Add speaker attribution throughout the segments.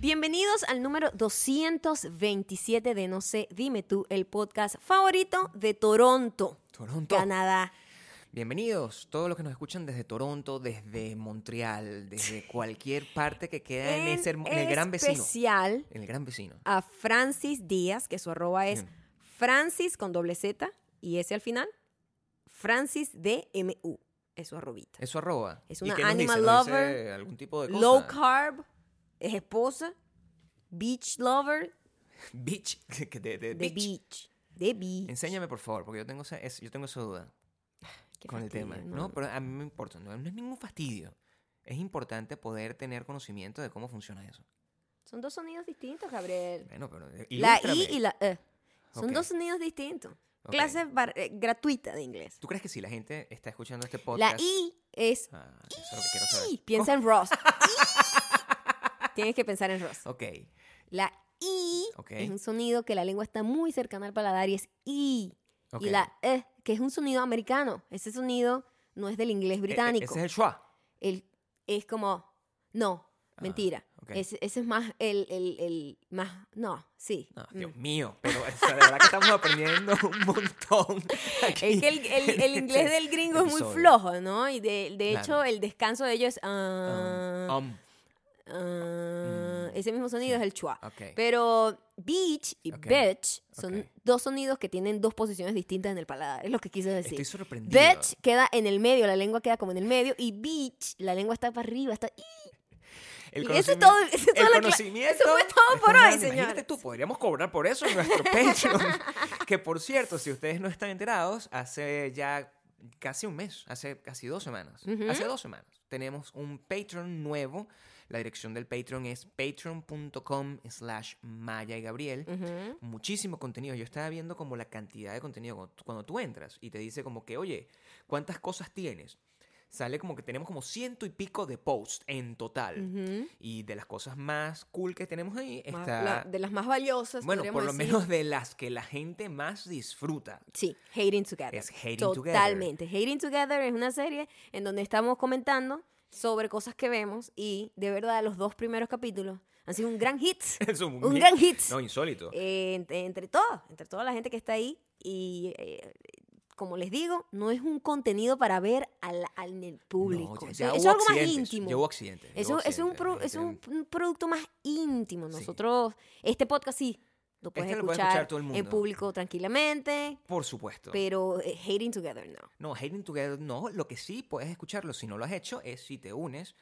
Speaker 1: Bienvenidos al número 227 de No sé, dime tú, el podcast favorito de Toronto,
Speaker 2: Toronto.
Speaker 1: Canadá.
Speaker 2: Bienvenidos todos los que nos escuchan desde Toronto, desde Montreal, desde cualquier parte que queda en, ese hermo- en el gran vecino.
Speaker 1: especial
Speaker 2: En el gran vecino.
Speaker 1: a Francis Díaz, que su arroba Ah, es
Speaker 2: Bien.
Speaker 1: Francis con doble Z y S al final, Francis DMU, es su arrobita.
Speaker 2: Eso arroba.
Speaker 1: Es
Speaker 2: ¿Y
Speaker 1: una
Speaker 2: qué nos
Speaker 1: animal
Speaker 2: dice? ¿Nos dice
Speaker 1: lover,
Speaker 2: algún tipo de cosa?
Speaker 1: Low carb, es esposa, beach lover,
Speaker 2: Beach. que de- de
Speaker 1: de
Speaker 2: beach.
Speaker 1: beach. de beach.
Speaker 2: Enséñame, por favor, porque yo tengo esa, es- yo tengo esa duda
Speaker 1: Qué
Speaker 2: con el
Speaker 1: fastidio,
Speaker 2: tema.
Speaker 1: no,
Speaker 2: No, pero a mí me importa. No, no es ningún fastidio. Es importante poder tener conocimiento de cómo funciona eso.
Speaker 1: Son dos sonidos distintos, Gabriel.
Speaker 2: Bueno, pero eh,
Speaker 1: La
Speaker 2: ilústrame.
Speaker 1: I y la E. Son
Speaker 2: Ok.
Speaker 1: dos sonidos distintos.
Speaker 2: Ok.
Speaker 1: Clase bar- eh, gratuita de inglés.
Speaker 2: ¿Tú crees que si la gente está escuchando este podcast...
Speaker 1: La I es
Speaker 2: Ah, eso es lo que quiero saber.
Speaker 1: I. Piensa en Ross. I. Tienes que pensar en Ross.
Speaker 2: Ok.
Speaker 1: La I
Speaker 2: Ok.
Speaker 1: es un sonido que la lengua está muy cercana al paladar y es I.
Speaker 2: Ok.
Speaker 1: Y la E, que es un sonido americano. Ese sonido no es del inglés
Speaker 2: E- e-
Speaker 1: británico.
Speaker 2: Ese es el schwa.
Speaker 1: el, es como, no,
Speaker 2: Ah,
Speaker 1: mentira.
Speaker 2: ok.
Speaker 1: Ese, ese es más el, el- el más, no, sí.
Speaker 2: No,
Speaker 1: Mm.
Speaker 2: Dios mío, pero o sea, de verdad que estamos aprendiendo un montón. aquí
Speaker 1: Es que el, el- el
Speaker 2: en este
Speaker 1: inglés del gringo es muy
Speaker 2: episodio.
Speaker 1: flojo, ¿no? Y de, de
Speaker 2: Claro.
Speaker 1: hecho, el descanso de ellos es... ah,
Speaker 2: Um,
Speaker 1: ah,
Speaker 2: um, mm, Ah,
Speaker 1: ese mismo sonido es el chua.
Speaker 2: ok.
Speaker 1: Pero beach y
Speaker 2: Ok,
Speaker 1: bitch son
Speaker 2: ok.
Speaker 1: dos sonidos que tienen dos posiciones distintas en el paladar. Es lo que quise decir.
Speaker 2: Estoy sorprendido.
Speaker 1: Bitch queda en el medio, la lengua queda como en el medio. Y beach, la lengua está para arriba, está...
Speaker 2: El
Speaker 1: y eso es
Speaker 2: conocimi-
Speaker 1: todo- eso es
Speaker 2: el
Speaker 1: toda la cla-
Speaker 2: conocimiento.
Speaker 1: eso fue todo
Speaker 2: está
Speaker 1: por
Speaker 2: mal.
Speaker 1: hoy,
Speaker 2: Imagínate
Speaker 1: señores.
Speaker 2: tú, podríamos cobrar por eso en nuestro Patreon. que por cierto, si ustedes no están enterados, hace ya casi un mes, hace casi dos semanas,
Speaker 1: Ujú.
Speaker 2: hace dos semanas, tenemos un Patreon nuevo. La dirección del Patreon es patreon.com slash Maya y Gabriel.
Speaker 1: Ujú.
Speaker 2: Muchísimo contenido. Yo estaba viendo como la cantidad de contenido cuando tú- cuando tú entras y te dice como que, oye, ¿cuántas cosas tienes? Sale como que tenemos como ciento y pico de posts en total.
Speaker 1: Ujú.
Speaker 2: Y de las cosas más cool que tenemos ahí
Speaker 1: Más-
Speaker 2: está...
Speaker 1: la- de las más valiosas.
Speaker 2: bueno, por lo
Speaker 1: podríamos decir.
Speaker 2: menos de las que la gente más disfruta.
Speaker 1: Sí, Hating Together.
Speaker 2: Es Hating Together.
Speaker 1: Totalmente. Hating Together es una serie en donde estamos comentando sobre cosas que vemos y de verdad los dos primeros capítulos han sido un gran hit.
Speaker 2: Es
Speaker 1: Un gran hit.
Speaker 2: No, insólito.
Speaker 1: eh, ent- entre todos, entre toda la gente que está ahí. Y eh, como les digo, no es un contenido para ver al, al en el público.
Speaker 2: No, ya-
Speaker 1: Eso-
Speaker 2: ya
Speaker 1: eso es
Speaker 2: hubo
Speaker 1: algo más
Speaker 2: accidentes,
Speaker 1: íntimo.
Speaker 2: ya hubo accidentes, ya
Speaker 1: Eso,
Speaker 2: hubo
Speaker 1: eso es, un
Speaker 2: accidentes,
Speaker 1: pro-
Speaker 2: la
Speaker 1: es
Speaker 2: gente-
Speaker 1: un, un producto más íntimo.
Speaker 2: Sí.
Speaker 1: Nosotros, este podcast sí, lo puedes
Speaker 2: Este lo puede
Speaker 1: escuchar,
Speaker 2: escuchar todo el
Speaker 1: en
Speaker 2: mundo.
Speaker 1: público tranquilamente,
Speaker 2: Por supuesto.
Speaker 1: pero eh, Hating Together no.
Speaker 2: No, Hating Together no. Lo que sí puedes escucharlo si no lo has hecho es si te unes.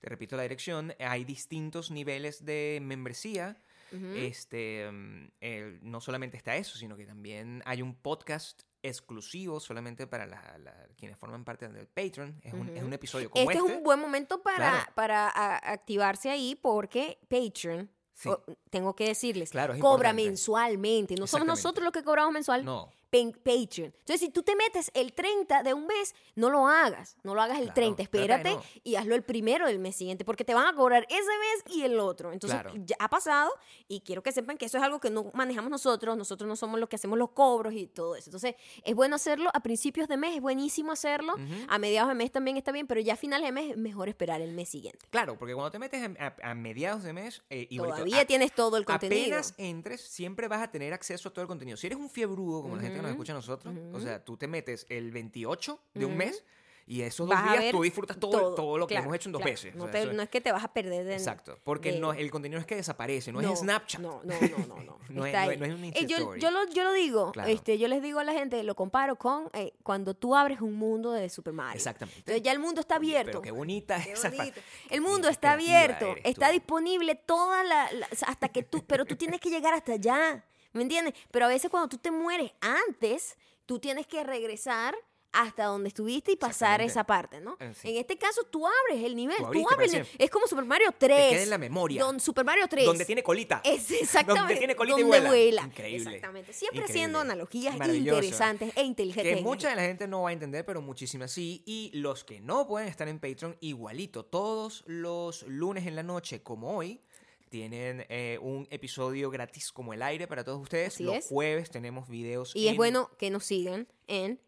Speaker 2: Te repito la dirección. Hay distintos niveles de membresía.
Speaker 1: Ujú.
Speaker 2: Este, mm, el- no solamente está eso, sino que también hay un podcast exclusivo solamente para la- la- quienes forman parte del Patreon. Es un, es
Speaker 1: Ujú.
Speaker 2: un episodio como
Speaker 1: Este,
Speaker 2: este.
Speaker 1: es un buen momento para,
Speaker 2: Claro.
Speaker 1: para a- activarse ahí porque Patreon,
Speaker 2: Sí.
Speaker 1: o- tengo que decirles,
Speaker 2: Claro, es
Speaker 1: cobra
Speaker 2: importante.
Speaker 1: mensualmente. No somos
Speaker 2: Exactamente.
Speaker 1: nosotros los que cobramos mensual.
Speaker 2: No,
Speaker 1: Pen- Patreon. Entonces, si tú te metes el 30 de un mes, no lo hagas. No lo hagas el
Speaker 2: Claro,
Speaker 1: 30.
Speaker 2: trata de
Speaker 1: Espérate
Speaker 2: no.
Speaker 1: y hazlo el primero del mes siguiente, porque te van a cobrar ese mes y el otro. Entonces,
Speaker 2: Claro.
Speaker 1: ya ha pasado y quiero que sepan que eso es algo que no manejamos nosotros. Nosotros no somos los que hacemos los cobros y todo eso. Entonces, es bueno hacerlo a principios de mes, es buenísimo hacerlo.
Speaker 2: Ujú.
Speaker 1: A mediados de mes también está bien, pero ya a finales de mes es mejor esperar el mes siguiente.
Speaker 2: claro, porque cuando te metes en- a, a mediados de mes, eh, igualito,
Speaker 1: Todavía
Speaker 2: a-
Speaker 1: tienes todo el contenido.
Speaker 2: Apenas entres, siempre vas a tener acceso a todo el contenido. Si eres un fiebrudo, como la gente que nos
Speaker 1: Ujú,
Speaker 2: escucha a nosotros,
Speaker 1: ujú.
Speaker 2: o sea, tú te metes el 28 de un
Speaker 1: Ujú.
Speaker 2: mes y esos
Speaker 1: Vas a
Speaker 2: dos días
Speaker 1: ver
Speaker 2: tú disfrutas todo, todo, lo que
Speaker 1: claro,
Speaker 2: hemos hecho en dos
Speaker 1: claro.
Speaker 2: veces. O
Speaker 1: No,
Speaker 2: sea,
Speaker 1: te-
Speaker 2: eso es-
Speaker 1: no es que te vas a perder de
Speaker 2: exacto, porque
Speaker 1: de-
Speaker 2: no, el contenido no es que desaparece, no, es Snapchat.
Speaker 1: No, no, no, no. no.
Speaker 2: No es-
Speaker 1: Está
Speaker 2: no
Speaker 1: ahí.
Speaker 2: es- no es un
Speaker 1: Eh,
Speaker 2: Insta
Speaker 1: yo,
Speaker 2: Story.
Speaker 1: yo lo, yo lo digo,
Speaker 2: Claro.
Speaker 1: este, yo les digo a la gente, lo comparo con eh, cuando tú abres un mundo de Super Mario.
Speaker 2: Exactamente.
Speaker 1: Entonces ya el mundo está
Speaker 2: Oye,
Speaker 1: abierto.
Speaker 2: Pero qué bonita
Speaker 1: Qué
Speaker 2: esa fa-
Speaker 1: bonito.
Speaker 2: qué
Speaker 1: El mundo
Speaker 2: bonita
Speaker 1: está
Speaker 2: creativa
Speaker 1: abierto,
Speaker 2: eres
Speaker 1: está
Speaker 2: tú.
Speaker 1: disponible toda la, la- hasta que tú, pero tú tienes que llegar hasta allá, ¿me entiendes? Pero a veces cuando tú te mueres antes, tú tienes que regresar hasta donde estuviste y pasar
Speaker 2: Exactamente.
Speaker 1: esa parte, ¿no?
Speaker 2: Eh, sí.
Speaker 1: En este caso tú abres el nivel,
Speaker 2: Tú
Speaker 1: tú,
Speaker 2: abriste,
Speaker 1: abres, el-
Speaker 2: parece-
Speaker 1: es como Super Mario 3.
Speaker 2: queda en la memoria.
Speaker 1: Don Super Mario 3.
Speaker 2: Donde tiene colita.
Speaker 1: Es exactamente.
Speaker 2: Donde tiene colita y
Speaker 1: donde
Speaker 2: vuela.
Speaker 1: vuela.
Speaker 2: Increíble.
Speaker 1: Exactamente. Siempre
Speaker 2: Increíble.
Speaker 1: haciendo analogías
Speaker 2: Maravilloso.
Speaker 1: interesantes e inteligentes.
Speaker 2: Que mucha de la gente no va a entender, pero muchísimas sí. Y los que no pueden estar en Patreon, igualito, todos los lunes en la noche, como hoy, tienen eh, un episodio gratis como el aire para todos ustedes.
Speaker 1: Así
Speaker 2: los
Speaker 1: es.
Speaker 2: jueves tenemos videos.
Speaker 1: Y es
Speaker 2: en-
Speaker 1: bueno que nos sigan en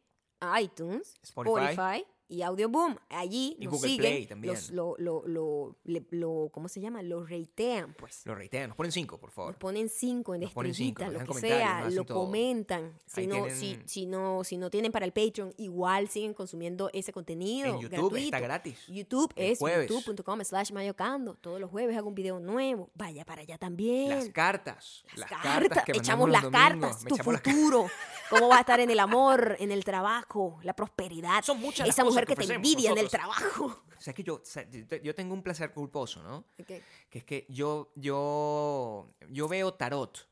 Speaker 1: iTunes, Spotify,
Speaker 2: Spotify,
Speaker 1: y Audio Boom. Allí
Speaker 2: Y
Speaker 1: nos
Speaker 2: Google
Speaker 1: siguen,
Speaker 2: Play también.
Speaker 1: los- lo, lo, lo- le- lo- ¿cómo se llama? Lo reitean, pues.
Speaker 2: Lo reitean, nos ponen cinco, por
Speaker 1: Nos
Speaker 2: favor.
Speaker 1: ponen cinco en
Speaker 2: Nos ponen cinco,
Speaker 1: estrellitas,
Speaker 2: nos
Speaker 1: lo
Speaker 2: dejan
Speaker 1: que
Speaker 2: comentarios,
Speaker 1: sea,
Speaker 2: nos hacen
Speaker 1: lo
Speaker 2: todo.
Speaker 1: comentan. Si
Speaker 2: Ahí
Speaker 1: no,
Speaker 2: tienen-
Speaker 1: si, si no, si no tienen para el Patreon, igual siguen consumiendo ese contenido.
Speaker 2: En YouTube está
Speaker 1: gratuito.
Speaker 2: gratis.
Speaker 1: YouTube
Speaker 2: El
Speaker 1: es
Speaker 2: jueves.
Speaker 1: youtube.com slash mayocando. Todos los jueves hago un video nuevo. Vaya para allá también.
Speaker 2: Las cartas.
Speaker 1: Las
Speaker 2: cartas
Speaker 1: cartas,
Speaker 2: que
Speaker 1: echamos las
Speaker 2: mandamos los domingos,
Speaker 1: cartas,
Speaker 2: me
Speaker 1: tu
Speaker 2: echamos las
Speaker 1: futuro, cómo va a estar en el amor, en el trabajo, la prosperidad.
Speaker 2: Son muchas las
Speaker 1: Esa mujer que,
Speaker 2: cosas que
Speaker 1: te
Speaker 2: ofrecemos
Speaker 1: envidia en el
Speaker 2: nosotros.
Speaker 1: trabajo.
Speaker 2: O sea, que yo, o sea, yo- yo tengo un placer culposo, ¿no? Que es que yo, yo, yo veo tarot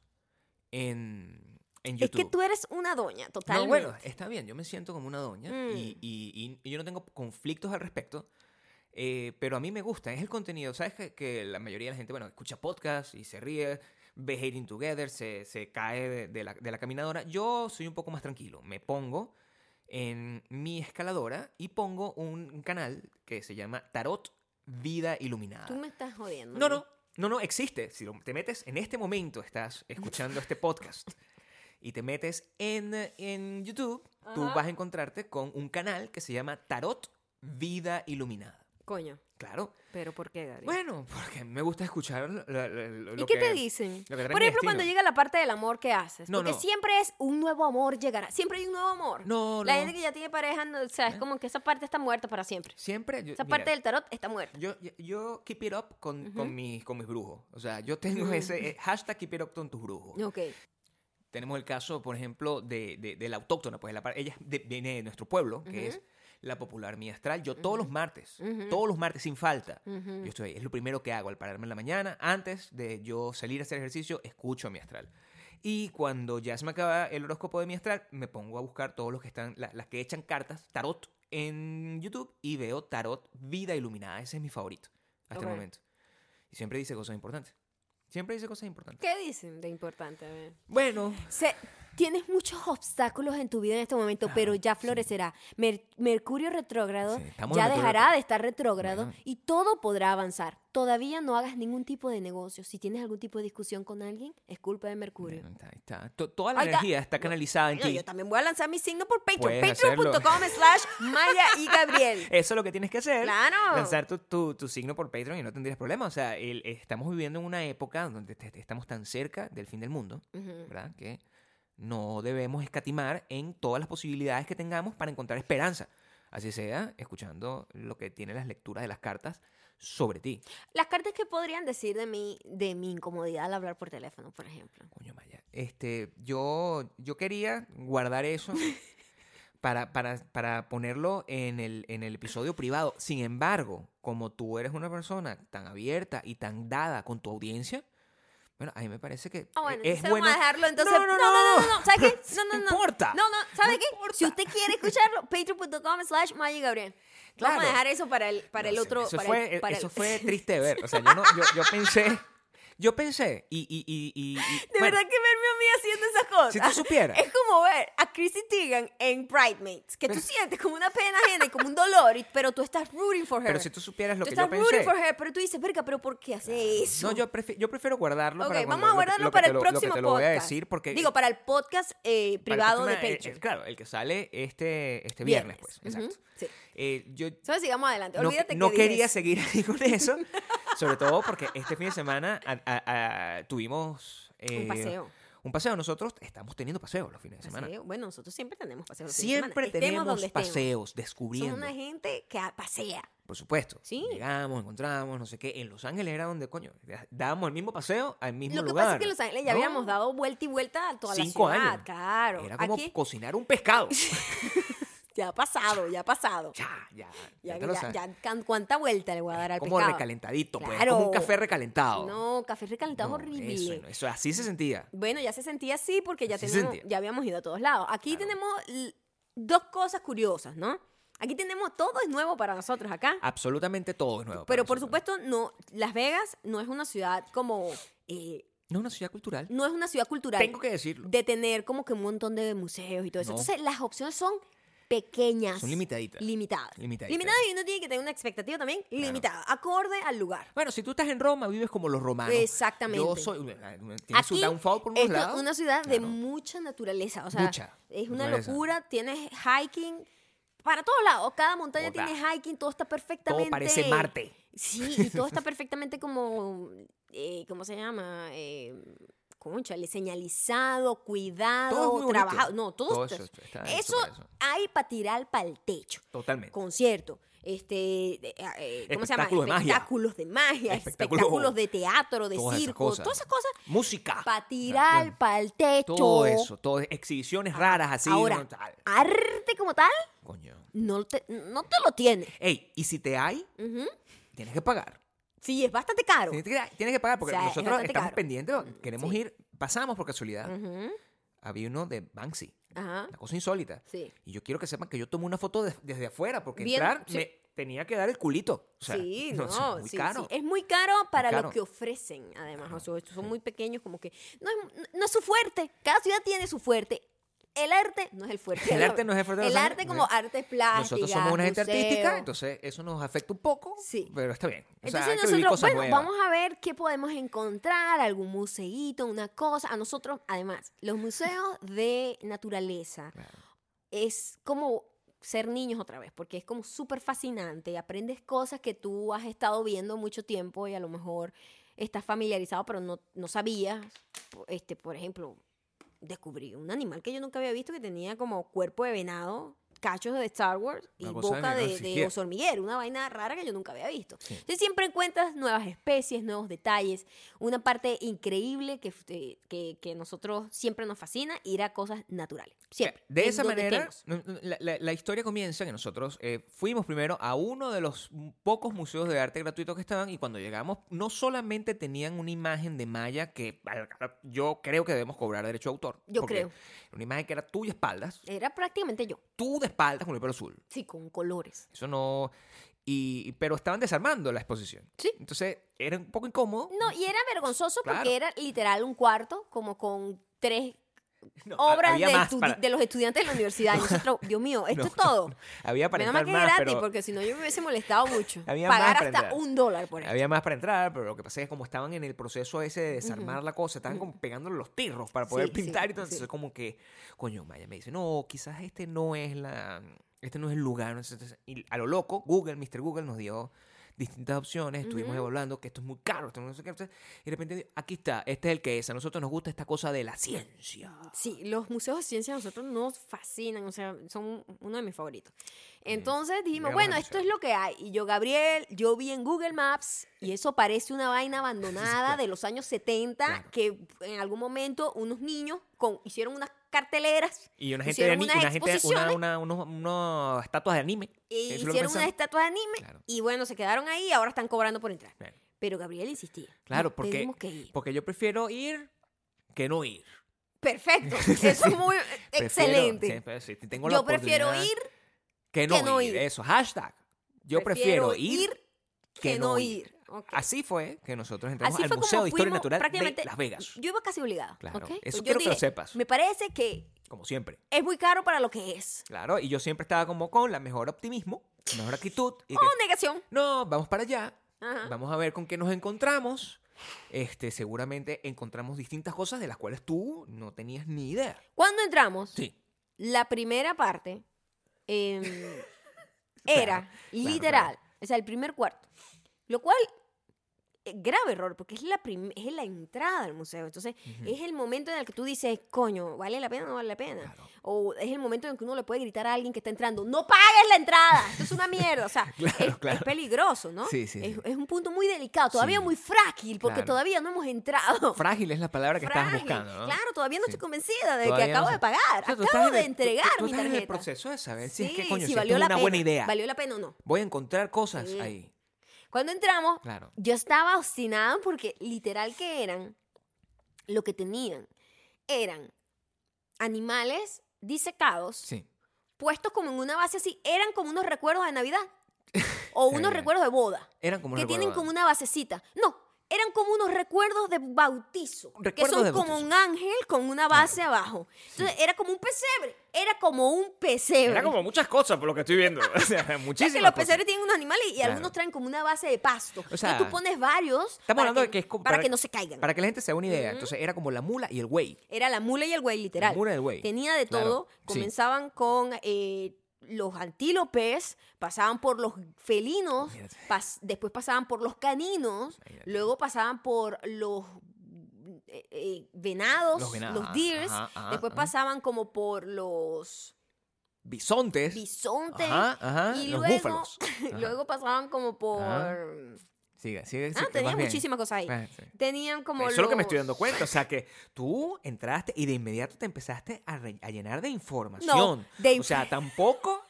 Speaker 2: en, en
Speaker 1: Es
Speaker 2: YouTube.
Speaker 1: que tú eres una doña,
Speaker 2: No,
Speaker 1: totalmente.
Speaker 2: bueno, está bien, yo me siento como una doña
Speaker 1: Mm.
Speaker 2: y, y- y- y yo no tengo conflictos al respecto, eh, pero a mí me gusta, es el contenido, ¿sabes? Que, que la mayoría de la gente, bueno, escucha podcasts y se ríe, ve Hating Together, se, se cae de, de la, de la caminadora. Yo soy un poco más tranquilo, me pongo en mi escaladora y pongo un canal que se llama Tarot Vida Iluminada.
Speaker 1: Tú me estás jodiendo.
Speaker 2: No, no, no, no, existe. Si lo- te metes en este momento, estás escuchando este podcast y te metes en, eh, en YouTube, tú
Speaker 1: Ajá.
Speaker 2: vas a encontrarte con un canal que se llama Tarot Vida Iluminada.
Speaker 1: Coño,
Speaker 2: Claro.
Speaker 1: pero ¿por qué, Gabriel?
Speaker 2: Bueno, porque me gusta escuchar lo, lo- lo-
Speaker 1: ¿Y
Speaker 2: lo
Speaker 1: qué
Speaker 2: que-
Speaker 1: te dicen?
Speaker 2: lo que trae
Speaker 1: Por
Speaker 2: mi
Speaker 1: ejemplo, cuando
Speaker 2: destino.
Speaker 1: llega la parte del amor, ¿qué haces?
Speaker 2: No,
Speaker 1: Porque
Speaker 2: no.
Speaker 1: siempre es un nuevo amor llegará. Siempre hay un nuevo amor.
Speaker 2: No,
Speaker 1: la
Speaker 2: no.
Speaker 1: gente que ya tiene pareja, no, o sea, es como que esa parte está muerta para siempre.
Speaker 2: Siempre. Yo,
Speaker 1: Esa
Speaker 2: mira,
Speaker 1: parte del tarot está muerta.
Speaker 2: yo, yo- yo keep it up con, con, mis, con mis brujos. O sea, yo tengo ese eh, hashtag keep it up con tus brujos.
Speaker 1: Ok.
Speaker 2: Tenemos el caso, por ejemplo, de, de- de la autóctona, pues la par- ella es de- viene de nuestro pueblo, que es la popular mía astral. Yo todos los martes, todos los martes sin falta, yo estoy, ahí. es lo primero que hago al pararme en la mañana, antes de yo salir a hacer ejercicio, escucho a mi astral. Y cuando ya se me acaba el horóscopo de mi astral, me pongo a buscar todos los que están, la- las que echan cartas, tarot en YouTube y veo tarot vida iluminada. Ese es mi favorito hasta
Speaker 1: Ok.
Speaker 2: el momento. Y siempre dice cosas importantes. Siempre dice cosas importantes.
Speaker 1: ¿Qué dicen de importante? A ver.
Speaker 2: Bueno,
Speaker 1: Se- tienes muchos obstáculos en tu vida en este momento, pero ya florecerá. Mer- Mercurio retrógrado
Speaker 2: Sí, estamos
Speaker 1: ya
Speaker 2: en retrógrado.
Speaker 1: dejará de estar retrógrado
Speaker 2: Bueno.
Speaker 1: y todo podrá avanzar. Todavía no hagas ningún tipo de negocio. Si tienes algún tipo de discusión con alguien, es culpa de Mercurio.
Speaker 2: Bueno, está- ahí está. To- Toda la
Speaker 1: Ahí está.
Speaker 2: energía está canalizada en
Speaker 1: Bueno, yo
Speaker 2: ti.
Speaker 1: también voy a lanzar mi signo por Patreon.
Speaker 2: Puedes hacerlo.
Speaker 1: Patreon.com slash Maya y Gabriel.
Speaker 2: Eso es lo que tienes que hacer.
Speaker 1: Claro.
Speaker 2: Lanzar tu, tu- tu signo por Patreon y no tendrías problema. O sea, el- estamos viviendo en una época donde te- te- estamos tan cerca del fin del mundo,
Speaker 1: Ujú.
Speaker 2: ¿verdad? Que no debemos escatimar en todas las posibilidades que tengamos para encontrar esperanza. Así sea, escuchando lo que tienen las lecturas de las cartas sobre ti.
Speaker 1: Las cartas que podrían decir de mí, de mi incomodidad al hablar por teléfono, por ejemplo.
Speaker 2: Coño, Maya. Este, yo, yo quería guardar eso para, para, para ponerlo en el, en el episodio privado. Sin embargo, como tú eres una persona tan abierta y tan dada con tu audiencia, bueno, a mí me parece que
Speaker 1: Ah, bueno,
Speaker 2: e- es
Speaker 1: entonces vamos
Speaker 2: bueno.
Speaker 1: a dejarlo. Entonces,
Speaker 2: No, no, no.
Speaker 1: no, no, no, ¿sabes qué? No, no, no.
Speaker 2: No importa.
Speaker 1: No, no, ¿sabes
Speaker 2: No
Speaker 1: qué?
Speaker 2: importa.
Speaker 1: Si usted quiere escucharlo, patreon.com slash Maya y Gabriel. Vamos
Speaker 2: Claro.
Speaker 1: a dejar eso para el, para el
Speaker 2: No sé,
Speaker 1: otro.
Speaker 2: Eso,
Speaker 1: para el-
Speaker 2: fue, eh,
Speaker 1: para el-
Speaker 2: eso fue triste de ver. O sea, yo, no, yo, yo pensé. Yo pensé. Y. y, y, y- y-
Speaker 1: De
Speaker 2: bueno,
Speaker 1: verdad que verme a mí haciendo esas cosas.
Speaker 2: Si tú supieras.
Speaker 1: Es como ver a Chrissy Teigen en Bridemates, que tú sientes como una pena ajena y como un dolor, y- pero tú estás rooting for her.
Speaker 2: Pero si tú supieras lo
Speaker 1: tú
Speaker 2: que
Speaker 1: estás
Speaker 2: yo
Speaker 1: rooting
Speaker 2: pensé.
Speaker 1: for her, pero tú dices, verga, pero ¿por qué hace eso?
Speaker 2: No, yo, prefi- yo prefiero guardarlo
Speaker 1: Ok,
Speaker 2: para cuando
Speaker 1: vamos a
Speaker 2: lo que-
Speaker 1: guardarlo
Speaker 2: lo que
Speaker 1: para
Speaker 2: te
Speaker 1: el
Speaker 2: lo- lo que
Speaker 1: próximo
Speaker 2: te lo voy
Speaker 1: podcast.
Speaker 2: a decir porque
Speaker 1: Digo, para el podcast eh,
Speaker 2: Para el
Speaker 1: privado de
Speaker 2: próximo, eh,
Speaker 1: Patreon.
Speaker 2: eh, claro, el que sale este, este viernes, pues.
Speaker 1: Ujú,
Speaker 2: Exacto.
Speaker 1: sí.
Speaker 2: Eh, yo
Speaker 1: Entonces sigamos adelante.
Speaker 2: no,
Speaker 1: Olvídate
Speaker 2: no
Speaker 1: que dije
Speaker 2: quería
Speaker 1: eso.
Speaker 2: seguir ahí con eso, sobre todo porque este fin de semana a- a- a- tuvimos... eh,
Speaker 1: un paseo.
Speaker 2: Un paseo. Nosotros estamos teniendo paseos los fines de semana.
Speaker 1: Paseo. Bueno, nosotros siempre tenemos paseos. los fines de
Speaker 2: Siempre
Speaker 1: semana, estemos
Speaker 2: tenemos
Speaker 1: donde estemos.
Speaker 2: paseos,
Speaker 1: Somos
Speaker 2: descubriendo.
Speaker 1: una gente que a- pasea.
Speaker 2: Por supuesto.
Speaker 1: Sí.
Speaker 2: Llegamos, encontramos, no sé qué. En Los Ángeles era donde, coño, dábamos el mismo paseo al mismo
Speaker 1: Lo que
Speaker 2: lugar.
Speaker 1: pasa es que en Los Ángeles ya
Speaker 2: ¿no?
Speaker 1: habíamos dado vuelta y vuelta a toda
Speaker 2: Cinco
Speaker 1: la ciudad.
Speaker 2: años.
Speaker 1: Claro.
Speaker 2: Era como
Speaker 1: Aquí
Speaker 2: cocinar un pescado.
Speaker 1: ya ha pasado, ya ha pasado.
Speaker 2: ya, ya.
Speaker 1: Ya,
Speaker 2: te lo
Speaker 1: ya,
Speaker 2: sabes.
Speaker 1: ya can- ¿Cuánta vuelta le voy a dar al
Speaker 2: como
Speaker 1: pescado?
Speaker 2: recalentadito, pues.
Speaker 1: Claro.
Speaker 2: Como un café recalentado.
Speaker 1: No, café recalentado
Speaker 2: No,
Speaker 1: es horrible.
Speaker 2: Eso, no, eso así se sentía.
Speaker 1: Bueno, ya se sentía así porque ya,
Speaker 2: Sí se
Speaker 1: tenemos,
Speaker 2: sentía.
Speaker 1: ya habíamos ido a todos lados. Aquí tenemos l- dos cosas curiosas, ¿no? Aquí tenemos todo es nuevo para nosotros acá.
Speaker 2: Absolutamente todo es nuevo. Ah, para
Speaker 1: Pero por
Speaker 2: nosotros.
Speaker 1: supuesto, no, Las Vegas no es una ciudad como. eh,
Speaker 2: No es una ciudad cultural.
Speaker 1: no es una ciudad cultural.
Speaker 2: Tengo que decirlo.
Speaker 1: De tener como que un montón de museos y todo eso.
Speaker 2: No.
Speaker 1: Entonces, las opciones son pequeñas.
Speaker 2: Son limitaditas.
Speaker 1: Limitadas.
Speaker 2: Limitaditas.
Speaker 1: Limitadas y uno tiene que tener una expectativa también limitada, acorde al lugar.
Speaker 2: Bueno, si tú estás en Roma, vives como los romanos.
Speaker 1: Exactamente.
Speaker 2: Yo soy. Tienes su
Speaker 1: Aquí
Speaker 2: downfall por
Speaker 1: es
Speaker 2: unos
Speaker 1: to-
Speaker 2: lados.
Speaker 1: una ciudad de
Speaker 2: Claro.
Speaker 1: mucha naturaleza. O sea,
Speaker 2: Mucha
Speaker 1: es una
Speaker 2: naturaleza.
Speaker 1: locura. Tienes hiking, para todos lados. Cada montaña
Speaker 2: Toda.
Speaker 1: tiene hiking, todo está perfectamente.
Speaker 2: Todo parece Marte.
Speaker 1: Sí, y todo está perfectamente como, eh, ¿cómo se llama? Eh, cónchale, señalizado,
Speaker 2: Todo es
Speaker 1: cuidado,
Speaker 2: muy bonito.
Speaker 1: trabajado. No, todo,
Speaker 2: Todo
Speaker 1: está-
Speaker 2: eso está
Speaker 1: eso
Speaker 2: súper eso.
Speaker 1: hay para tirar para el techo.
Speaker 2: Totalmente.
Speaker 1: Concierto. Este, de- eh, ¿cómo se llama?
Speaker 2: Espectáculos de magia.
Speaker 1: Espectáculos de magia,
Speaker 2: Espectáculos-
Speaker 1: espectáculos de teatro, de
Speaker 2: todas esas
Speaker 1: circo,
Speaker 2: cosas.
Speaker 1: todas esas cosas
Speaker 2: Música.
Speaker 1: para tirar para el techo.
Speaker 2: Ah, Todo eso. Todo, exhibiciones raras así.
Speaker 1: Ah, Ahora,
Speaker 2: no, tal.
Speaker 1: arte como tal,
Speaker 2: Coño.
Speaker 1: no te, no te lo tiene.
Speaker 2: Ey, y si te hay,
Speaker 1: Ujú.
Speaker 2: tienes que pagar.
Speaker 1: Sí, es bastante caro.
Speaker 2: Tienes que, tienes que pagar porque
Speaker 1: O sea, es
Speaker 2: nosotros
Speaker 1: bastante
Speaker 2: estamos
Speaker 1: caro.
Speaker 2: pendientes. Queremos
Speaker 1: sí.
Speaker 2: ir. Pasamos por casualidad.
Speaker 1: Ujú.
Speaker 2: Había uno de Banksy.
Speaker 1: Ajá.
Speaker 2: Una cosa insólita.
Speaker 1: Sí.
Speaker 2: Y yo quiero que sepan que yo tomé una foto de- desde afuera porque
Speaker 1: Bien,
Speaker 2: entrar
Speaker 1: sí.
Speaker 2: me tenía que dar el culito. O sea,
Speaker 1: sí,
Speaker 2: no,
Speaker 1: no,
Speaker 2: o sea, muy
Speaker 1: sí,
Speaker 2: caro.
Speaker 1: sí. Es muy caro para
Speaker 2: caro.
Speaker 1: lo que ofrecen, además. O sea, estos son muy pequeños, como que no es, no es su fuerte. Cada ciudad tiene su fuerte. El arte no es el fuerte.
Speaker 2: El arte no es el fuerte de
Speaker 1: El
Speaker 2: Los
Speaker 1: arte
Speaker 2: Ángeles.
Speaker 1: como artes plásticas.
Speaker 2: Nosotros somos una gente artística,
Speaker 1: museos.
Speaker 2: entonces eso nos afecta un poco,
Speaker 1: Sí.
Speaker 2: pero está bien. O sea,
Speaker 1: Entonces
Speaker 2: hay que vivir
Speaker 1: nosotros,
Speaker 2: cosas
Speaker 1: bueno,
Speaker 2: nuevas.
Speaker 1: vamos a ver qué podemos encontrar, algún museíto, una cosa. A nosotros, además, los museos de naturaleza
Speaker 2: Claro.
Speaker 1: es como ser niños otra vez, porque es como súper fascinante, aprendes cosas que tú has estado viendo mucho tiempo y a lo mejor estás familiarizado, pero no, no sabías. Po- Este, por ejemplo, descubrí un animal que yo nunca había visto que tenía como cuerpo de venado, cachos de Star Wars y
Speaker 2: Una cosa de
Speaker 1: boca
Speaker 2: que no
Speaker 1: de, de
Speaker 2: existía.
Speaker 1: oso hormiguero, una vaina rara que yo nunca había visto.
Speaker 2: Sí.
Speaker 1: Entonces siempre encuentras nuevas especies, nuevos detalles, una parte increíble que, eh, que, que nosotros siempre nos fascina, ir a cosas naturales, siempre.
Speaker 2: Eh, De
Speaker 1: en
Speaker 2: esa
Speaker 1: donde
Speaker 2: manera,
Speaker 1: estemos.
Speaker 2: no, no, la, la- la historia comienza que nosotros eh, fuimos primero a uno de los m- pocos museos de arte gratuito que estaban y cuando llegamos no solamente tenían una imagen de Maya que al- al- yo creo que debemos cobrar derecho de autor.
Speaker 1: Yo
Speaker 2: porque
Speaker 1: creo.
Speaker 2: Una imagen que era tuya espaldas,
Speaker 1: Era prácticamente yo,
Speaker 2: tú de espaldas con el pelo azul.
Speaker 1: sí, con colores.
Speaker 2: Eso no... Y, pero estaban desarmando la exposición.
Speaker 1: Sí.
Speaker 2: Entonces era un poco incómodo.
Speaker 1: No, y era vergonzoso
Speaker 2: Claro.
Speaker 1: porque era literal un cuarto, como con tres
Speaker 2: No, ha-
Speaker 1: obras de,
Speaker 2: había más
Speaker 1: estudi-
Speaker 2: para-
Speaker 1: de los estudiantes de la universidad. Y nosotros, Dios mío, esto
Speaker 2: No,
Speaker 1: es todo.
Speaker 2: Había para
Speaker 1: Menos mal
Speaker 2: entrar
Speaker 1: que es
Speaker 2: más,
Speaker 1: gratis,
Speaker 2: pero-
Speaker 1: porque si no yo me hubiese molestado mucho.
Speaker 2: Había más
Speaker 1: Pagar
Speaker 2: para
Speaker 1: hasta
Speaker 2: entrar. Eh,
Speaker 1: un dólar por eso.
Speaker 2: Había más para entrar, pero lo que pasa es que como estaban en el proceso ese de desarmar la cosa, estaban como pegándole los tirros para poder
Speaker 1: Sí,
Speaker 2: pintar
Speaker 1: sí,
Speaker 2: y todo. Entonces
Speaker 1: sí.
Speaker 2: como que, coño, Maya me dice, no, quizás este no es la, este no es el lugar. no sé, entonces, y a lo loco, Google, Mr. Google nos dio distintas opciones, estuvimos evaluando que esto es muy caro, esto no sé qué, entonces, y de repente, aquí está, este es el que es, a nosotros nos gusta esta cosa de la ciencia.
Speaker 1: Sí, los museos de ciencia a nosotros nos fascinan, o sea, son uno de mis favoritos. Entonces dijimos,
Speaker 2: llegamos
Speaker 1: bueno,
Speaker 2: al
Speaker 1: esto
Speaker 2: museo.
Speaker 1: es lo que hay. Y yo, Gabriel, yo vi en Google Maps y eso parece una vaina abandonada de los años 70
Speaker 2: Claro.
Speaker 1: que en algún momento unos niños con, hicieron unas carteleras,
Speaker 2: Y una gente, de
Speaker 1: Hicieron
Speaker 2: ani-
Speaker 1: unas
Speaker 2: una gente, una,
Speaker 1: exposiciones.
Speaker 2: una- unos- unas estatuas de anime.
Speaker 1: e
Speaker 2: Eso es lo que
Speaker 1: hicieron unas
Speaker 2: pensamos.
Speaker 1: estatuas de anime
Speaker 2: Claro.
Speaker 1: y bueno, se quedaron ahí y ahora están cobrando por entrar.
Speaker 2: Claro.
Speaker 1: Pero Gabriel insistía.
Speaker 2: Claro,
Speaker 1: "No,
Speaker 2: porque-
Speaker 1: Tenemos que ir.
Speaker 2: Porque yo prefiero ir que no ir.
Speaker 1: Perfecto, eso es muy
Speaker 2: Prefiero-
Speaker 1: excelente.
Speaker 2: sí, pero si tengo la
Speaker 1: yo prefiero
Speaker 2: oportunidad
Speaker 1: ir
Speaker 2: que no, ir. Eso, hashtag. Yo prefiero, ir.
Speaker 1: que, no ir. Ok.
Speaker 2: Así fue que nosotros entramos
Speaker 1: Así
Speaker 2: al
Speaker 1: fue
Speaker 2: Museo
Speaker 1: como
Speaker 2: de Historia
Speaker 1: fuimos
Speaker 2: Natural de
Speaker 1: prácticamente.
Speaker 2: Las Vegas.
Speaker 1: Yo iba casi obligada.
Speaker 2: Claro,
Speaker 1: ¿ok? Pues
Speaker 2: eso
Speaker 1: Yo
Speaker 2: quiero que lo
Speaker 1: dije,
Speaker 2: sepas.
Speaker 1: Me parece que
Speaker 2: Como siempre.
Speaker 1: es muy caro para lo que es.
Speaker 2: Claro, y yo siempre estaba como con la mejor optimismo, la mejor actitud. Y que,
Speaker 1: O Oh, negación.
Speaker 2: no, vamos para allá.
Speaker 1: Ajá.
Speaker 2: Vamos a ver con qué nos encontramos. Este, seguramente encontramos distintas cosas de las cuales tú no tenías ni idea.
Speaker 1: Cuando entramos,
Speaker 2: Sí.
Speaker 1: la primera parte eh, era literal. O sea, el primer cuarto. Lo cual, eh, grave error, porque es la, prim- es la entrada al museo. Entonces, es el momento en el que tú dices, coño, ¿vale la pena o no vale la pena?
Speaker 2: Claro.
Speaker 1: O es el momento en el que uno le puede gritar a alguien que está entrando, ¡no pagues la entrada! Esto es una mierda. O sea,
Speaker 2: Claro,
Speaker 1: es,
Speaker 2: claro.
Speaker 1: es peligroso, ¿no?
Speaker 2: Sí, sí,
Speaker 1: Es,
Speaker 2: sí.
Speaker 1: es un punto muy delicado, todavía
Speaker 2: Sí.
Speaker 1: muy frágil, porque
Speaker 2: Claro.
Speaker 1: todavía no hemos entrado.
Speaker 2: Frágil es la palabra que estabas
Speaker 1: Frágil.
Speaker 2: buscando, ¿no?
Speaker 1: Claro, todavía no
Speaker 2: Sí.
Speaker 1: estoy convencida de
Speaker 2: Todavía
Speaker 1: que
Speaker 2: no
Speaker 1: acabo
Speaker 2: sé.
Speaker 1: de pagar.
Speaker 2: O sea, tú estás
Speaker 1: acabo
Speaker 2: en
Speaker 1: de
Speaker 2: el- tú-
Speaker 1: entregar
Speaker 2: tú
Speaker 1: mi
Speaker 2: estás en el
Speaker 1: tarjeta.
Speaker 2: proceso de saber si es
Speaker 1: Sí,
Speaker 2: que coño,
Speaker 1: si
Speaker 2: si esto
Speaker 1: valió
Speaker 2: es
Speaker 1: la
Speaker 2: una
Speaker 1: pena.
Speaker 2: buena idea.
Speaker 1: Valió la pena o no.
Speaker 2: Voy a encontrar cosas
Speaker 1: Sí.
Speaker 2: ahí.
Speaker 1: Cuando entramos,
Speaker 2: Claro.
Speaker 1: yo estaba obstinada porque literal que eran, lo que tenían, eran animales disecados,
Speaker 2: Sí.
Speaker 1: puestos como en una base así, eran como unos recuerdos de Navidad o unos
Speaker 2: Sí.
Speaker 1: recuerdos de boda,
Speaker 2: Eran como
Speaker 1: que
Speaker 2: unos
Speaker 1: tienen
Speaker 2: recuerdos.
Speaker 1: como una basecita. No, eran como unos recuerdos de bautizo, que
Speaker 2: Recuerdos
Speaker 1: son
Speaker 2: de
Speaker 1: como
Speaker 2: bautizo. Ah,
Speaker 1: un ángel con una base abajo. Entonces, era como un pesebre, era como un pesebre.
Speaker 2: Era como muchas cosas por lo que estoy viendo. O sea,
Speaker 1: O sea, que
Speaker 2: muchísimas
Speaker 1: los
Speaker 2: cosas.
Speaker 1: pesebres tienen unos animales y
Speaker 2: Claro.
Speaker 1: algunos traen como una base de pasto. Entonces,
Speaker 2: sea,
Speaker 1: tú pones varios
Speaker 2: Estamos
Speaker 1: para
Speaker 2: hablando de que es como-
Speaker 1: para que no se caigan.
Speaker 2: Para que la gente se haga una idea. Entonces era como la mula y el güey.
Speaker 1: Era la mula y el güey, literal.
Speaker 2: La mula y el güey.
Speaker 1: Tenía de
Speaker 2: Claro,
Speaker 1: todo.
Speaker 2: sí.
Speaker 1: Comenzaban con eh, los antílopes, pasaban por los felinos,
Speaker 2: Imagínate.
Speaker 1: pas- después pasaban por los caninos,
Speaker 2: Imagínate.
Speaker 1: luego pasaban por los eh, eh, venados,
Speaker 2: Los
Speaker 1: los,
Speaker 2: venados, ajá,
Speaker 1: deers,
Speaker 2: ajá, ajá,
Speaker 1: después
Speaker 2: ajá.
Speaker 1: pasaban como por los
Speaker 2: Bisontes.
Speaker 1: bisontes,
Speaker 2: Ajá, ajá.
Speaker 1: y
Speaker 2: los
Speaker 1: luego-
Speaker 2: búfalos. Ajá.
Speaker 1: luego pasaban como por...
Speaker 2: Ajá. Sigue, sigue.
Speaker 1: Ah, tenían muchísimas cosas ahí. Tenían como...
Speaker 2: Eso es lo que me
Speaker 1: los-
Speaker 2: estoy dando cuenta. O sea que tú entraste y de inmediato te empezaste a, re- a llenar de información.
Speaker 1: No, de
Speaker 2: O sea,
Speaker 1: inf-
Speaker 2: tampoco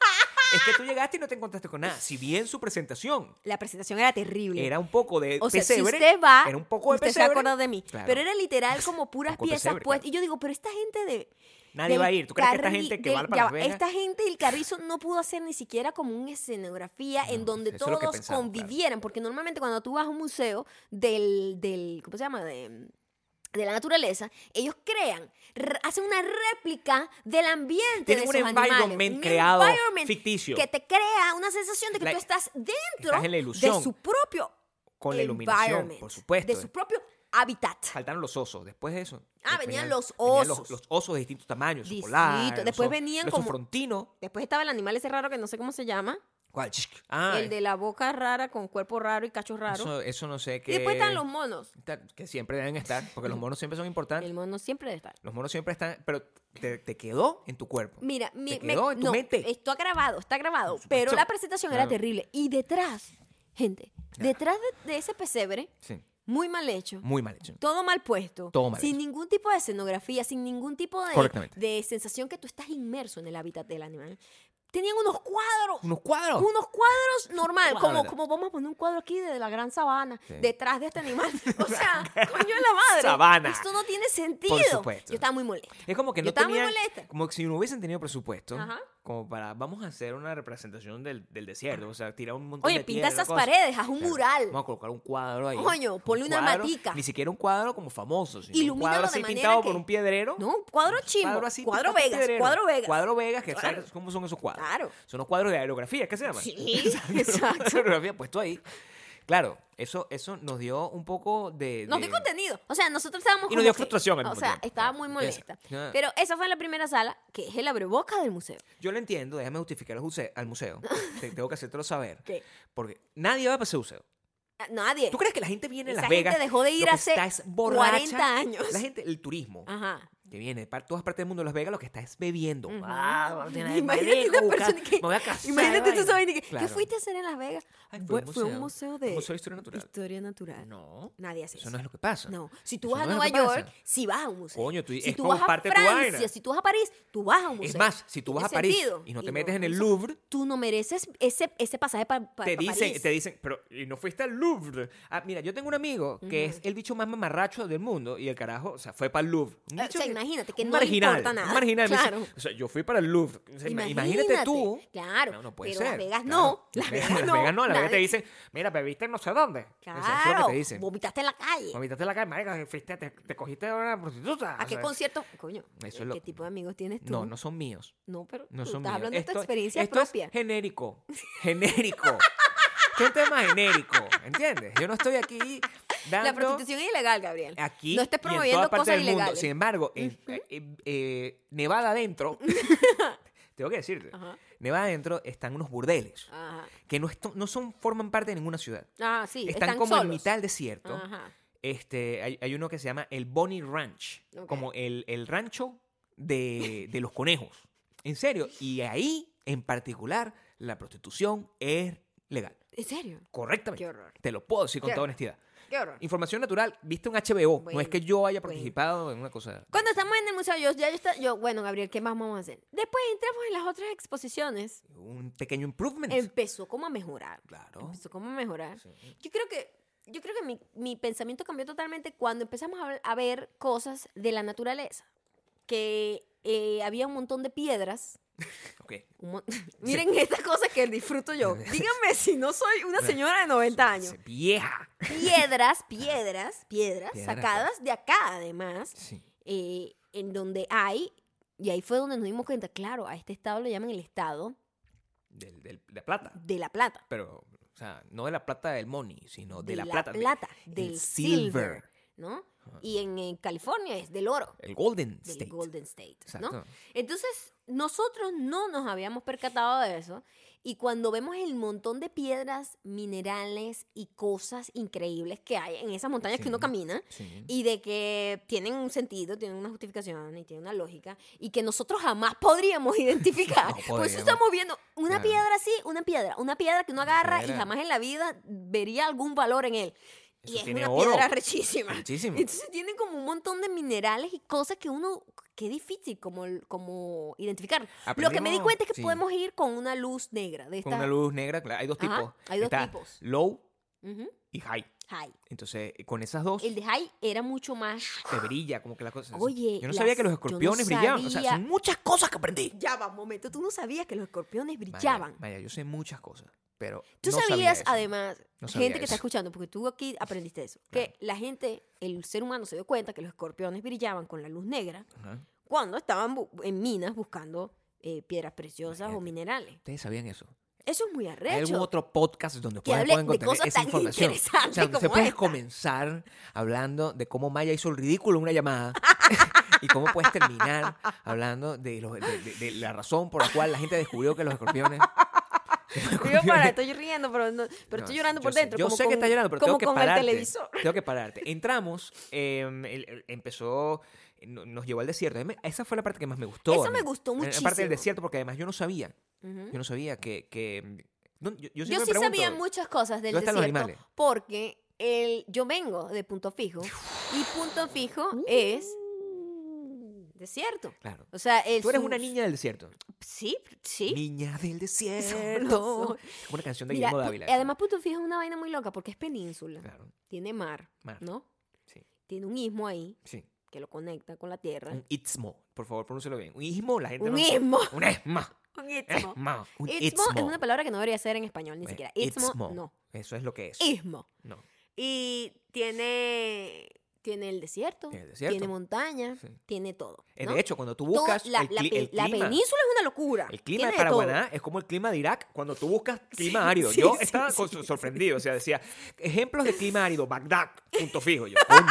Speaker 2: es que tú llegaste y no te encontraste con nada. Si bien su presentación
Speaker 1: La presentación era terrible.
Speaker 2: era un poco de
Speaker 1: O sea,
Speaker 2: pesebre,
Speaker 1: si usted va,
Speaker 2: era un poco de
Speaker 1: usted se
Speaker 2: pesebre,
Speaker 1: acuerda de mí.
Speaker 2: Claro.
Speaker 1: Pero era literal como puras
Speaker 2: poco
Speaker 1: piezas
Speaker 2: pesebre,
Speaker 1: puestas. Y yo digo, pero esta gente de...
Speaker 2: nadie
Speaker 1: del
Speaker 2: va a ir. ¿Tú crees que esta
Speaker 1: Carri-
Speaker 2: gente que
Speaker 1: del-
Speaker 2: va
Speaker 1: ya
Speaker 2: para Las
Speaker 1: va,
Speaker 2: Vegas?
Speaker 1: Esta gente del Carrizo no pudo hacer ni siquiera como una escenografía en
Speaker 2: No, pues
Speaker 1: donde
Speaker 2: eso es lo que
Speaker 1: todos
Speaker 2: pensamos, claro.
Speaker 1: convivieran. Porque normalmente cuando tú vas a un museo del... del ¿Cómo se llama? De, de la naturaleza, ellos crean, r- hacen una réplica del ambiente
Speaker 2: Tienen
Speaker 1: de
Speaker 2: un
Speaker 1: esos animales,
Speaker 2: environment creado
Speaker 1: environment
Speaker 2: ficticio.
Speaker 1: que te crea una sensación de que
Speaker 2: La-
Speaker 1: tú estás dentro
Speaker 2: estás en la ilusión.
Speaker 1: de su propio
Speaker 2: Con la iluminación,
Speaker 1: environment,
Speaker 2: por supuesto.
Speaker 1: De su propio hábitat.
Speaker 2: Saltaron los osos. Después de eso.
Speaker 1: Ah,
Speaker 2: ve-
Speaker 1: venían los
Speaker 2: los-
Speaker 1: osos.
Speaker 2: Los, osos de distintos tamaños. oso
Speaker 1: Distinto.
Speaker 2: polar, el
Speaker 1: Después
Speaker 2: oso-
Speaker 1: venían
Speaker 2: el oso
Speaker 1: como-
Speaker 2: frontino.
Speaker 1: Después estaba el animal ese raro que no sé cómo se llama.
Speaker 2: ¿Cuál? Ah,
Speaker 1: el de la boca rara con cuerpo raro y cacho raro.
Speaker 2: Eso, eso no sé qué.
Speaker 1: y después están los monos.
Speaker 2: Ta- que siempre deben estar, porque los monos siempre son importantes.
Speaker 1: El mono siempre debe estar.
Speaker 2: Los monos siempre están, pero te, te quedó en tu cuerpo.
Speaker 1: Mira, mi,
Speaker 2: ¿Te
Speaker 1: me-
Speaker 2: quedó en tu
Speaker 1: no,
Speaker 2: mente?
Speaker 1: Está grabado, está grabado.
Speaker 2: Por supuesto.
Speaker 1: Pero la presentación era
Speaker 2: Claro.
Speaker 1: terrible. Y detrás, gente,
Speaker 2: Claro.
Speaker 1: detrás de, de ese pesebre,
Speaker 2: Sí,
Speaker 1: muy mal hecho.
Speaker 2: muy mal hecho.
Speaker 1: Todo mal puesto.
Speaker 2: Todo mal
Speaker 1: sin
Speaker 2: hecho.
Speaker 1: ningún tipo de escenografía, sin ningún tipo de,
Speaker 2: Correctamente.
Speaker 1: de sensación que tú estás inmerso en el hábitat del animal. Tenían unos cuadros.
Speaker 2: Unos cuadros.
Speaker 1: Unos cuadros normal,
Speaker 2: Cuadros.
Speaker 1: como, como vamos a poner un cuadro aquí de la gran sabana,
Speaker 2: Sí.
Speaker 1: detrás de este animal. O sea, coño de la madre.
Speaker 2: Sabana.
Speaker 1: Esto no tiene sentido.
Speaker 2: Por supuesto.
Speaker 1: Yo estaba muy molesta.
Speaker 2: Es como que
Speaker 1: Yo
Speaker 2: no
Speaker 1: estaba muy
Speaker 2: tenían,
Speaker 1: molesta.
Speaker 2: como que si no hubiesen tenido presupuesto,
Speaker 1: Ajá.
Speaker 2: como para, vamos a hacer una representación del, del desierto, o sea, tirar un montón de
Speaker 1: Oye, pinta
Speaker 2: piedras,
Speaker 1: esas
Speaker 2: cosas.
Speaker 1: paredes, haz un
Speaker 2: Claro.
Speaker 1: mural.
Speaker 2: Vamos a colocar un cuadro ahí.
Speaker 1: Coño,
Speaker 2: Un
Speaker 1: ponle una
Speaker 2: cuadro,
Speaker 1: matica.
Speaker 2: Ni siquiera un cuadro como famoso, sino un
Speaker 1: Ilumínalo
Speaker 2: cuadro
Speaker 1: de
Speaker 2: así
Speaker 1: manera
Speaker 2: pintado por
Speaker 1: que-
Speaker 2: un piedrero.
Speaker 1: No, un cuadro chimbo.
Speaker 2: cuadro así,
Speaker 1: cuadro
Speaker 2: tipo
Speaker 1: Vegas,
Speaker 2: piedrero.
Speaker 1: cuadro Vegas.
Speaker 2: Cuadro Vegas, que
Speaker 1: Claro.
Speaker 2: ¿sabes cómo son esos cuadros?
Speaker 1: Claro.
Speaker 2: Son los cuadros de aerografía, ¿qué se llaman?
Speaker 1: Sí,
Speaker 2: Una
Speaker 1: exacto.
Speaker 2: aerografía puesto ahí. Claro, eso, eso nos dio un poco de...
Speaker 1: Nos
Speaker 2: de-
Speaker 1: dio contenido. O sea, nosotros estábamos.
Speaker 2: Y nos
Speaker 1: como
Speaker 2: dio
Speaker 1: que-
Speaker 2: frustración al
Speaker 1: O
Speaker 2: mismo
Speaker 1: sea,
Speaker 2: tiempo.
Speaker 1: estaba
Speaker 2: Claro,
Speaker 1: muy
Speaker 2: esa.
Speaker 1: molesta.
Speaker 2: Ah.
Speaker 1: Pero esa fue la primera sala, que es el abreboca del museo.
Speaker 2: Yo lo entiendo, déjame justificar al museo. Al museo. Te- tengo que hacértelo saber.
Speaker 1: ¿Qué?
Speaker 2: Porque nadie va para ese museo.
Speaker 1: Ah, Nadie.
Speaker 2: ¿Tú crees que la gente viene a
Speaker 1: Esa
Speaker 2: Las Vegas?
Speaker 1: gente dejó de ir
Speaker 2: lo que
Speaker 1: hace
Speaker 2: está es borracha?
Speaker 1: 40 años. Ah.
Speaker 2: La gente, el turismo,
Speaker 1: Ajá.
Speaker 2: que viene de par- todas partes del mundo de Las Vegas, lo que está es bebiendo.
Speaker 1: Ujú.
Speaker 2: Ah, tiene-
Speaker 1: Imagínate
Speaker 2: marico,
Speaker 1: una
Speaker 2: busca-
Speaker 1: persona que.
Speaker 2: me voy a casar,
Speaker 1: Imagínate tú
Speaker 2: vaina.
Speaker 1: sabes que.
Speaker 2: Claro.
Speaker 1: ¿Qué fuiste a hacer en Las Vegas?
Speaker 2: Ay,
Speaker 1: Bu- fue, un museo de.
Speaker 2: Un museo de historia natural.
Speaker 1: Historia natural.
Speaker 2: No.
Speaker 1: Nadie hace
Speaker 2: Eso
Speaker 1: eso.
Speaker 2: no es lo que pasa.
Speaker 1: No. Si tú
Speaker 2: Eso
Speaker 1: vas a
Speaker 2: no es lo
Speaker 1: Nueva
Speaker 2: que pasa.
Speaker 1: York, si vas a un museo.
Speaker 2: Coño, tú-
Speaker 1: si
Speaker 2: es
Speaker 1: tú
Speaker 2: como
Speaker 1: vas a
Speaker 2: parte de tu
Speaker 1: Francia,
Speaker 2: vaina.
Speaker 1: si tú vas a París, tú vas a un museo.
Speaker 2: Es más, si tú vas a
Speaker 1: Tiene
Speaker 2: París
Speaker 1: sentido.
Speaker 2: y no te metes en el
Speaker 1: eso-
Speaker 2: Louvre,
Speaker 1: Tú no mereces ese, ese pasaje para
Speaker 2: Te dicen, te dicen, pero y no fuiste al Louvre. Ah, mira, yo tengo un amigo que es el bicho más mamarracho del mundo y el carajo, o sea, fue para el Louvre. Un
Speaker 1: Eh, o
Speaker 2: bicho
Speaker 1: sea, imagínate que
Speaker 2: un
Speaker 1: no le
Speaker 2: marginal,
Speaker 1: importa nada.
Speaker 2: un marginal. Me dice,
Speaker 1: Claro.
Speaker 2: o sea, yo fui para el Louvre. O sea, ima- imagínate, tú.
Speaker 1: Claro.
Speaker 2: No, no puede
Speaker 1: pero
Speaker 2: ser.
Speaker 1: Las Vegas
Speaker 2: claro.
Speaker 1: no. Las Vegas no.
Speaker 2: Las Vegas no. Las Vegas te
Speaker 1: Nadie-
Speaker 2: dicen, mira, bebiste en no sé dónde. Eso es lo
Speaker 1: Claro.
Speaker 2: que te dicen.
Speaker 1: Vomitaste en la calle.
Speaker 2: Vomitaste en la calle, marica, fuiste, te, te cogiste a una prostituta.
Speaker 1: ¿A
Speaker 2: o
Speaker 1: qué
Speaker 2: sea,
Speaker 1: concierto? Coño,
Speaker 2: Eso es
Speaker 1: ¿qué
Speaker 2: lo-
Speaker 1: tipo de amigos tienes tú?
Speaker 2: No, no son míos.
Speaker 1: No, pero
Speaker 2: No
Speaker 1: tú estás
Speaker 2: son míos.
Speaker 1: hablando de tu
Speaker 2: Esto-
Speaker 1: experiencia
Speaker 2: esto es
Speaker 1: propia.
Speaker 2: genérico. Genérico. es un tema genérico, ¿entiendes? Yo no estoy aquí dando...
Speaker 1: La prostitución es ilegal, Gabriel.
Speaker 2: Aquí
Speaker 1: no estés
Speaker 2: y en toda
Speaker 1: promoviendo
Speaker 2: parte
Speaker 1: cosas
Speaker 2: del mundo.
Speaker 1: ilegales.
Speaker 2: Sin embargo, en- eh, eh, Nevada adentro, tengo que decirte,
Speaker 1: Ajá. Ah.
Speaker 2: Nevada adentro están unos burdeles
Speaker 1: Ajá.
Speaker 2: que no, esto- no son, forman parte de ninguna ciudad.
Speaker 1: Ah, sí,
Speaker 2: están,
Speaker 1: están
Speaker 2: como en
Speaker 1: solos.
Speaker 2: mitad del desierto.
Speaker 1: Ajá.
Speaker 2: Este, hay, hay uno que se llama el Bonnie Ranch,
Speaker 1: Ok.
Speaker 2: como el, el rancho de, de los conejos. En serio. Y ahí, en particular, la prostitución es legal.
Speaker 1: ¿En serio?
Speaker 2: Correctamente.
Speaker 1: Qué horror.
Speaker 2: Te lo puedo decir con
Speaker 1: Qué
Speaker 2: toda
Speaker 1: horror.
Speaker 2: honestidad.
Speaker 1: Qué horror.
Speaker 2: Información natural, viste un HBO. no es
Speaker 1: Bueno,
Speaker 2: que yo haya
Speaker 1: bueno.
Speaker 2: participado en una cosa.
Speaker 1: Cuando estamos en el museo, yo, ya yo, está, yo, bueno, Gabriel, ¿qué más vamos a hacer? Después entramos en las otras exposiciones.
Speaker 2: Un pequeño improvement.
Speaker 1: Empezó como a mejorar.
Speaker 2: Claro.
Speaker 1: Empezó como a mejorar.
Speaker 2: Oh. Sí.
Speaker 1: Yo creo que, yo creo que mi, mi pensamiento cambió totalmente cuando empezamos a, ver- a ver cosas de la naturaleza. Que eh, había un montón de piedras
Speaker 2: Ok.
Speaker 1: Un mon- Miren estas cosas que disfruto yo. Díganme si no soy una señora de 90 años.
Speaker 2: Se- Vieja.
Speaker 1: Piedras, piedras, piedras,
Speaker 2: Piedras,
Speaker 1: sacadas de acá además,
Speaker 2: Sí.
Speaker 1: eh, en donde hay, y ahí fue donde nos dimos cuenta, claro, a este estado lo llaman el estado
Speaker 2: Del, del- de la plata.
Speaker 1: de la plata.
Speaker 2: Pero, o sea, no de la plata del money, sino de, la, plata.
Speaker 1: plata,
Speaker 2: El
Speaker 1: del
Speaker 2: silver.
Speaker 1: silver. ¿no? Y en, en California es del oro,
Speaker 2: El Golden
Speaker 1: del
Speaker 2: State.
Speaker 1: Golden State, ¿no?
Speaker 2: Exacto.
Speaker 1: Entonces, nosotros no nos habíamos percatado de eso. Y cuando vemos el montón de piedras, minerales y cosas increíbles que hay en esas montañas
Speaker 2: Sí.
Speaker 1: que uno camina,
Speaker 2: Sí.
Speaker 1: y de que tienen un sentido, tienen una justificación y tienen una lógica, y que nosotros jamás podríamos identificar.
Speaker 2: No
Speaker 1: Por eso
Speaker 2: podríamos.
Speaker 1: estamos viendo una
Speaker 2: Claro.
Speaker 1: piedra así, una piedra, una piedra que uno agarra y
Speaker 2: piedra.
Speaker 1: jamás en la vida vería algún valor en él.
Speaker 2: Eso
Speaker 1: y es
Speaker 2: tiene
Speaker 1: una
Speaker 2: oro.
Speaker 1: piedra rechísima.
Speaker 2: Muchísimo.
Speaker 1: Entonces tienen como un montón de minerales y cosas que uno, que es difícil como, como identificar. Lo que me di
Speaker 2: Aprendimos-
Speaker 1: cuenta es que
Speaker 2: sí.
Speaker 1: podemos ir con una luz negra de esta.
Speaker 2: Con una luz negra, claro, hay dos
Speaker 1: Ajá,
Speaker 2: tipos.
Speaker 1: hay dos
Speaker 2: Está
Speaker 1: tipos.
Speaker 2: Low
Speaker 1: Ujú.
Speaker 2: y high.
Speaker 1: High.
Speaker 2: Entonces, con esas dos
Speaker 1: El de high era mucho más.
Speaker 2: te brilla como que la cosa.
Speaker 1: Oye,
Speaker 2: yo no sabía
Speaker 1: las-
Speaker 2: que los
Speaker 1: yo no
Speaker 2: escorpiones brillaban. O sea,
Speaker 1: sabía-
Speaker 2: son muchas cosas que aprendí.
Speaker 1: Ya va, un momento. Tú no sabías que los escorpiones
Speaker 2: Maya,
Speaker 1: brillaban.
Speaker 2: Maya, yo sé muchas cosas, pero
Speaker 1: Tú
Speaker 2: no sabía
Speaker 1: sabías,
Speaker 2: eso.
Speaker 1: además,
Speaker 2: No sabía
Speaker 1: gente que está
Speaker 2: eso.
Speaker 1: escuchando, porque tú aquí aprendiste eso, que la gente, el ser humano se dio cuenta que los escorpiones brillaban con la luz negra
Speaker 2: Ajá.
Speaker 1: cuando estaban bu- en minas buscando eh, piedras preciosas o
Speaker 2: Imagínate.
Speaker 1: minerales.
Speaker 2: Ustedes sabían eso.
Speaker 1: Eso es muy
Speaker 2: ¿Hay algún
Speaker 1: arrecho.
Speaker 2: otro podcast donde
Speaker 1: Que
Speaker 2: puedan
Speaker 1: hable
Speaker 2: puedan
Speaker 1: de
Speaker 2: encontrar
Speaker 1: cosas
Speaker 2: esa
Speaker 1: tan
Speaker 2: información? O
Speaker 1: interesantes
Speaker 2: sea, se
Speaker 1: como
Speaker 2: puedes
Speaker 1: esta.
Speaker 2: comenzar hablando de cómo Maya hizo el ridículo en una llamada y cómo puedes terminar hablando de, los- de- de- de la razón por la cual la gente descubrió que los escorpiones. que los
Speaker 1: Yo para,
Speaker 2: escorpiones-
Speaker 1: estoy riendo, pero, no- pero
Speaker 2: No,
Speaker 1: estoy llorando
Speaker 2: yo
Speaker 1: por
Speaker 2: sé-
Speaker 1: dentro.
Speaker 2: Yo
Speaker 1: como
Speaker 2: sé
Speaker 1: con-
Speaker 2: que está llorando, pero
Speaker 1: como
Speaker 2: tengo que
Speaker 1: con
Speaker 2: pararte.
Speaker 1: el televisor.
Speaker 2: Tengo que pararte. Entramos, eh, el- el- empezó, no- nos llevó al desierto. A mí- Esa fue la parte que eh, más me gustó.
Speaker 1: Esa
Speaker 2: a mí.
Speaker 1: me gustó
Speaker 2: La parte
Speaker 1: muchísimo.
Speaker 2: del desierto, porque además yo no sabía.
Speaker 1: Ujú.
Speaker 2: Yo no sabía que. que no, yo, yo
Speaker 1: Yo
Speaker 2: siempre
Speaker 1: sí
Speaker 2: pregunto,
Speaker 1: sabía muchas cosas del
Speaker 2: ¿Dónde están los
Speaker 1: desierto
Speaker 2: animales?
Speaker 1: porque el, yo vengo de Punto Fijo y Punto Fijo es desierto.
Speaker 2: Claro.
Speaker 1: O sea, el
Speaker 2: Uh. Tú eres
Speaker 1: su-
Speaker 2: una niña del desierto.
Speaker 1: Sí, sí.
Speaker 2: Niña del
Speaker 1: lo
Speaker 2: desierto.
Speaker 1: soy.
Speaker 2: Es una canción de
Speaker 1: Mira,
Speaker 2: Guillermo
Speaker 1: pu-
Speaker 2: Dávila.
Speaker 1: además Punto Fijo es una vaina muy loca porque es
Speaker 2: esa.
Speaker 1: península,
Speaker 2: Claro.
Speaker 1: tiene mar,
Speaker 2: Mar.
Speaker 1: ¿no?
Speaker 2: Sí.
Speaker 1: Tiene un istmo ahí
Speaker 2: Sí.
Speaker 1: que lo conecta con la tierra.
Speaker 2: Un istmo. Por favor, pronúncelo bien. Un istmo, la gente
Speaker 1: Un
Speaker 2: no.
Speaker 1: istmo.
Speaker 2: Un istmo.
Speaker 1: Un istmo.
Speaker 2: Istmo. Un
Speaker 1: Istmo
Speaker 2: istmo.
Speaker 1: es una palabra que no debería ser en español ni
Speaker 2: Eh,
Speaker 1: siquiera. Istmo,
Speaker 2: istmo.
Speaker 1: no.
Speaker 2: Eso es lo que es.
Speaker 1: Istmo.
Speaker 2: No.
Speaker 1: Y tiene tiene el desierto,
Speaker 2: Tiene el desierto.
Speaker 1: tiene montaña,
Speaker 2: Sí.
Speaker 1: tiene todo.
Speaker 2: Eh,
Speaker 1: ¿no?
Speaker 2: De hecho, cuando tú
Speaker 1: Todo-
Speaker 2: buscas
Speaker 1: la,
Speaker 2: el,
Speaker 1: la
Speaker 2: cli-
Speaker 1: pe-
Speaker 2: el
Speaker 1: la
Speaker 2: clima,
Speaker 1: península es una locura.
Speaker 2: el clima de
Speaker 1: tiene todo.
Speaker 2: Paraguaná es como el clima de Irak cuando tú buscas clima
Speaker 1: Sí,
Speaker 2: árido.
Speaker 1: sí,
Speaker 2: yo
Speaker 1: sí,
Speaker 2: estaba
Speaker 1: sí,
Speaker 2: con-
Speaker 1: sí.
Speaker 2: sorprendido, o sea, decía, ejemplos de clima árido, Bagdad, punto fijo. Yo, coño,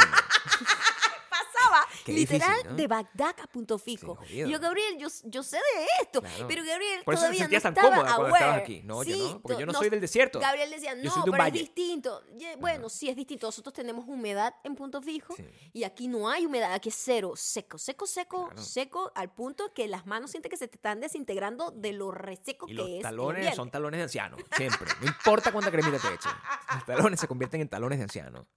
Speaker 1: Pasaba
Speaker 2: Qué
Speaker 1: literal
Speaker 2: difícil, ¿no?
Speaker 1: de Bagdad a punto fijo.
Speaker 2: Sí, jodido.
Speaker 1: Y yo, Gabriel, yo, yo sé de esto.
Speaker 2: Claro.
Speaker 1: Pero Gabriel
Speaker 2: Por eso te
Speaker 1: todavía
Speaker 2: sentías
Speaker 1: no
Speaker 2: tan
Speaker 1: estaba
Speaker 2: cómoda cuando estabas
Speaker 1: aware.
Speaker 2: aquí. No,
Speaker 1: Sí,
Speaker 2: yo no, porque
Speaker 1: to-
Speaker 2: yo no, soy del desierto.
Speaker 1: Gabriel decía,
Speaker 2: Yo
Speaker 1: no,
Speaker 2: soy de un
Speaker 1: pero
Speaker 2: valle".
Speaker 1: es distinto. Y, eh, Bueno, sí es distinto. Nosotros tenemos humedad en punto fijo
Speaker 2: Sí.
Speaker 1: y aquí no hay humedad, aquí es cero, seco, seco, seco,
Speaker 2: Claro.
Speaker 1: seco, al punto que las manos sienten que se te están desintegrando de lo reseco
Speaker 2: Y
Speaker 1: que es.
Speaker 2: los
Speaker 1: el
Speaker 2: talones
Speaker 1: invierno.
Speaker 2: son talones de anciano, siempre. No importa cuánta cremita te echen. Los talones se convierten en talones de anciano.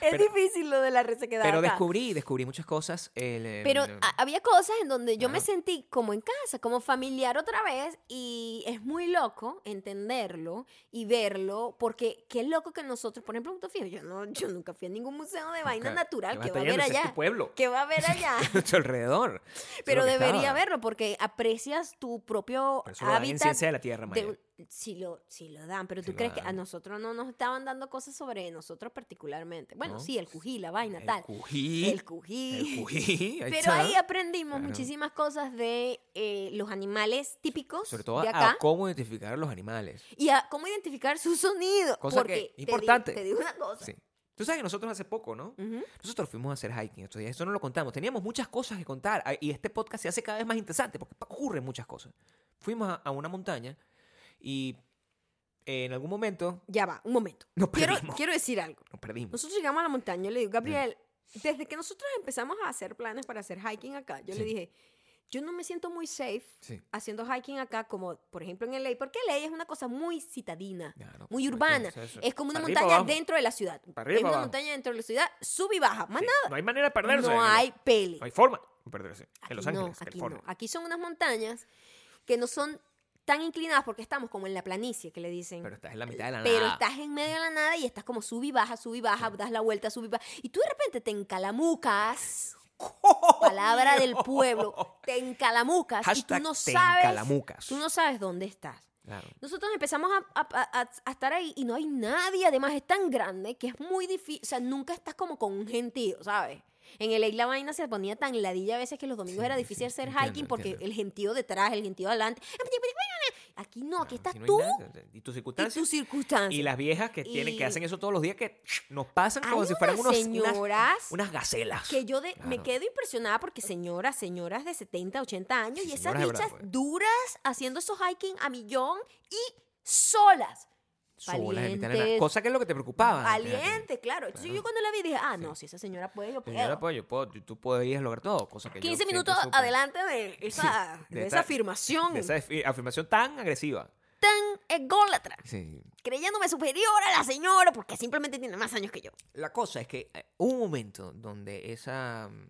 Speaker 1: Es
Speaker 2: pero-
Speaker 1: difícil lo de la resequedad.
Speaker 2: Pero
Speaker 1: acá.
Speaker 2: descubrí, descubrí muchas cosas. el, eh,
Speaker 1: Pero ah,
Speaker 2: mm,
Speaker 1: a- había cosas en donde yo me
Speaker 2: Claro.
Speaker 1: sentí como en casa, como familiar otra vez, y es muy loco entenderlo y verlo, porque qué loco que nosotros, por ejemplo, tú fíjate, yo, no, yo nunca fui a ningún museo de vaina
Speaker 2: que-
Speaker 1: natural
Speaker 2: vas
Speaker 1: que va a
Speaker 2: trayendo,
Speaker 1: haber
Speaker 2: ese es tu
Speaker 1: allá.
Speaker 2: pueblo,
Speaker 1: Que va a haber allá.
Speaker 2: a tu alrededor. Eso es lo
Speaker 1: Pero
Speaker 2: que
Speaker 1: debería
Speaker 2: estaba.
Speaker 1: verlo, porque aprecias tu propio
Speaker 2: Por eso lo dan en
Speaker 1: hábitat.
Speaker 2: ciencia de la
Speaker 1: de
Speaker 2: tierra, Maya.
Speaker 1: un- si lo, si lo dan, pero
Speaker 2: Sí
Speaker 1: tú
Speaker 2: lo
Speaker 1: crees que a
Speaker 2: dan.
Speaker 1: nosotros no nos estaban dando cosas sobre nosotros particularmente. Bueno,
Speaker 2: No.
Speaker 1: sí, el cují, la vaina,
Speaker 2: El
Speaker 1: tal.
Speaker 2: cují.
Speaker 1: El cují.
Speaker 2: El cují, ahí
Speaker 1: Pero
Speaker 2: está.
Speaker 1: ahí aprendimos
Speaker 2: Claro.
Speaker 1: muchísimas cosas de eh, los animales típicos
Speaker 2: Sobre todo
Speaker 1: de
Speaker 2: a
Speaker 1: acá
Speaker 2: cómo identificar a los animales.
Speaker 1: y a cómo identificar su sonido.
Speaker 2: Cosa que-
Speaker 1: porque te di-
Speaker 2: importante.
Speaker 1: Te digo una cosa.
Speaker 2: Sí. Tú sabes que nosotros hace poco, ¿no?
Speaker 1: Ujú.
Speaker 2: Nosotros fuimos a hacer hiking estos días. Eso no lo contamos. Teníamos muchas cosas que contar. ah, Y este podcast se hace cada vez más interesante porque ocurren muchas cosas. Fuimos a, a una montaña y eh, en algún momento
Speaker 1: Ya va, un momento.
Speaker 2: nos
Speaker 1: Quiero,
Speaker 2: perdimos.
Speaker 1: quiero decir algo.
Speaker 2: Nos perdimos.
Speaker 1: Nosotros llegamos a la montaña, yo le digo, Gabriel, desde que nosotros empezamos a hacer planes para hacer hiking acá, yo le
Speaker 2: Sí.
Speaker 1: dije, yo no me siento muy safe
Speaker 2: Sí.
Speaker 1: haciendo hiking acá como, por ejemplo, en LA, porque LA es una cosa muy citadina,
Speaker 2: Ya, no,
Speaker 1: muy
Speaker 2: no,
Speaker 1: urbana.
Speaker 2: eso- eso-
Speaker 1: Es como una
Speaker 2: para arriba,
Speaker 1: montaña
Speaker 2: abajo.
Speaker 1: dentro de la ciudad.
Speaker 2: Para arriba,
Speaker 1: es una
Speaker 2: abajo.
Speaker 1: montaña dentro de la ciudad, sube y baja, más
Speaker 2: Sí, No hay manera de
Speaker 1: nada.
Speaker 2: perderse.
Speaker 1: No hay peli.
Speaker 2: no hay forma de perderse.
Speaker 1: Aquí
Speaker 2: en Los
Speaker 1: no,
Speaker 2: Ángeles,
Speaker 1: aquí
Speaker 2: California.
Speaker 1: no. Aquí son unas montañas que no son tan inclinadas porque estamos como en la planicie que le dicen.
Speaker 2: Pero estás en la mitad de la
Speaker 1: Pero
Speaker 2: nada.
Speaker 1: estás en medio de la nada y estás como sub y baja, sub y baja, das la vuelta, sub y baja. Y tú de repente te encalamucas. Palabra del pueblo. Te encalamucas y
Speaker 2: Hashtag
Speaker 1: tú no
Speaker 2: te
Speaker 1: sabes.
Speaker 2: encalamucas.
Speaker 1: Tú no sabes dónde estás.
Speaker 2: Claro.
Speaker 1: Nosotros empezamos a, a- a- a estar ahí y no hay nadie. Además, es tan grande que es muy difícil. O sea, nunca estás como con un gentío, ¿sabes? En el la vaina se ponía tan ladilla a veces que los domingos
Speaker 2: Sí,
Speaker 1: era
Speaker 2: sí,
Speaker 1: difícil hacer
Speaker 2: entiendo,
Speaker 1: hiking porque
Speaker 2: entiendo.
Speaker 1: el gentío detrás, el gentío adelante. Aquí no, aquí estás
Speaker 2: Si no hay
Speaker 1: tú
Speaker 2: nada, Y tus
Speaker 1: y
Speaker 2: circunstancias.
Speaker 1: tus circunstancias.
Speaker 2: Y las viejas que tienen
Speaker 1: Y-
Speaker 2: que hacen eso todos los días que nos pasan
Speaker 1: Hay
Speaker 2: como si fueran
Speaker 1: unas
Speaker 2: unos, unas,
Speaker 1: señoras
Speaker 2: unas gacelas.
Speaker 1: que yo de- me
Speaker 2: Claro.
Speaker 1: quedo impresionada porque señoras, señoras de 70, 80 años y esas
Speaker 2: Señoras de verdad,
Speaker 1: bichas
Speaker 2: pues.
Speaker 1: duras haciendo esos hiking a millón y solas.
Speaker 2: Solas en mitad de la nada.
Speaker 1: valientes.
Speaker 2: Cosa que es lo que te preocupaba. Ah, Imagínate.
Speaker 1: Valiente, claro. Entonces
Speaker 2: Claro.
Speaker 1: yo cuando la vi dije, ah, no, si esa señora puede, yo puedo.
Speaker 2: Señora, pues, yo puedo- tú podrías lograr todo. Cosa que yo
Speaker 1: 15
Speaker 2: siempre
Speaker 1: minutos
Speaker 2: supe.
Speaker 1: adelante de esa,
Speaker 2: Sí,
Speaker 1: de
Speaker 2: de
Speaker 1: esa
Speaker 2: esa-
Speaker 1: afirmación
Speaker 2: De esa afi- afirmación tan agresiva.
Speaker 1: tan ególatra,
Speaker 2: Sí.
Speaker 1: creyéndome superior a la señora porque simplemente tiene más años que yo.
Speaker 2: La cosa es que eh, hubo un momento donde esa. mm,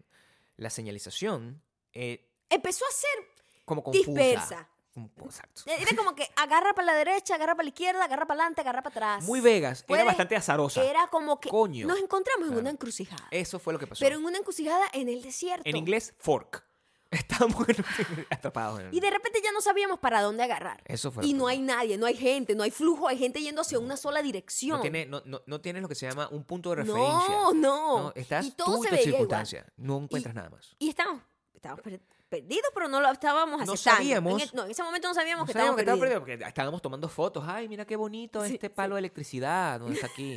Speaker 2: La señalización. eh,
Speaker 1: Empezó a ser,
Speaker 2: como confusa.
Speaker 1: Dispersa.
Speaker 2: Un- Exacto.
Speaker 1: era como que agarra para la derecha, agarra para la izquierda, agarra para adelante, agarra para atrás.
Speaker 2: Muy Vegas.
Speaker 1: Puedes-
Speaker 2: Era bastante azarosa.
Speaker 1: Pues, Era como que
Speaker 2: Coño.
Speaker 1: nos encontramos en
Speaker 2: Claro.
Speaker 1: una encrucijada.
Speaker 2: Eso fue lo que pasó.
Speaker 1: pero en una encrucijada en el desierto.
Speaker 2: En inglés, fork. Estábamos en- atrapados. En...
Speaker 1: Y de repente ya no sabíamos para dónde agarrar.
Speaker 2: Eso fue lo
Speaker 1: Y
Speaker 2: que
Speaker 1: no
Speaker 2: pasó.
Speaker 1: hay nadie, no hay gente, no hay flujo, hay gente yendo hacia una sola dirección.
Speaker 2: No tiene, no, no, no tienes lo que se llama un punto de referencia.
Speaker 1: no, no.
Speaker 2: estás
Speaker 1: y todo
Speaker 2: tú
Speaker 1: se
Speaker 2: y tu
Speaker 1: veía
Speaker 2: circunstancia. No encuentras
Speaker 1: Y-
Speaker 2: nada más.
Speaker 1: igual. Y estábamos, estábamos per- perdidos, pero no lo estábamos
Speaker 2: No
Speaker 1: aceptando.
Speaker 2: sabíamos.
Speaker 1: En el- no, en ese momento no sabíamos
Speaker 2: No
Speaker 1: que estábamos
Speaker 2: sabíamos que estaba
Speaker 1: perdidos.
Speaker 2: perdido porque estábamos tomando fotos. Ay, mira qué bonito
Speaker 1: Sí,
Speaker 2: este
Speaker 1: sí.
Speaker 2: palo de electricidad. ¿Dónde está aquí?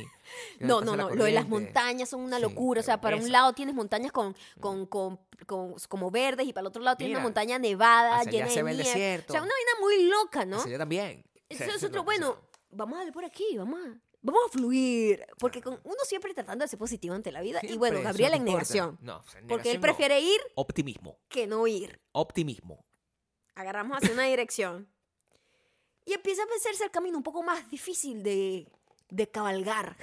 Speaker 2: ¿Dónde
Speaker 1: No,
Speaker 2: pasa
Speaker 1: no,
Speaker 2: la
Speaker 1: no. Lo de las
Speaker 2: corriente?
Speaker 1: montañas son una
Speaker 2: Sí,
Speaker 1: locura. o sea, para un
Speaker 2: esa.
Speaker 1: lado tienes montañas con, con, con, con- como verdes y para el otro lado tienes una
Speaker 2: Mira,
Speaker 1: montaña nevada,
Speaker 2: hacia allá
Speaker 1: llena
Speaker 2: se
Speaker 1: de
Speaker 2: ve el
Speaker 1: nieve. O sea,
Speaker 2: desierto.
Speaker 1: una vaina muy loca, ¿no?
Speaker 2: Hacia allá también.
Speaker 1: Entonces
Speaker 2: Sí,
Speaker 1: nosotros,
Speaker 2: no, o sea,
Speaker 1: bueno, vamos a darle por aquí, vamos a, vamos a fluir. Porque con uno siempre tratando de ser positivo ante la vida. y
Speaker 2: siempre,
Speaker 1: bueno,
Speaker 2: eso
Speaker 1: Gabriela
Speaker 2: no
Speaker 1: en
Speaker 2: importa.
Speaker 1: negación.
Speaker 2: No, o sea, en
Speaker 1: Porque él
Speaker 2: negación no.
Speaker 1: prefiere ir
Speaker 2: Optimismo.
Speaker 1: que no ir.
Speaker 2: Optimismo.
Speaker 1: Agarramos hacia una dirección. Y empieza a pensarse el camino un poco más difícil de, de cabalgar.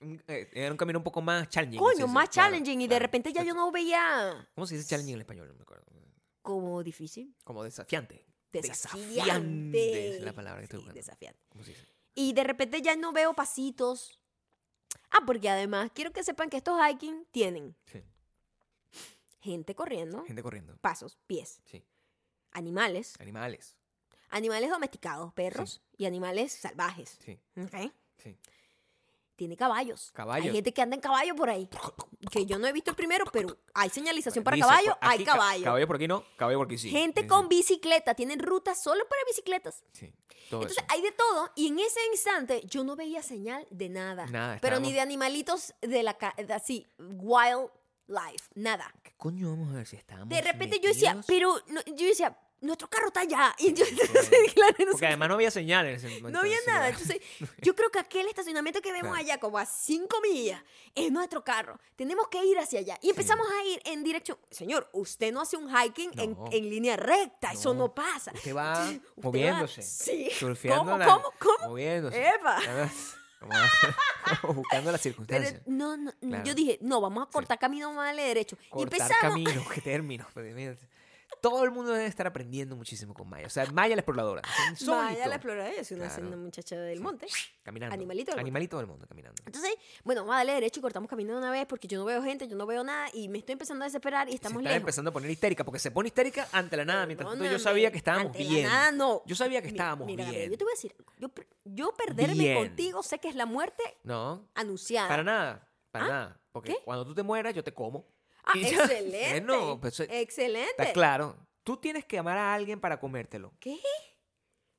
Speaker 2: Un- eh, Era un camino un poco más challenging.
Speaker 1: Coño,
Speaker 2: sí, sí,
Speaker 1: más
Speaker 2: claro,
Speaker 1: challenging. y de
Speaker 2: claro.
Speaker 1: repente ya yo no veía
Speaker 2: ¿Cómo se dice challenging en español? No me acuerdo.
Speaker 1: como difícil.
Speaker 2: Como desafiante.
Speaker 1: Desafiante.
Speaker 2: Desafiante es la palabra que estoy
Speaker 1: Sí,
Speaker 2: buscando.
Speaker 1: desafiante.
Speaker 2: ¿Cómo se dice?
Speaker 1: Y de repente ya no veo pasitos. Ah, porque además quiero que sepan que estos hiking tienen
Speaker 2: Sí.
Speaker 1: gente corriendo,
Speaker 2: Gente corriendo.
Speaker 1: pasos, pies,
Speaker 2: Sí. Eh.
Speaker 1: animales,
Speaker 2: Animales.
Speaker 1: animales domesticados, perros y animales salvajes.
Speaker 2: Sí.
Speaker 1: ¿ok?
Speaker 2: Sí.
Speaker 1: Tiene caballos.
Speaker 2: Caballos.
Speaker 1: Hay gente que anda en caballo por ahí. Que yo no he visto el primero, pero hay señalización para
Speaker 2: Dice,
Speaker 1: caballo,
Speaker 2: por aquí
Speaker 1: hay
Speaker 2: ca-
Speaker 1: caballo.
Speaker 2: Caballo por aquí no, caballo por aquí sí.
Speaker 1: Gente
Speaker 2: Sí,
Speaker 1: con bicicleta, tienen rutas solo para bicicletas.
Speaker 2: Sí. Sí, todo
Speaker 1: Entonces
Speaker 2: eso.
Speaker 1: hay de todo y en ese instante yo no veía señal de nada.
Speaker 2: Nada,
Speaker 1: pero
Speaker 2: estábamos-
Speaker 1: ni de animalitos de la ca- de así, wildlife, nada.
Speaker 2: ¿Qué coño vamos a ver si estábamos
Speaker 1: De repente yo decía,
Speaker 2: metidos?
Speaker 1: pero no- yo decía, nuestro carro está allá. Y yo,
Speaker 2: Sí,
Speaker 1: claro, no
Speaker 2: Porque
Speaker 1: sé,
Speaker 2: además no había señales. en ese
Speaker 1: no
Speaker 2: momento,
Speaker 1: había
Speaker 2: en ese
Speaker 1: nada.
Speaker 2: lugar.
Speaker 1: Entonces, yo creo que aquel estacionamiento que vemos
Speaker 2: Claro.
Speaker 1: allá, como a cinco millas, es nuestro carro. Tenemos que ir hacia allá. Y empezamos a ir en dirección. Señor, usted no hace un hiking en,
Speaker 2: No.
Speaker 1: en línea recta. Eso
Speaker 2: No.
Speaker 1: no pasa.
Speaker 2: Usted va
Speaker 1: Usted va-
Speaker 2: moviéndose.
Speaker 1: Sí.
Speaker 2: surfeando
Speaker 1: ¿Cómo,
Speaker 2: la-
Speaker 1: cómo, cómo?
Speaker 2: Moviéndose.
Speaker 1: ¡Epa!
Speaker 2: Como, como buscando las
Speaker 1: Pero
Speaker 2: circunstancias.
Speaker 1: no, no, no, yo
Speaker 2: Claro.
Speaker 1: dije, no, vamos a cortar camino más de derecho. y
Speaker 2: Cortar
Speaker 1: empezamos.
Speaker 2: caminos, qué términos. pues, mira. Todo el mundo debe estar aprendiendo muchísimo con Maya. O sea, Maya la exploradora. es
Speaker 1: Vaya
Speaker 2: insólito.
Speaker 1: la exploradora, es una,
Speaker 2: Claro.
Speaker 1: una muchacha del
Speaker 2: Sí.
Speaker 1: monte.
Speaker 2: Caminando.
Speaker 1: Animalito del mundo.
Speaker 2: Animalito del mundo, caminando.
Speaker 1: Entonces, bueno, vamos a darle derecho y cortamos camino de una vez porque yo no veo gente, yo no veo nada y me estoy empezando a desesperar y estamos
Speaker 2: se está
Speaker 1: lejos.
Speaker 2: empezando a poner histérica porque se pone histérica ante la nada mientras tanto yo
Speaker 1: Perdóname,
Speaker 2: sabía que estábamos
Speaker 1: ante la
Speaker 2: bien
Speaker 1: nada, no.
Speaker 2: yo sabía que
Speaker 1: Mi-
Speaker 2: estábamos
Speaker 1: mira, Gabriel,
Speaker 2: bien
Speaker 1: yo te voy a decir, yo, per- yo perderme
Speaker 2: Bien.
Speaker 1: contigo sé que es la muerte
Speaker 2: no
Speaker 1: anunciada.
Speaker 2: para nada para
Speaker 1: ¿Ah?
Speaker 2: nada porque
Speaker 1: ¿Qué?
Speaker 2: cuando tú te mueras yo te como
Speaker 1: Ah,
Speaker 2: Y ya-
Speaker 1: excelente.
Speaker 2: Bueno, pues, eh,
Speaker 1: excelente.
Speaker 2: está claro tú tienes que amar a alguien para comértelo
Speaker 1: ¿Qué?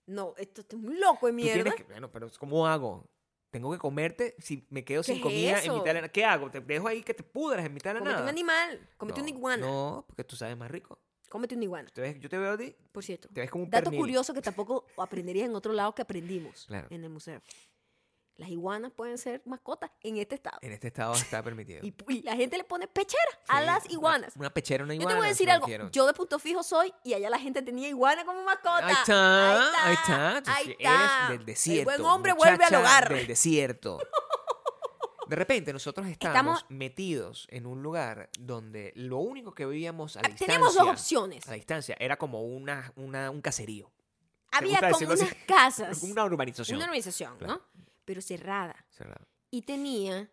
Speaker 1: No, esto es un loco de
Speaker 2: Tú
Speaker 1: mierda.
Speaker 2: tienes que- bueno pero cómo hago tengo que comerte si me quedo sin
Speaker 1: es
Speaker 2: comida en
Speaker 1: eso?
Speaker 2: mitad de la nada qué hago te dejo ahí que te pudras en mitad de la
Speaker 1: Cómete un
Speaker 2: nada
Speaker 1: animal, cómete
Speaker 2: No,
Speaker 1: una iguana,
Speaker 2: no porque tú sabes más rico
Speaker 1: cómete una iguana,
Speaker 2: Te ves- yo te veo a ti
Speaker 1: por cierto.
Speaker 2: te ves como un
Speaker 1: Dato
Speaker 2: pernil.
Speaker 1: curioso que tampoco aprenderías en otro lado que aprendimos
Speaker 2: Claro.
Speaker 1: en el museo. Las iguanas pueden ser mascotas en este estado.
Speaker 2: en este estado está permitido
Speaker 1: Y, y la gente le pone pechera a
Speaker 2: Sí,
Speaker 1: las
Speaker 2: una-
Speaker 1: iguanas.
Speaker 2: una, pechera una
Speaker 1: Yo
Speaker 2: iguana
Speaker 1: te voy a decir
Speaker 2: no
Speaker 1: algo.
Speaker 2: quiero.
Speaker 1: Yo de punto fijo soy y allá la gente tenía iguana como mascota.
Speaker 2: Ahí está, ahí
Speaker 1: Ahí
Speaker 2: está.
Speaker 1: está.
Speaker 2: Entonces,
Speaker 1: ahí está.
Speaker 2: Eres del desierto.
Speaker 1: El buen hombre vuelve al
Speaker 2: muchacha
Speaker 1: hogar.
Speaker 2: Del desierto. De repente nosotros estábamos
Speaker 1: Estamos-
Speaker 2: metidos en un lugar donde lo único que veíamos a la
Speaker 1: Ah,
Speaker 2: distancia,
Speaker 1: Teníamos dos opciones.
Speaker 2: a la distancia era como una, una- un caserío,
Speaker 1: Había
Speaker 2: gusta
Speaker 1: como
Speaker 2: decirlo
Speaker 1: unas
Speaker 2: así?
Speaker 1: casas. Una,
Speaker 2: una urbanización.
Speaker 1: organización,
Speaker 2: Claro.
Speaker 1: ¿no? Pero cerrada.
Speaker 2: Cerrado.
Speaker 1: Y tenía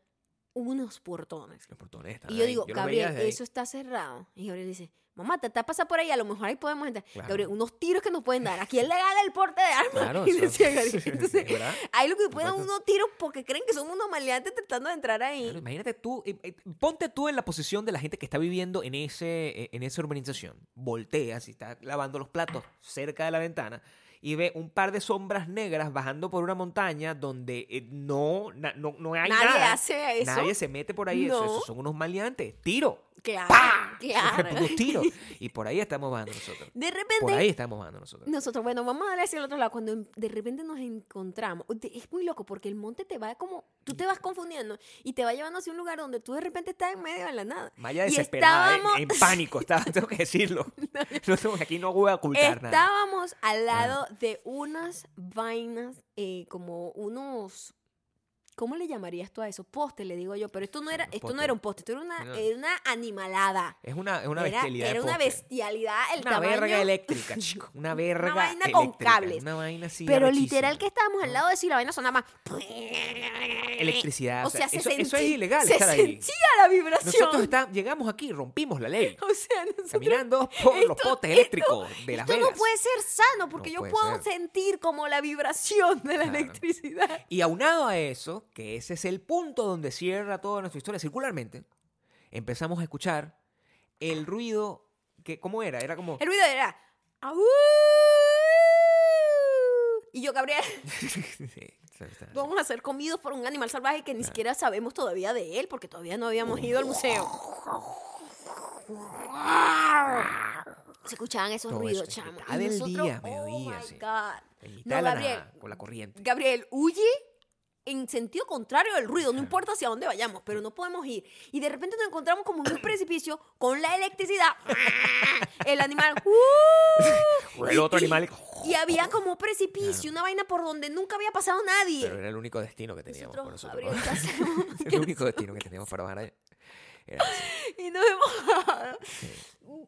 Speaker 1: unos portones.
Speaker 2: Los portones estaban
Speaker 1: Y yo
Speaker 2: ahí.
Speaker 1: digo,
Speaker 2: los veía
Speaker 1: Gabriel,
Speaker 2: desde ahí.
Speaker 1: eso está cerrado. Y Gabriel dice, mamá, te está pasa por ahí, a lo mejor ahí podemos entrar.
Speaker 2: Claro.
Speaker 1: Gabriel, unos tiros que nos pueden dar. Aquí es legal el porte de armas.
Speaker 2: Claro,
Speaker 1: y
Speaker 2: eso-
Speaker 1: decía Gabriel.
Speaker 2: es
Speaker 1: Entonces,
Speaker 2: verdad.
Speaker 1: ahí lo que pueden
Speaker 2: supuesto.
Speaker 1: unos tiros porque creen que somos unos maleantes tratando de entrar
Speaker 2: Claro,
Speaker 1: ahí.
Speaker 2: imagínate tú, eh, eh, ponte tú en la posición de la gente que está viviendo en, ese, eh, en esa urbanización. Volteas y está lavando los platos cerca de la ventana y ve un par de sombras negras bajando por una montaña donde eh, no, na- no, no hay
Speaker 1: Nadie
Speaker 2: nada.
Speaker 1: hace eso.
Speaker 2: Nadie se mete por ahí. Eso,
Speaker 1: No.
Speaker 2: esos son unos maleantes. Tiro.
Speaker 1: Claro,
Speaker 2: ¡Pah!
Speaker 1: claro.
Speaker 2: Puros tiros. Y por ahí estamos bajando nosotros.
Speaker 1: De
Speaker 2: Por
Speaker 1: repente,
Speaker 2: ahí pues. estamos bajando nosotros.
Speaker 1: nosotros, bueno, vamos a darle hacia el otro lado. Cuando en- de repente nos encontramos, de- es muy loco porque el monte te va como, tú te vas confundiendo y te va llevando hacia un lugar donde tú de repente estás en medio de la nada.
Speaker 2: Maya
Speaker 1: Y
Speaker 2: desesperada, eh, en-
Speaker 1: estábamos-
Speaker 2: en, pánico, estaba, tengo que decirlo. No tengo- aquí no voy a ocultar nada.
Speaker 1: Estábamos al lado de unas vainas, eh, como unos. ¿Cómo le llamarías tú a eso? Poste, le digo yo. Pero esto no era,
Speaker 2: Los
Speaker 1: esto no
Speaker 2: postes.
Speaker 1: era un poste, esto era una,
Speaker 2: No.
Speaker 1: era una animalada.
Speaker 2: Es una, es una
Speaker 1: era
Speaker 2: bestialidad. de
Speaker 1: era una
Speaker 2: postre.
Speaker 1: bestialidad el
Speaker 2: Una
Speaker 1: tamaño.
Speaker 2: verga eléctrica, chico. Una verga
Speaker 1: vaina con
Speaker 2: eléctrica,
Speaker 1: cables.
Speaker 2: Una vaina así.
Speaker 1: pero
Speaker 2: arrechísima.
Speaker 1: literal que estábamos al lado de eso y la vaina sonaba.
Speaker 2: Electricidad.
Speaker 1: O sea, se
Speaker 2: eso, eso es
Speaker 1: sentí-
Speaker 2: ilegal
Speaker 1: se
Speaker 2: estar ahí.
Speaker 1: sentía la vibración.
Speaker 2: Nosotros está- llegamos aquí, rompimos la ley.
Speaker 1: o sea, nosotros-
Speaker 2: Caminando por los
Speaker 1: esto-
Speaker 2: potes
Speaker 1: esto-
Speaker 2: eléctricos de Las
Speaker 1: Esto no
Speaker 2: Vegas.
Speaker 1: puede ser sano porque
Speaker 2: No
Speaker 1: yo
Speaker 2: puede
Speaker 1: puedo
Speaker 2: ser.
Speaker 1: sentir como la vibración de la
Speaker 2: Claro.
Speaker 1: electricidad.
Speaker 2: Y aunado a eso, que ese es el punto donde cierra toda nuestra historia circularmente, empezamos a escuchar el ruido que, ¿cómo era? Era como...
Speaker 1: El ruido era. "Aú". Y yo, Gabriel,
Speaker 2: Sí, está- está-
Speaker 1: vamos a ser comidos por un animal salvaje que ni siquiera sabemos todavía de él porque todavía no habíamos ido al museo. Se escuchaban esos
Speaker 2: Todo
Speaker 1: ruidos,
Speaker 2: eso, en
Speaker 1: chamo.
Speaker 2: mitad
Speaker 1: Y
Speaker 2: del
Speaker 1: nosotros,
Speaker 2: día,
Speaker 1: "Oh
Speaker 2: mediodía,
Speaker 1: my
Speaker 2: sí.
Speaker 1: God".
Speaker 2: en mitad
Speaker 1: No,
Speaker 2: de la
Speaker 1: Gabriel.
Speaker 2: nada, con la corriente.
Speaker 1: Gabriel, huye en sentido contrario del ruido, no importa hacia dónde vayamos, pero no podemos ir. Y de repente nos encontramos como en un precipicio con la electricidad. El animal. ¡uh!
Speaker 2: El
Speaker 1: Y-
Speaker 2: otro
Speaker 1: y-
Speaker 2: animal.
Speaker 1: Y había como un precipicio, una vaina por donde nunca había pasado
Speaker 2: Pero
Speaker 1: nadie.
Speaker 2: era el único destino que teníamos.
Speaker 1: Nosotros,
Speaker 2: por nosotros,
Speaker 1: Gabriel, ¿qué hacemos?
Speaker 2: el único destino que teníamos para bajar allá. Era ese,
Speaker 1: Y nos hemos bajado.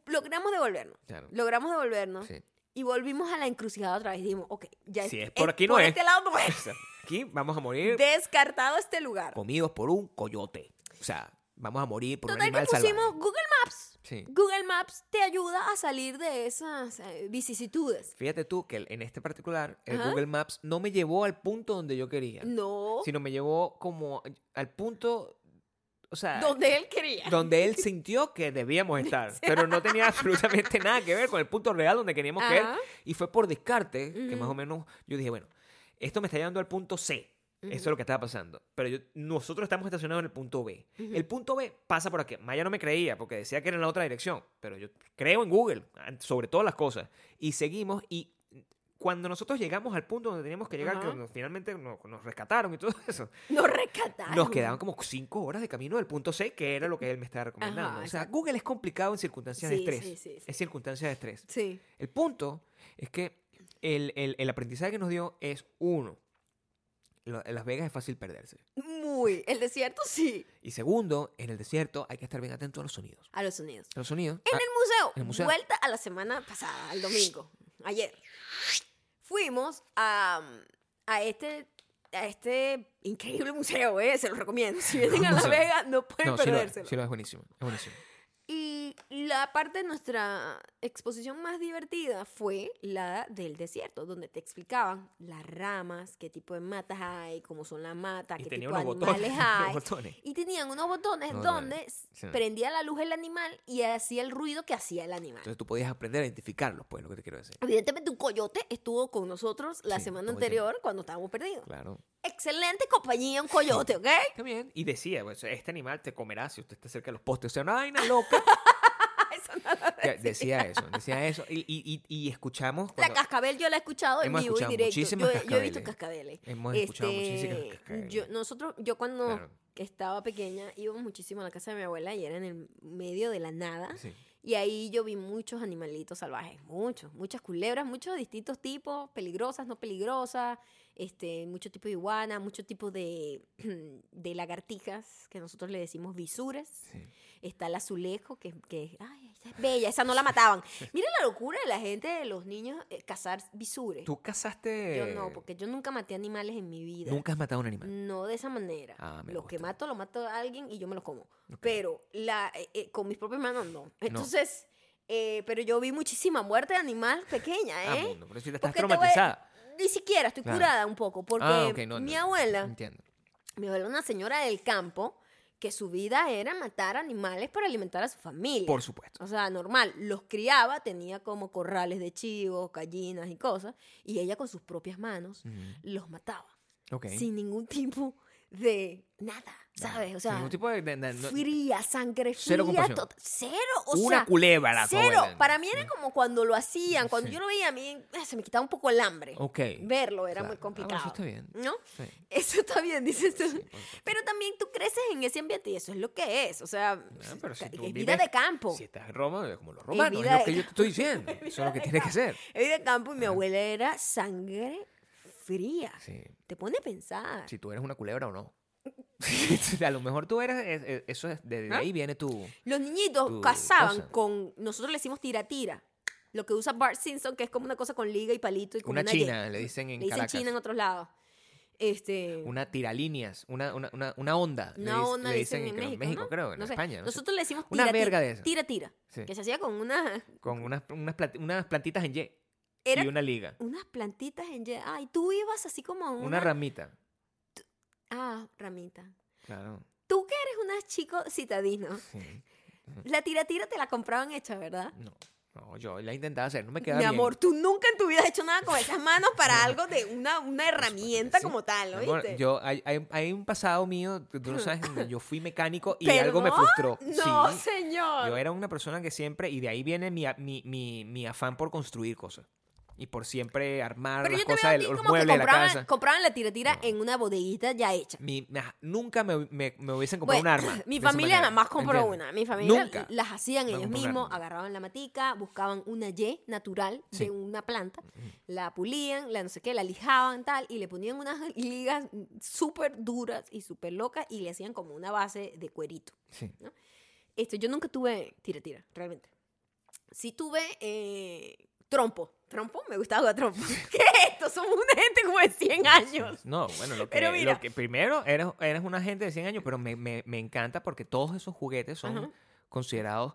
Speaker 1: Logramos devolvernos.
Speaker 2: claro.
Speaker 1: Logramos devolvernos.
Speaker 2: Sí.
Speaker 1: Y volvimos a la encrucijada otra vez. Y dijimos, ok, ya
Speaker 2: Si
Speaker 1: es-
Speaker 2: es por aquí, no es.
Speaker 1: este lado no
Speaker 2: O
Speaker 1: es.
Speaker 2: sea, aquí vamos a morir
Speaker 1: Descartado este lugar.
Speaker 2: comidos por un coyote. O sea, vamos a morir por un
Speaker 1: Total que
Speaker 2: animal
Speaker 1: pusimos
Speaker 2: salvaje.
Speaker 1: Google Maps.
Speaker 2: Sí.
Speaker 1: Google Maps te ayuda a salir de esas eh, vicisitudes.
Speaker 2: Fíjate tú que el- en este particular, el
Speaker 1: Ajá.
Speaker 2: Google Maps no me llevó al punto donde yo quería,
Speaker 1: No,
Speaker 2: sino me llevó como al punto, o sea,
Speaker 1: donde él quería.
Speaker 2: donde él sintió que debíamos estar, pero no tenía absolutamente nada que ver con el punto real donde queríamos que
Speaker 1: Ajá.
Speaker 2: él. Y fue por descarte que más
Speaker 1: Ujú.
Speaker 2: o menos yo dije, bueno, esto me está llevando al punto C. Eso es
Speaker 1: Ujú.
Speaker 2: lo que estaba pasando. Pero yo- nosotros estamos estacionados en el punto B.
Speaker 1: Ujú.
Speaker 2: El punto B pasa por aquí. Maya no me creía porque decía que era en la otra dirección. Pero yo creo en Google, an- sobre todas las cosas. Y seguimos y cuando nosotros llegamos al punto donde teníamos que llegar,
Speaker 1: Ajá.
Speaker 2: que nos- finalmente nos, nos rescataron y todo eso,
Speaker 1: Nos rescataron.
Speaker 2: nos quedaban como cinco horas de camino del punto C, que era lo que él me estaba recomendando. o sea,
Speaker 1: exacto.
Speaker 2: Google es complicado en circunstancias
Speaker 1: Sí,
Speaker 2: de estrés.
Speaker 1: sí, sí, sí.
Speaker 2: Es circunstancias de estrés.
Speaker 1: Sí.
Speaker 2: El punto es que el, el- el aprendizaje que nos dio es uno. lo- en Las Vegas es fácil perderse.
Speaker 1: Muy. El desierto sí.
Speaker 2: Y segundo, en el desierto hay que estar bien atento a los sonidos.
Speaker 1: A los sonidos.
Speaker 2: A los sonidos.
Speaker 1: En
Speaker 2: ah,
Speaker 1: el museo.
Speaker 2: en el museo.
Speaker 1: Vuelta a la semana pasada, al domingo. Ayer. Fuimos a, a este a este increíble museo, ¿eh? Se lo recomiendo. Si vienen a Las
Speaker 2: Museo.
Speaker 1: Vegas, no pueden
Speaker 2: no, sí lo, es,
Speaker 1: perdérselo.
Speaker 2: sí lo es buenísimo. Es buenísimo.
Speaker 1: Y la parte de nuestra exposición más divertida fue la del desierto, donde te explicaban las ramas, qué tipo de matas hay, cómo son las matas,
Speaker 2: Y
Speaker 1: Ah, qué
Speaker 2: tenía
Speaker 1: tipo de
Speaker 2: unos
Speaker 1: animales
Speaker 2: botones. unos
Speaker 1: hay.
Speaker 2: botones.
Speaker 1: Y tenían unos botones
Speaker 2: Unos
Speaker 1: donde
Speaker 2: botones,
Speaker 1: s-
Speaker 2: sí.
Speaker 1: prendía la luz el animal y hacía el ruido que hacía el animal.
Speaker 2: Entonces tú podías aprender a identificarlos, pues, lo que te quiero decir.
Speaker 1: Evidentemente un coyote estuvo con nosotros la
Speaker 2: Sí,
Speaker 1: semana
Speaker 2: todo el tiempo.
Speaker 1: anterior cuando estábamos perdidos.
Speaker 2: Claro.
Speaker 1: Excelente compañía un coyote, ¿ok?
Speaker 2: También. Y decía, pues, este animal te comerá si usted está cerca de los postes. O sea, una vaina loca.
Speaker 1: Eso nada
Speaker 2: Que decía eso, decía eso. Y, y- y- y escuchamos.
Speaker 1: La
Speaker 2: cuando-
Speaker 1: cascabel yo la he escuchado en
Speaker 2: Hemos
Speaker 1: vivo y
Speaker 2: escuchado
Speaker 1: directo.
Speaker 2: muchísimas
Speaker 1: Yo, he- yo he visto
Speaker 2: cascabeles.
Speaker 1: cascabeles.
Speaker 2: Hemos escuchado muchísimas
Speaker 1: Este,
Speaker 2: cascabeles.
Speaker 1: Yo, nosotros, yo cuando
Speaker 2: Claro.
Speaker 1: estaba pequeña iba muchísimo a la casa de mi abuela y era en el medio de la nada.
Speaker 2: Sí.
Speaker 1: Y ahí yo vi muchos animalitos salvajes, muchos, muchas culebras, muchos de distintos tipos, peligrosas, no peligrosas, este, mucho tipo de iguana, mucho tipo de, de lagartijas, que nosotros le decimos visuras.
Speaker 2: Sí.
Speaker 1: Está el azulejo, que, que ay, esa es bella, esa no la mataban. Mira la locura de la gente, de los niños, eh, cazar visures.
Speaker 2: ¿Tú casaste?
Speaker 1: Yo no, porque yo nunca maté animales en mi vida. ¿Eh?
Speaker 2: Nunca has matado a un animal.
Speaker 1: No de esa manera.
Speaker 2: Ah, me
Speaker 1: lo que
Speaker 2: gusta.
Speaker 1: mato, lo mato a alguien y yo me lo como. Pero la, eh, eh, con mis propias manos no. Entonces, eh, pero yo vi muchísima muerte de animal pequeña,
Speaker 2: Ah,
Speaker 1: ¿eh?
Speaker 2: mundo, por eso estás
Speaker 1: Porque te voy-
Speaker 2: traumatizada.
Speaker 1: Ni siquiera estoy
Speaker 2: Claro.
Speaker 1: curada un poco, porque
Speaker 2: Ah, ok, no,
Speaker 1: mi
Speaker 2: no,
Speaker 1: abuela,
Speaker 2: Entiendo.
Speaker 1: mi abuela era una señora del campo que su vida era matar animales para alimentar a su familia.
Speaker 2: Por supuesto.
Speaker 1: O sea, normal, los criaba, tenía como corrales de chivos, gallinas y cosas, y ella con sus propias manos
Speaker 2: Mm,
Speaker 1: los mataba,
Speaker 2: ok.
Speaker 1: sin ningún tipo de nada,
Speaker 2: Nada.
Speaker 1: ¿sabes? O
Speaker 2: Sin
Speaker 1: sea,
Speaker 2: ningún tipo de- de- de- no-
Speaker 1: fría, sangre fría,
Speaker 2: Cero compasión.
Speaker 1: tot- cero, o
Speaker 2: una
Speaker 1: sea,
Speaker 2: culebra.
Speaker 1: cero.
Speaker 2: joven.
Speaker 1: Para mí era como cuando lo hacían, cuando
Speaker 2: Sí.
Speaker 1: yo lo veía, a mí eh, se me quitaba un poco el hambre.
Speaker 2: Ok.
Speaker 1: Verlo era
Speaker 2: claro.
Speaker 1: muy
Speaker 2: Ah, bueno,
Speaker 1: complicado.
Speaker 2: eso está bien.
Speaker 1: ¿No?
Speaker 2: Sí,
Speaker 1: Eso está bien, dices tú.
Speaker 2: sí, por supuesto.
Speaker 1: Pero también tú creces en ese ambiente y eso es lo que es. O sea,
Speaker 2: Ah, pero si
Speaker 1: es
Speaker 2: tú
Speaker 1: vida
Speaker 2: vives-
Speaker 1: de campo.
Speaker 2: Si estás en Roma, como los romanos, es
Speaker 1: vida
Speaker 2: lo que
Speaker 1: de-
Speaker 2: yo te estoy diciendo. Eso es lo que tienes que hacer.
Speaker 1: Es vida de campo y mi abuela era sangre fría.
Speaker 2: Sí.
Speaker 1: Te pone a pensar.
Speaker 2: Si tú eres una culebra o no. a lo mejor tú eres. es- es- Eso es. Desde
Speaker 1: ¿Ah?
Speaker 2: ahí viene tu.
Speaker 1: Los niñitos
Speaker 2: Tu
Speaker 1: cazaban
Speaker 2: cosa.
Speaker 1: con. Nosotros le decimos tira-tira. Lo que usa Bart Simpson, que es como una cosa con liga y palito y con
Speaker 2: Una
Speaker 1: una,
Speaker 2: china,
Speaker 1: ye-
Speaker 2: le dicen en
Speaker 1: Le dicen
Speaker 2: Caracas.
Speaker 1: china en otros lados. Este.
Speaker 2: Una tiralíneas. Una, una, una, una onda. le
Speaker 1: Una
Speaker 2: dic-
Speaker 1: onda
Speaker 2: le
Speaker 1: dicen, en
Speaker 2: creo,
Speaker 1: México, ¿no?
Speaker 2: creo. En
Speaker 1: No sé.
Speaker 2: España. no sé.
Speaker 1: Nosotros le decimos
Speaker 2: Una
Speaker 1: tira,
Speaker 2: verga
Speaker 1: tira,
Speaker 2: de esa.
Speaker 1: tira, tira,
Speaker 2: Sí.
Speaker 1: que se hacía con una,
Speaker 2: Con unas, unas, plat- unas plantitas en Y.
Speaker 1: era
Speaker 2: Y una liga.
Speaker 1: unas plantitas en, ye- ay, tú ibas así como a
Speaker 2: Una,
Speaker 1: una,
Speaker 2: ramita.
Speaker 1: ah, ramita.
Speaker 2: Claro.
Speaker 1: Tú que eres un chico citadino,
Speaker 2: sí.
Speaker 1: la tira tira te la compraban hecha, ¿verdad?
Speaker 2: No. No, yo la intentaba hacer. No me
Speaker 1: Mi
Speaker 2: quedaba bien.
Speaker 1: amor, tú nunca en tu vida has hecho nada con esas manos para algo de una, una herramienta
Speaker 2: sí.
Speaker 1: como tal,
Speaker 2: Mi
Speaker 1: ¿no
Speaker 2: amor,
Speaker 1: viste?
Speaker 2: yo, hay, hay- hay un pasado mío, tú no sabes, donde yo fui mecánico y algo me
Speaker 1: ¿Perdón?
Speaker 2: frustró.
Speaker 1: No,
Speaker 2: Sí.
Speaker 1: señor.
Speaker 2: Yo era una persona que siempre, y de ahí viene mi, a- mi, mi, mi afán por construir cosas. Y por siempre armar
Speaker 1: Pero
Speaker 2: las
Speaker 1: yo te veo
Speaker 2: cosas,
Speaker 1: a
Speaker 2: del-
Speaker 1: ti
Speaker 2: los
Speaker 1: como que
Speaker 2: muebles de la
Speaker 1: compraban,
Speaker 2: casa.
Speaker 1: compraban la tira tira en una bodeguita ya hecha.
Speaker 2: Mi- me- nunca me, me- me hubiesen comprado
Speaker 1: Bueno,
Speaker 2: un arma.
Speaker 1: Mi
Speaker 2: de esa
Speaker 1: familia
Speaker 2: manera,
Speaker 1: jamás compró
Speaker 2: ¿entiendes?
Speaker 1: una. Mi familia
Speaker 2: Nunca.
Speaker 1: las hacían
Speaker 2: No
Speaker 1: ellos
Speaker 2: compró un
Speaker 1: mismos,
Speaker 2: arma.
Speaker 1: agarraban la matica, buscaban una Y natural
Speaker 2: Sí. Mm.
Speaker 1: de una planta, la pulían, la no sé qué, la lijaban tal, y le ponían unas ligas súper duras y súper locas y le hacían como una base de cuerito.
Speaker 2: Sí.
Speaker 1: Esto, este, yo nunca tuve tira tira, realmente. Sí tuve eh, trompo. Trompo, me gustaba jugar trompo. ¿Qué es esto? Somos una gente como de 100 años.
Speaker 2: No, bueno, lo que,
Speaker 1: Pero mira.
Speaker 2: lo que primero eres, eres una gente de 100 años, pero me, me- me encanta porque todos esos juguetes son
Speaker 1: Ajá.
Speaker 2: considerados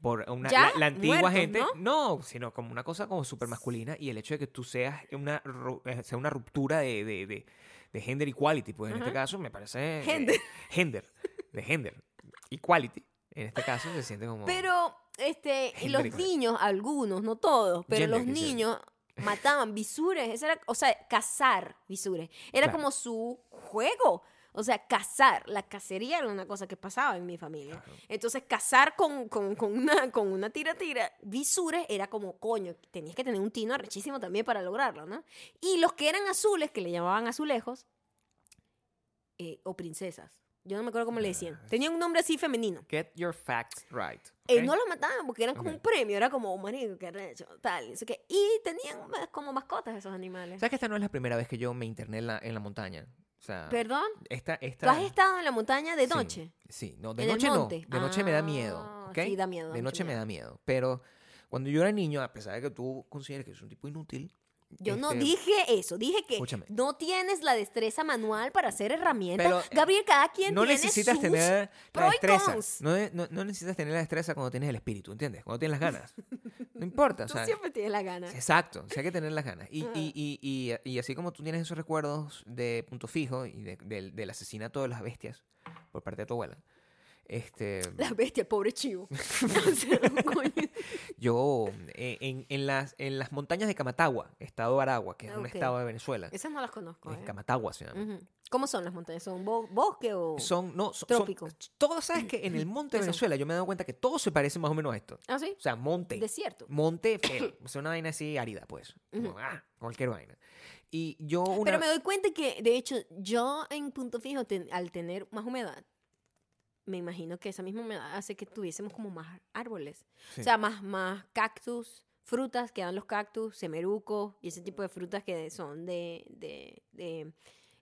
Speaker 2: por una,
Speaker 1: Ya
Speaker 2: la, la antigua
Speaker 1: muertos,
Speaker 2: gente, ¿no? sino como una cosa como súper masculina y el hecho de que tú seas una, ru- eh, sea una ruptura de, de, de- de gender equality, pues en este caso me parece... eh,
Speaker 1: Gender.
Speaker 2: gender, de gender. Equality, en este caso se siente como...
Speaker 1: Pero este, y los
Speaker 2: Gender equality.
Speaker 1: niños, algunos, no todos, pero
Speaker 2: Gender,
Speaker 1: los
Speaker 2: quisiera.
Speaker 1: niños mataban visures, esa era, o sea, cazar visures, era
Speaker 2: Claro.
Speaker 1: como su juego. O sea, cazar, la cacería era una cosa que pasaba en mi familia.
Speaker 2: Claro.
Speaker 1: Entonces, cazar con, con, con una con una tira-tira, visures, era como, coño, tenías que tener un tino rechísimo también para lograrlo, ¿no? Y los que eran azules, que le llamaban azulejos, eh, o princesas, yo no me acuerdo cómo le decían, tenían un nombre así femenino.
Speaker 2: Get your facts right.
Speaker 1: Eh,
Speaker 2: ¿ok?
Speaker 1: no los mataban porque eran como
Speaker 2: Ok.
Speaker 1: un premio, era como, oh, marico, qué recho, tal, no sé qué. Y tenían ma- como mascotas esos animales.
Speaker 2: ¿Sabes que esta no es la primera vez que yo me interné en la, en la montaña? O sea,
Speaker 1: Perdón,
Speaker 2: esta,
Speaker 1: ¿tú
Speaker 2: esta...
Speaker 1: has estado en la montaña de
Speaker 2: Ah. Sí,
Speaker 1: noche?
Speaker 2: Sí, no, de
Speaker 1: ¿En el
Speaker 2: noche no.
Speaker 1: monte?
Speaker 2: De noche me da
Speaker 1: Ah,
Speaker 2: miedo. ¿ok?
Speaker 1: sí, da miedo, da
Speaker 2: De
Speaker 1: mucho
Speaker 2: noche me
Speaker 1: miedo.
Speaker 2: da miedo. Pero cuando yo era niño, a pesar de que tú consideres que es un tipo inútil.
Speaker 1: Yo no
Speaker 2: este,
Speaker 1: dije eso, dije que
Speaker 2: Escúchame.
Speaker 1: no tienes la destreza manual para hacer herramientas.
Speaker 2: Pero, eh,
Speaker 1: Gabriel, cada quien
Speaker 2: No
Speaker 1: tiene
Speaker 2: necesitas
Speaker 1: sus-
Speaker 2: tener la
Speaker 1: pros y
Speaker 2: destreza.
Speaker 1: cons.
Speaker 2: No, de- no- no necesitas tener la destreza cuando tienes el espíritu, ¿entiendes? Cuando tienes las ganas. No importa. o
Speaker 1: Tú
Speaker 2: sea,
Speaker 1: siempre tienes la gana.
Speaker 2: Exacto, o sea, hay que tener las ganas. Y, y, y, y, y así como tú tienes esos recuerdos de punto fijo y de- del, del asesinato de las bestias por parte de tu abuela, este,
Speaker 1: La bestia, el pobre chivo. O sea, coño.
Speaker 2: Yo, eh, en, en las, en las montañas de Camatagua, estado de Aragua, que es un
Speaker 1: Ah, Ok.
Speaker 2: estado de Venezuela.
Speaker 1: Esas no las conozco.
Speaker 2: En
Speaker 1: ¿eh?
Speaker 2: Camatagua se llama.
Speaker 1: Ujú. ¿Cómo son las montañas? ¿Son bo- bosque o...?
Speaker 2: Son, no, son,
Speaker 1: Trópico.
Speaker 2: son- todos sabes que en el monte de
Speaker 1: Eso.
Speaker 2: Venezuela yo me he dado cuenta que todo se parece más o menos a esto.
Speaker 1: ¿Ah, sí?
Speaker 2: O sea, monte.
Speaker 1: Desierto.
Speaker 2: Monte feo. O sea, una vaina así árida, pues. Como, ah, cualquier vaina. Y yo una...
Speaker 1: Pero me doy cuenta que, de hecho, yo en punto fijo, ten- al tener más humedad, me imagino que esa misma humedad hace que tuviésemos como más árboles.
Speaker 2: Sí.
Speaker 1: O sea, más, más cactus, frutas que dan los cactus, semerucos y ese tipo de frutas que son de, de, de,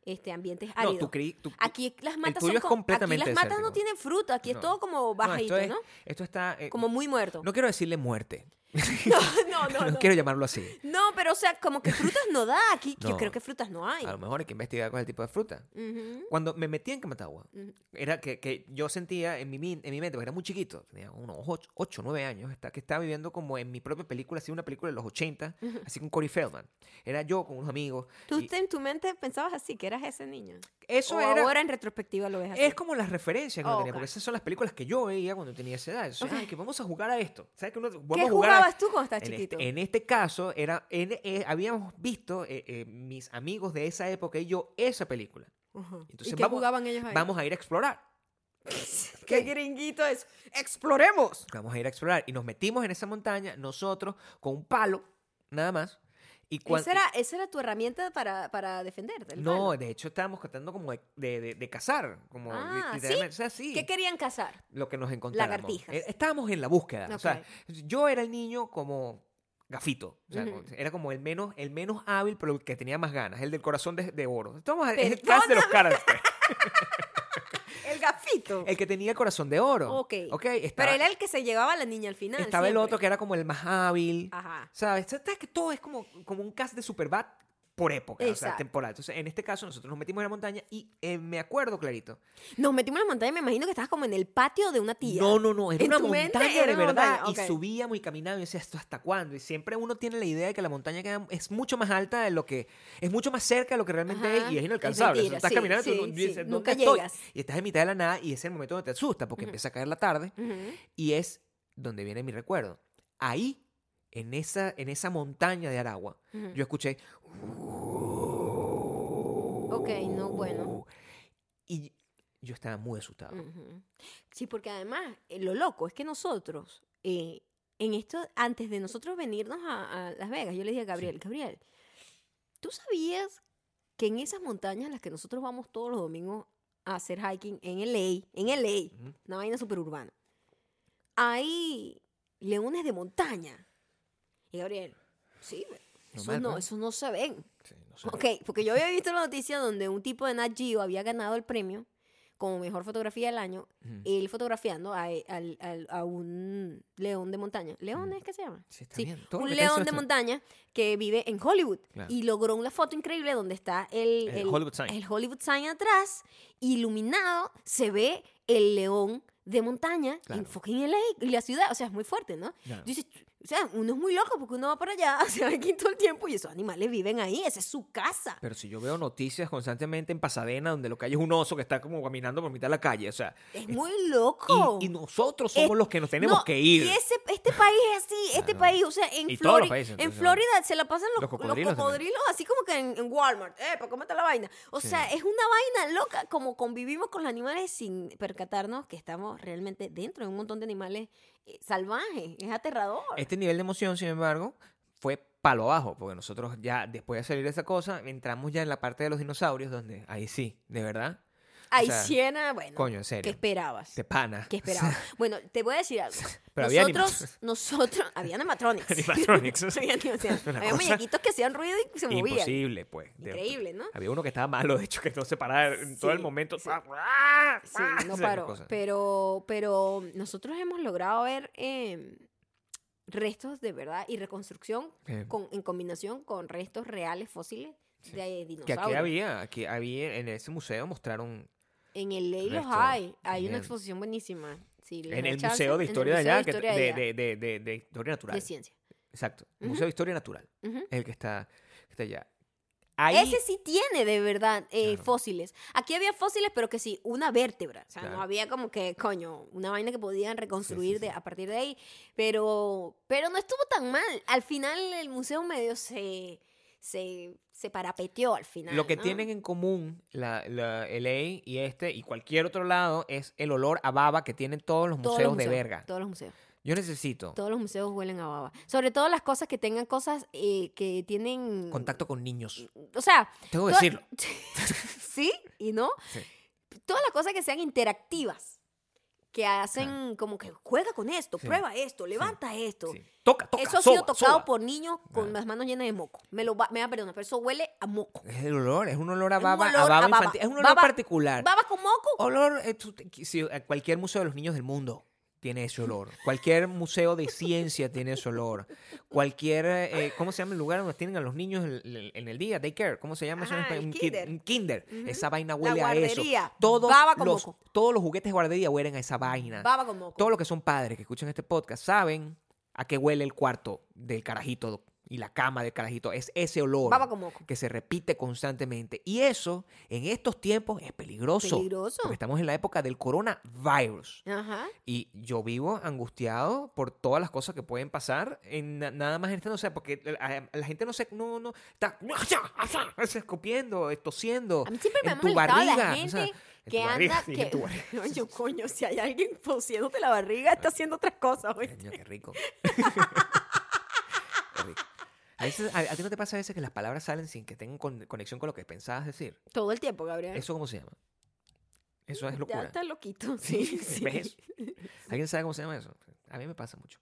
Speaker 1: este, ambientes áridos.
Speaker 2: No, tú creí... tú-
Speaker 1: Aquí las matas
Speaker 2: tuyo
Speaker 1: son
Speaker 2: es
Speaker 1: co-
Speaker 2: completamente
Speaker 1: Aquí las matas
Speaker 2: desértico.
Speaker 1: no tienen fruta, aquí
Speaker 2: No.
Speaker 1: es todo como
Speaker 2: No, esto
Speaker 1: bajito, ¿no?
Speaker 2: es- Esto está... eh,
Speaker 1: Como muy muerto.
Speaker 2: No quiero decirle muerte,
Speaker 1: No, no, no.
Speaker 2: no
Speaker 1: no.
Speaker 2: quiero llamarlo así.
Speaker 1: No, pero o sea, como que frutas no da. Aquí yo
Speaker 2: No. Ah,
Speaker 1: creo que frutas no hay.
Speaker 2: A lo mejor hay que investigar cuál es el tipo de fruta.
Speaker 1: Ujú.
Speaker 2: Cuando me metí en Camatagua,
Speaker 1: Ujú.
Speaker 2: era que, que yo sentía en mi, min- en mi mente, porque era muy chiquito, tenía unos 8, 9 años, está, que estaba viviendo como en mi propia película, así una película de los 80, así con Corey Feldman. Era yo con unos amigos.
Speaker 1: Tú
Speaker 2: y
Speaker 1: te- en tu mente pensabas así, que eras ese niño.
Speaker 2: eso
Speaker 1: o
Speaker 2: era...
Speaker 1: ahora en retrospectiva lo ves así.
Speaker 2: Es como las referencias que yo
Speaker 1: Oh,
Speaker 2: tenía,
Speaker 1: ok.
Speaker 2: porque esas son las películas que yo veía cuando tenía esa edad. Entonces,
Speaker 1: Ok.
Speaker 2: ay, que vamos a jugar a esto. ¿Sabes que uno-
Speaker 1: ¿Qué
Speaker 2: vamos a jugar a-
Speaker 1: jugabas tú cuando estabas
Speaker 2: en
Speaker 1: chiquito?
Speaker 2: Este, en este caso, era, en- eh, habíamos visto eh, eh, mis amigos de esa época y yo esa película.
Speaker 1: Ujú.
Speaker 2: entonces
Speaker 1: ¿Y qué
Speaker 2: vamos-
Speaker 1: jugaban ellos ahí?
Speaker 2: Vamos a ir a explorar.
Speaker 1: ¿Qué gringuito es? ¡Exploremos!
Speaker 2: Vamos a ir a explorar. Y nos metimos en esa montaña, nosotros, con un palo, nada más. Y cuando.
Speaker 1: Esa era, esa era tu herramienta para, para defenderte. el
Speaker 2: No,
Speaker 1: palo.
Speaker 2: de hecho estábamos tratando como de, de- de- de cazar, como
Speaker 1: Ah,
Speaker 2: li-
Speaker 1: ¿sí?
Speaker 2: literalmente, o sea, sí,
Speaker 1: ¿Qué querían cazar?
Speaker 2: lo que nos encontramos. Eh,
Speaker 1: Lagartijas.
Speaker 2: Estábamos en la búsqueda, o sea,
Speaker 1: Ok.
Speaker 2: yo era el niño como gafito, o sea,
Speaker 1: Ujú.
Speaker 2: como- era como el menos, el menos hábil, pero el que tenía más ganas, el del corazón de, de oro. Estamos, es el cast de los caras. pues,
Speaker 1: El gafito.
Speaker 2: El que tenía el corazón de oro.
Speaker 1: Ok.
Speaker 2: estaba,
Speaker 1: Pero él era el que se llevaba a la niña al final.
Speaker 2: estaba el
Speaker 1: siempre.
Speaker 2: otro que era como el más hábil.
Speaker 1: Ajá.
Speaker 2: ¿Sabes? ¿Sabes que todo es como, como un cast de Superbad por época, o sea,
Speaker 1: Exacto.
Speaker 2: temporal? Entonces, en este caso, nosotros nos metimos en la montaña y eh, me acuerdo clarito.
Speaker 1: Nos metimos en la montaña y me imagino que estabas como en el patio de una tía.
Speaker 2: No, no, no, era
Speaker 1: En
Speaker 2: una
Speaker 1: tu mente
Speaker 2: montaña de
Speaker 1: era una
Speaker 2: verdad.
Speaker 1: montaña,
Speaker 2: Y
Speaker 1: ok.
Speaker 2: subíamos y caminábamos y decía, ¿esto hasta cuándo? Y siempre uno tiene la idea de que la montaña queda- es mucho más alta de lo que. es mucho más cerca de lo que realmente
Speaker 1: Ajá,
Speaker 2: es y es
Speaker 1: es
Speaker 2: inalcanzable. O sea,
Speaker 1: mentira,
Speaker 2: estás
Speaker 1: sí,
Speaker 2: caminando y tú
Speaker 1: sí,
Speaker 2: no-
Speaker 1: sí,
Speaker 2: dices,
Speaker 1: nunca
Speaker 2: "¿Dónde estoy?"
Speaker 1: llegas.
Speaker 2: Y estás en mitad de la nada y es el momento donde te asustas porque
Speaker 1: Ujú.
Speaker 2: empieza a caer la tarde.
Speaker 1: Ujú.
Speaker 2: Y es donde viene mi recuerdo. Ahí, en esa, en esa montaña de Aragua,
Speaker 1: Ujú.
Speaker 2: yo escuché.
Speaker 1: Ok, no, bueno. Mm.
Speaker 2: Y yo estaba muy asustado.
Speaker 1: Ujú. Sí, porque además, eh, lo loco es que nosotros, eh, en esto, antes de nosotros venirnos a, a Las Vegas, yo le dije a Gabriel, Gabriel, ¿tú sabías que en esas montañas a las que nosotros vamos todos los domingos a hacer hiking en LA, en LA,
Speaker 2: Ujú.
Speaker 1: una vaina superurbana, hay leones de montaña? Y Gabriel, sí, güey, esos
Speaker 2: Normal,
Speaker 1: no,
Speaker 2: ¿no?
Speaker 1: esos no se ven.
Speaker 2: Sí, no sé.
Speaker 1: Ok, porque yo había visto la noticia donde un tipo de Nat Geo había ganado el premio como mejor fotografía del año,
Speaker 2: Ujú.
Speaker 1: él fotografiando a, e, al- al- a un león de montaña. ¿León es que se llama?
Speaker 2: Sí, está
Speaker 1: Sí,
Speaker 2: bien. Mm. Todo lo
Speaker 1: un
Speaker 2: que está
Speaker 1: león de
Speaker 2: diciendo está-
Speaker 1: montaña que vive en Hollywood
Speaker 2: Claro.
Speaker 1: y logró una foto increíble donde está el,
Speaker 2: El Hollywood sign.
Speaker 1: el Hollywood sign atrás, iluminado, se ve el león de montaña
Speaker 2: Claro.
Speaker 1: en fucking LA, y la ciudad, o sea, es muy fuerte, ¿no?
Speaker 2: Claro.
Speaker 1: Dices, o sea, uno es muy loco porque uno va para allá, se va aquí todo el tiempo y esos animales viven ahí, esa es su casa.
Speaker 2: Pero si yo veo noticias constantemente en Pasadena, donde lo que hay es un oso que está como caminando por mitad de la calle, o sea,
Speaker 1: Es
Speaker 2: es-
Speaker 1: muy loco.
Speaker 2: y, y nosotros somos
Speaker 1: Es-
Speaker 2: los que nos tenemos
Speaker 1: No,
Speaker 2: que ir.
Speaker 1: Y ese, este país es así, este
Speaker 2: Claro.
Speaker 1: país, o sea, en,
Speaker 2: Y todos los
Speaker 1: Flori-
Speaker 2: países,
Speaker 1: en
Speaker 2: entonces, ¿no?
Speaker 1: Florida se la pasan los,
Speaker 2: Los
Speaker 1: los
Speaker 2: cocodrilos
Speaker 1: cocodrilos,
Speaker 2: también.
Speaker 1: así como que en, en Walmart, eh, para cómete la vaina. O
Speaker 2: Sí.
Speaker 1: sea, es una vaina loca como convivimos con los animales sin percatarnos que estamos realmente dentro de un montón de animales eh, salvajes, es aterrador.
Speaker 2: Este nivel de emoción, sin embargo, fue palo abajo, porque nosotros ya después de salir de esa cosa, entramos ya en la parte de los dinosaurios, donde ahí sí, de verdad,
Speaker 1: Hay
Speaker 2: sea,
Speaker 1: Siena, bueno,
Speaker 2: coño, en
Speaker 1: ¿qué
Speaker 2: serio,
Speaker 1: esperabas?
Speaker 2: te pana.
Speaker 1: ¿Qué esperabas? bueno, te voy a decir algo.
Speaker 2: Pero había
Speaker 1: nosotros,
Speaker 2: animatronics.
Speaker 1: nosotros, había animatronics.
Speaker 2: Animatronics.
Speaker 1: había animatronics.
Speaker 2: Una
Speaker 1: Había
Speaker 2: cosa
Speaker 1: muñequitos que hacían ruido y se movían.
Speaker 2: Imposible, pues. De-
Speaker 1: Increíble, ¿no?
Speaker 2: Había uno que estaba malo, de hecho, que no se paraba en todo el
Speaker 1: Sí,
Speaker 2: momento. ¡Ah!
Speaker 1: sí. Sí,
Speaker 2: Sí,
Speaker 1: Ah, no paró. Pero, pero nosotros hemos logrado ver eh, restos de verdad y reconstrucción
Speaker 2: Eh,
Speaker 1: con- en combinación con restos reales fósiles de
Speaker 2: que aquí
Speaker 1: dinosaurios.
Speaker 2: había, aquí había, en ese museo mostraron
Speaker 1: En el ley los
Speaker 2: Restos,
Speaker 1: hay. Hay
Speaker 2: bien.
Speaker 1: una exposición buenísima. Si les
Speaker 2: en
Speaker 1: da
Speaker 2: el
Speaker 1: chance,
Speaker 2: Museo de
Speaker 1: en el
Speaker 2: Historia de
Speaker 1: Museo
Speaker 2: allá, que-
Speaker 1: Historia de
Speaker 2: de,
Speaker 1: allá,
Speaker 2: de, de, de- de Historia Natural.
Speaker 1: de ciencia.
Speaker 2: Exacto.
Speaker 1: Ujú.
Speaker 2: Museo de Historia Natural.
Speaker 1: Ujú.
Speaker 2: El que está, que está allá. Ahí,
Speaker 1: Ese sí tiene de verdad eh,
Speaker 2: Claro.
Speaker 1: fósiles. Aquí había fósiles, pero que sí, una vértebra. O sea,
Speaker 2: Claro.
Speaker 1: no había como que, coño, una vaina que podían reconstruir de-
Speaker 2: sí.
Speaker 1: a partir de ahí. Pero, pero no estuvo tan mal. Al final el museo medio se, se, se parapeteó al final.
Speaker 2: lo que
Speaker 1: ¿no?
Speaker 2: tienen en común la, la LA y este y cualquier otro lado es el olor a baba que tienen todos los
Speaker 1: Todos
Speaker 2: museos,
Speaker 1: los
Speaker 2: de verga.
Speaker 1: Todos los museos.
Speaker 2: Yo necesito
Speaker 1: Todos los museos huelen a baba. Sobre todo las cosas que tengan cosas eh, que tienen...
Speaker 2: contacto con niños.
Speaker 1: O sea,
Speaker 2: Tengo que
Speaker 1: Toda-
Speaker 2: decirlo.
Speaker 1: sí y no.
Speaker 2: Sí.
Speaker 1: Todas las cosas que sean interactivas, que hacen como que juega con esto,
Speaker 2: Sí.
Speaker 1: prueba esto, levanta esto.
Speaker 2: Sí. Toca, toca.
Speaker 1: eso ha
Speaker 2: soba,
Speaker 1: sido tocado
Speaker 2: soba.
Speaker 1: por niños con
Speaker 2: Ah.
Speaker 1: las manos llenas de moco. Me lo va- me va a perdonar, pero eso huele a moco.
Speaker 2: Es el olor, es un olor a
Speaker 1: Es un
Speaker 2: baba, a
Speaker 1: olor
Speaker 2: baba
Speaker 1: a baba.
Speaker 2: infantil. Es un olor
Speaker 1: Baba-
Speaker 2: particular.
Speaker 1: Baba con moco.
Speaker 2: eh, Olor eh, tú te- si- a cualquier museo de los niños del mundo. tiene ese olor. Cualquier museo de ciencia tiene ese olor. Cualquier, eh, ¿cómo se llama el lugar donde tienen a los niños en, en- en el día? Daycare. ¿Cómo se llama eso? en
Speaker 1: Ajá,
Speaker 2: español?
Speaker 1: Ah, el
Speaker 2: un
Speaker 1: kinder.
Speaker 2: un kinder.
Speaker 1: Ujú.
Speaker 2: Esa vaina
Speaker 1: La
Speaker 2: huele a eso.
Speaker 1: guardería.
Speaker 2: Todos
Speaker 1: Baba con
Speaker 2: los,
Speaker 1: moco.
Speaker 2: todos los juguetes de guardería huelen a esa vaina.
Speaker 1: Baba con moco.
Speaker 2: Todos los que son padres que escuchan este podcast saben a qué huele el cuarto del carajito y la cama del carajito. Es ese olor
Speaker 1: Baba con moco.
Speaker 2: que se repite constantemente. Y eso, en estos tiempos, es peligroso.
Speaker 1: Peligroso.
Speaker 2: Porque estamos en la época del coronavirus.
Speaker 1: Ajá.
Speaker 2: Y yo vivo angustiado por todas las cosas que pueden pasar. En na- nada más en este, no sé, porque la, la gente no sé, no, no, está escupiendo, tosiendo.
Speaker 1: A mí siempre me
Speaker 2: en
Speaker 1: ha
Speaker 2: tu
Speaker 1: molestado
Speaker 2: barriga.
Speaker 1: la
Speaker 2: o sea,
Speaker 1: gente
Speaker 2: en
Speaker 1: que
Speaker 2: tu barriga,
Speaker 1: anda.
Speaker 2: sí, en
Speaker 1: que...
Speaker 2: tu barriga.
Speaker 1: Coño, coño, si hay alguien tosiéndote la barriga, está haciendo otras cosas. ¿oíste?
Speaker 2: Coño, qué rico. Qué rico. A, veces, a, a ti no te pasa a veces que las palabras salen sin que tengan con- conexión con lo que pensabas decir?
Speaker 1: Todo el tiempo, Gabriel.
Speaker 2: ¿Eso cómo se llama? Eso es
Speaker 1: ya
Speaker 2: locura.
Speaker 1: está loquito. Sí, sí.
Speaker 2: ¿Ves? ¿Alguien sabe cómo se llama eso? A mí me pasa mucho.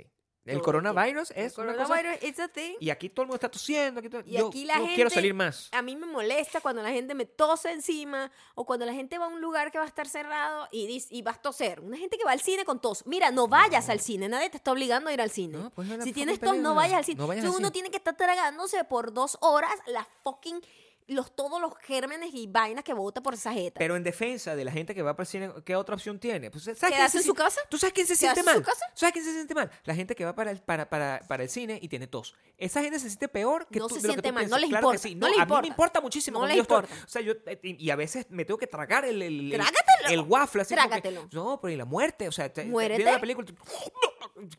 Speaker 1: el
Speaker 2: El
Speaker 1: tiempo.
Speaker 2: coronavirus
Speaker 1: El
Speaker 2: es una cosa...
Speaker 1: coronavirus, it's a thing.
Speaker 2: Y aquí todo el mundo está tosiendo. Aquí todo-
Speaker 1: Y
Speaker 2: yo
Speaker 1: aquí la
Speaker 2: no quiero
Speaker 1: gente-
Speaker 2: salir más.
Speaker 1: A mí me molesta cuando la gente me tose encima o cuando la gente va a un lugar que va a estar cerrado y, dice, y vas a toser. Una gente que va al cine con tos. Mira, no vayas al cine. Nadie te está obligando a ir al cine.
Speaker 2: No, pues ve la
Speaker 1: si
Speaker 2: fucking
Speaker 1: tienes tos,
Speaker 2: película.
Speaker 1: no vayas al cine.
Speaker 2: No vayas
Speaker 1: Entonces
Speaker 2: al
Speaker 1: uno
Speaker 2: cine.
Speaker 1: tiene que estar tragándose por dos horas las fucking... Los, todos los gérmenes y vainas que bota por esa jeta.
Speaker 2: Pero en defensa de la gente que va a cine, ¿qué otra opción tiene? Pues, ¿sabes quién
Speaker 1: ¿Quedarse
Speaker 2: se
Speaker 1: en su
Speaker 2: sien-
Speaker 1: casa?
Speaker 2: ¿Tú sabes quién se
Speaker 1: ¿Quedarse
Speaker 2: siente
Speaker 1: en su
Speaker 2: mal?
Speaker 1: casa?
Speaker 2: ¿Sabes quién se siente mal? La gente que va para el, para, para, para el cine y tiene tos. Esa gente se siente peor que
Speaker 1: No
Speaker 2: tú-
Speaker 1: se
Speaker 2: de lo que
Speaker 1: siente
Speaker 2: tú
Speaker 1: mal, no
Speaker 2: piensas.
Speaker 1: les
Speaker 2: Claro que
Speaker 1: importa,
Speaker 2: sí.
Speaker 1: no
Speaker 2: No,
Speaker 1: les
Speaker 2: a mí
Speaker 1: importa.
Speaker 2: me importa muchísimo.
Speaker 1: No les
Speaker 2: cuando yo estoy-
Speaker 1: importa.
Speaker 2: O sea, yo, eh, y a veces me tengo que tragar el, el, el-
Speaker 1: Trágatelo.
Speaker 2: el waffle. así como que,
Speaker 1: Trágatelo.
Speaker 2: no, pero y la muerte. O sea, te- te-
Speaker 1: Muérete.
Speaker 2: viendo la película, tú-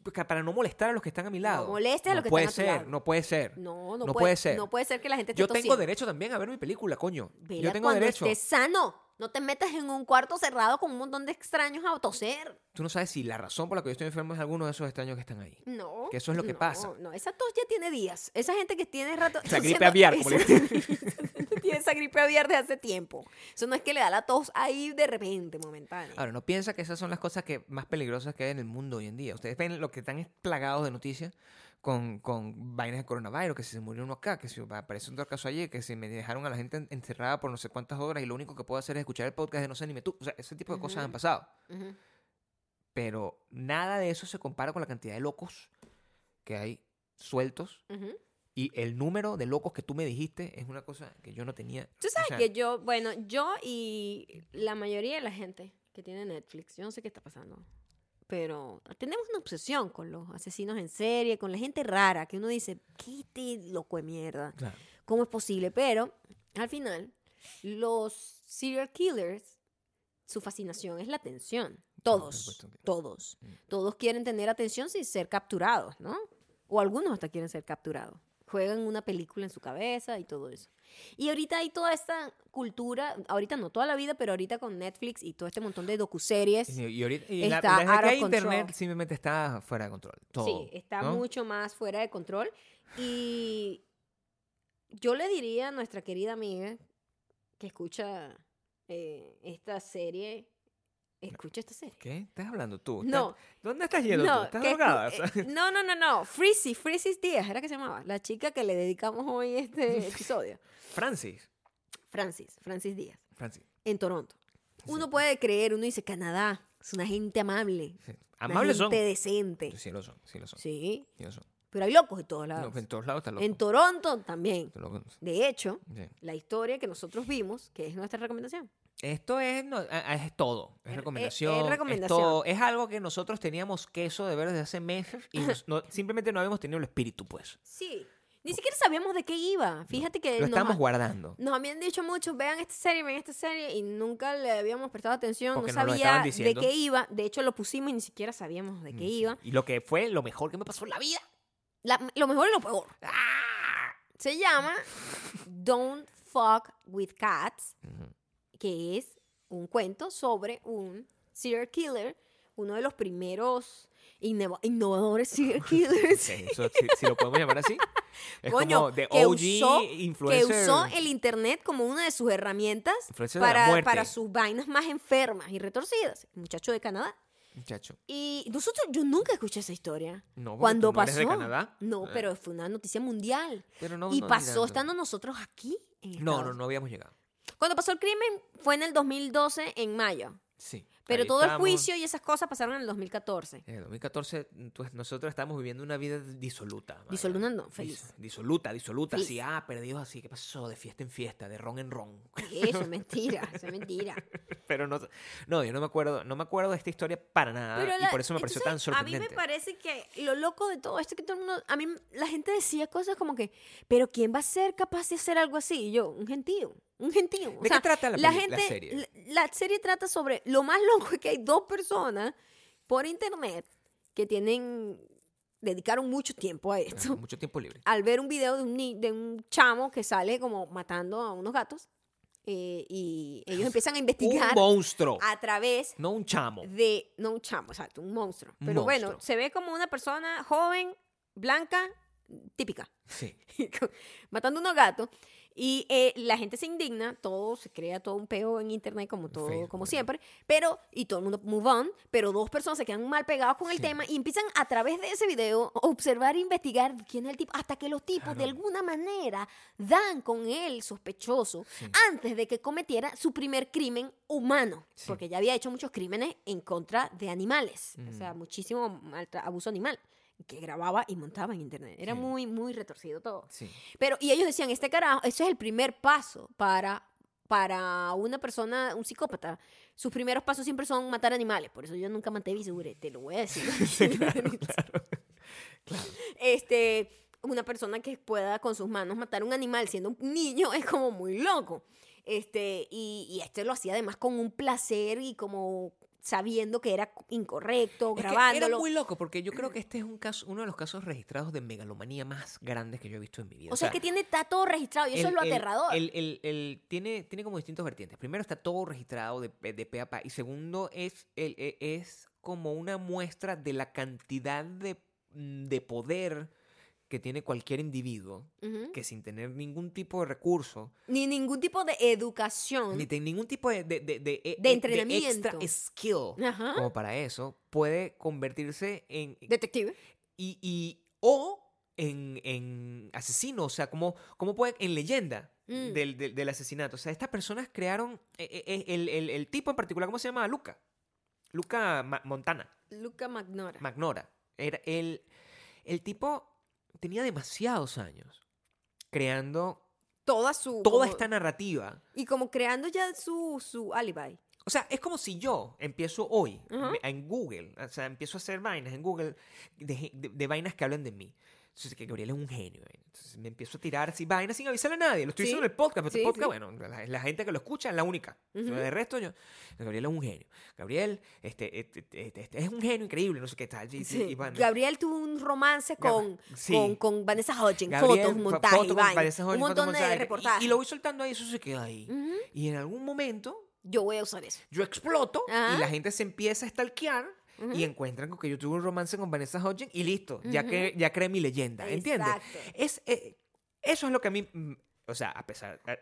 Speaker 2: para no molestar a los que están a mi lado.
Speaker 1: molestes a los que
Speaker 2: puede
Speaker 1: están a tu
Speaker 2: ser,
Speaker 1: lado.
Speaker 2: No puede ser.
Speaker 1: No, no,
Speaker 2: puede, ser.
Speaker 1: No puede ser que la gente esté
Speaker 2: Yo tengo
Speaker 1: tosiendo.
Speaker 2: derecho también a ver mi película, coño.
Speaker 1: Vela
Speaker 2: Yo tengo
Speaker 1: cuando
Speaker 2: derecho.
Speaker 1: estés sano. No te metas en un cuarto cerrado con un montón de extraños a toser.
Speaker 2: Tú no sabes si la razón por la que yo estoy enfermo es alguno de esos extraños que están ahí.
Speaker 1: No.
Speaker 2: Que eso es lo que
Speaker 1: no,
Speaker 2: pasa.
Speaker 1: No, esa tos ya tiene días. Esa gente que tiene rato.
Speaker 2: La gripe
Speaker 1: tosiendo-
Speaker 2: aviar, como le
Speaker 1: esa- Tiene esa gripe aviar desde hace tiempo. Eso no es que le da la tos ahí de repente, momentánea.
Speaker 2: Ahora, no piensa que esas son las cosas que más peligrosas que hay en el mundo hoy en día. Ustedes ven lo que están es plagados de noticias con, con vainas de coronavirus, que si se murió uno acá, que si apareció otro caso ayer, que si me dejaron a la gente en- encerrada por no sé cuántas horas y lo único que puedo hacer es escuchar el podcast de no sé ni me tú. O sea, ese tipo de cosas
Speaker 1: Ujú.
Speaker 2: han pasado.
Speaker 1: Ujú.
Speaker 2: Pero nada de eso se compara con la cantidad de locos que hay sueltos.
Speaker 1: Ujú.
Speaker 2: Y el número de locos que tú me dijiste es una cosa que yo no tenía.
Speaker 1: Tú sabes
Speaker 2: o sea,
Speaker 1: que yo, bueno, yo y la mayoría de la gente que tiene Netflix, yo no sé qué está pasando, pero tenemos una obsesión con los asesinos en serie, con la gente rara, que uno dice, qué te loco de mierda.
Speaker 2: Claro.
Speaker 1: cómo es posible. Pero al final, los serial killers, su fascinación es la atención. Todos,
Speaker 2: supuesto que-
Speaker 1: todos. Todos quieren tener atención sin ser capturados, ¿no? O algunos hasta quieren ser capturados. Juegan una película en su cabeza y todo eso. Y ahorita hay toda esta cultura, ahorita no toda la vida, pero ahorita con Netflix y todo este montón de docuseries.
Speaker 2: Y, y ahorita, y la-
Speaker 1: Está
Speaker 2: desde
Speaker 1: out
Speaker 2: que
Speaker 1: of
Speaker 2: hay internet
Speaker 1: control.
Speaker 2: simplemente está fuera de control. Todo,
Speaker 1: sí, está
Speaker 2: ¿no?
Speaker 1: mucho más fuera de control. Y yo le diría a nuestra querida amiga que escucha eh, esta serie, escucha esta serie.
Speaker 2: ¿Qué? ¿Estás hablando tú? ¿Estás-
Speaker 1: No,
Speaker 2: ¿Dónde estás yendo tú?
Speaker 1: no,
Speaker 2: ¿Estás
Speaker 1: que escu-
Speaker 2: drogada?
Speaker 1: eh, no, no, no, no, Frizzy, Frizzy Díaz, era que se llamaba, la chica que le dedicamos hoy este episodio,
Speaker 2: Francis.
Speaker 1: Francis, Francis Díaz,
Speaker 2: Francis.
Speaker 1: en Toronto. Uno puede creer, uno dice, Canadá, es una gente amable,
Speaker 2: Sí.
Speaker 1: una
Speaker 2: Amables son.
Speaker 1: gente decente,
Speaker 2: Sí, lo son. Sí, lo son.
Speaker 1: sí,
Speaker 2: sí lo son.
Speaker 1: pero hay locos de todos
Speaker 2: No,
Speaker 1: lados.
Speaker 2: en todos lados está loco.
Speaker 1: En Toronto también.
Speaker 2: Está loco.
Speaker 1: De hecho,
Speaker 2: Sí.
Speaker 1: la historia que nosotros vimos, que es nuestra recomendación.
Speaker 2: Esto es, no- a- a- es todo.
Speaker 1: Es-
Speaker 2: Es
Speaker 1: es-
Speaker 2: recomendación.
Speaker 1: es
Speaker 2: Es,
Speaker 1: recomendación.
Speaker 2: todo. Es algo que nosotros teníamos queso de ver desde hace meses y nos- no- simplemente no habíamos tenido el espíritu, pues.
Speaker 1: Sí. Ni siquiera sabíamos de qué iba. Fíjate que
Speaker 2: Lo
Speaker 1: nos,
Speaker 2: estábamos guardando.
Speaker 1: nos habían dicho mucho, vean esta serie, vean esta serie, y nunca le habíamos prestado atención,
Speaker 2: Porque
Speaker 1: no
Speaker 2: nos lo
Speaker 1: sabía
Speaker 2: estaban
Speaker 1: de
Speaker 2: diciendo. Mm,
Speaker 1: qué iba. De hecho, lo pusimos y ni siquiera sabíamos de qué iba.
Speaker 2: Y lo que fue lo mejor que me pasó en la vida.
Speaker 1: La- lo mejor y lo peor. ¡Ah! Se llama Don't Fuck with Cats, que es un cuento sobre un serial killer, uno de los primeros innova- innovadores serial killers.
Speaker 2: Sí, eso, si, si lo podemos llamar así. Es
Speaker 1: Coño,
Speaker 2: como de
Speaker 1: que
Speaker 2: OG
Speaker 1: usó-
Speaker 2: influencer.
Speaker 1: que usó el internet como una de sus herramientas
Speaker 2: Influencer de la
Speaker 1: para,
Speaker 2: muerte.
Speaker 1: para sus vainas más enfermas y retorcidas. Muchacho de Canadá.
Speaker 2: Muchacho.
Speaker 1: Y nosotros, yo nunca escuché esa historia.
Speaker 2: No, porque
Speaker 1: Cuando
Speaker 2: tú no
Speaker 1: pasó.
Speaker 2: eres de Canadá.
Speaker 1: No,
Speaker 2: Ah.
Speaker 1: pero fue una noticia mundial.
Speaker 2: Pero no,
Speaker 1: y
Speaker 2: no, ni
Speaker 1: pasó
Speaker 2: tanto.
Speaker 1: estando nosotros aquí. en
Speaker 2: No,
Speaker 1: Estados
Speaker 2: no, no habíamos llegado.
Speaker 1: Cuando pasó el crimen fue en el 2012, en mayo.
Speaker 2: Sí.
Speaker 1: Pero
Speaker 2: ahí
Speaker 1: todo el
Speaker 2: estamos.
Speaker 1: juicio y esas cosas pasaron en el 2014.
Speaker 2: En el 2014 tú- pues, nosotros estamos viviendo una vida disoluta. Mariana.
Speaker 1: Disoluta, no,
Speaker 2: Dis-
Speaker 1: feliz.
Speaker 2: Disoluta, disoluta.
Speaker 1: Feliz.
Speaker 2: Así, ah, perdidos así. ¿Qué pasó? De fiesta en fiesta, de ron en ron.
Speaker 1: Eso es mentira, eso es mentira.
Speaker 2: Pero no, no, yo no me acuerdo, no me acuerdo de esta historia para nada
Speaker 1: Pero
Speaker 2: y
Speaker 1: la-
Speaker 2: por eso me pareció tan
Speaker 1: entonces,
Speaker 2: sorprendente.
Speaker 1: A mí me parece que lo loco de todo esto es que todo el mundo, a mí la gente decía cosas como que, pero ¿quién va a ser capaz de hacer algo así? Y yo, un gentío, un gentío.
Speaker 2: ¿De qué trata la peli- la serie?
Speaker 1: La, la serie trata sobre, lo más loco es que hay dos personas por internet que tienen, dedicaron mucho tiempo a
Speaker 2: Ah,
Speaker 1: esto.
Speaker 2: Mucho tiempo libre.
Speaker 1: Al ver un video de un, ni- de un chamo que sale como matando a unos gatos eh, y ellos empiezan a
Speaker 2: Un
Speaker 1: investigar
Speaker 2: monstruo,
Speaker 1: a través
Speaker 2: no un chamo.
Speaker 1: de, no un chamo, exacto, un monstruo.
Speaker 2: Un
Speaker 1: Pero bueno,
Speaker 2: monstruo.
Speaker 1: se ve como una persona joven, blanca, típica,
Speaker 2: Sí.
Speaker 1: matando unos gatos. Y eh, la gente se indigna, todo se crea todo un peo en internet, como todo,
Speaker 2: Facebook,
Speaker 1: como
Speaker 2: ¿verdad?
Speaker 1: siempre. Pero, y todo el mundo move on, pero dos personas se quedan mal pegados con el
Speaker 2: Sí.
Speaker 1: tema y empiezan a través de ese video a observar e investigar quién es el tipo, hasta que los tipos de
Speaker 2: Claro.
Speaker 1: alguna manera dan con él sospechoso
Speaker 2: Sí.
Speaker 1: antes de que cometiera su primer crimen humano,
Speaker 2: Sí.
Speaker 1: porque ya había hecho muchos crímenes en contra de animales, o sea,
Speaker 2: Mm.
Speaker 1: muchísimo maltra- abuso animal que grababa y montaba en internet. Era
Speaker 2: Sí.
Speaker 1: muy, muy retorcido todo.
Speaker 2: Sí.
Speaker 1: Pero, y ellos decían, este carajo, ese es el primer paso para, para una persona, un psicópata. Sus primeros pasos siempre son matar animales. Por eso yo nunca maté bisegures, te lo voy a decir. Este, una persona que pueda con sus manos matar un animal siendo un niño es como muy loco. Este, y, y este lo hacía además con un placer y como sabiendo que era incorrecto,
Speaker 2: Es que
Speaker 1: grabándolo.
Speaker 2: era muy loco porque yo creo que este es un caso, uno de los casos registrados de megalomanía más grandes que yo he visto en mi vida.
Speaker 1: o sea, que tiene, está todo registrado y eso
Speaker 2: el-
Speaker 1: es lo
Speaker 2: el-
Speaker 1: aterrador.
Speaker 2: el- el- el- tiene, tiene como distintos vertientes. Primero está todo registrado de, pe- de pe a pa. Y segundo es, el, e- es como una muestra de la cantidad de, de poder que tiene cualquier individuo
Speaker 1: Ujú.
Speaker 2: que sin tener ningún tipo de recurso,
Speaker 1: Ni ningún tipo de educación.
Speaker 2: ni tener ningún tipo de, de, de, de- e-
Speaker 1: De
Speaker 2: e-
Speaker 1: entrenamiento.
Speaker 2: extra skill
Speaker 1: Ajá.
Speaker 2: como para eso, puede convertirse en,
Speaker 1: Detective.
Speaker 2: y, y- o en, en asesino, o sea, como, como puede, en leyenda
Speaker 1: Mm.
Speaker 2: del, del- del asesinato. O sea, estas personas crearon eh, eh, el, el- el tipo en particular, ¿cómo se llama? Luca. Luca Ma- Montana,
Speaker 1: Luca Magnora.
Speaker 2: Magnora. Era el, el tipo tenía demasiados años creando
Speaker 1: toda su. como-
Speaker 2: toda esta narrativa.
Speaker 1: Y como creando ya su, su alibi.
Speaker 2: O sea, es como si yo empiezo hoy
Speaker 1: Ajá.
Speaker 2: me- en Google, o sea, empiezo a hacer vainas en Google de, ge- de- de vainas que hablan de mí. Entonces, que Gabriel es un genio. ¿eh? Entonces, me empiezo a tirar así vainas sin avisarle a nadie. Lo estoy
Speaker 1: Sí.
Speaker 2: diciendo en el podcast, pero
Speaker 1: Sí,
Speaker 2: el podcast,
Speaker 1: sí.
Speaker 2: bueno, la, la gente que lo escucha es la única.
Speaker 1: Ujú.
Speaker 2: El resto, yo, Gabriel es un genio. Gabriel este, este, este- este es un genio increíble, no sé qué tal. y- y-
Speaker 1: Sí.
Speaker 2: y vaina.
Speaker 1: Gabriel tuvo un romance
Speaker 2: Gab-
Speaker 1: con,
Speaker 2: sí.
Speaker 1: con, con Vanessa Hodgins.
Speaker 2: Gabriel,
Speaker 1: fotos,
Speaker 2: fa-
Speaker 1: montaje,
Speaker 2: foto con
Speaker 1: vaina,
Speaker 2: Vanessa Hodgins,
Speaker 1: Un
Speaker 2: foto
Speaker 1: montón
Speaker 2: con
Speaker 1: de
Speaker 2: Vanessa- y-
Speaker 1: reportajes.
Speaker 2: Y, lo voy soltando ahí, eso se queda ahí.
Speaker 1: Ujú.
Speaker 2: Y en algún momento
Speaker 1: Yo voy a usar eso.
Speaker 2: yo exploto
Speaker 1: Ajá.
Speaker 2: y la gente se empieza a stalkear y encuentran con que yo tuve un romance con Vanessa Hodgins y listo, ya, que, ya creé mi leyenda, ¿entiendes?
Speaker 1: Exacto.
Speaker 2: Es, eh, eso es lo que a mí, mm, o sea, a pesar, a-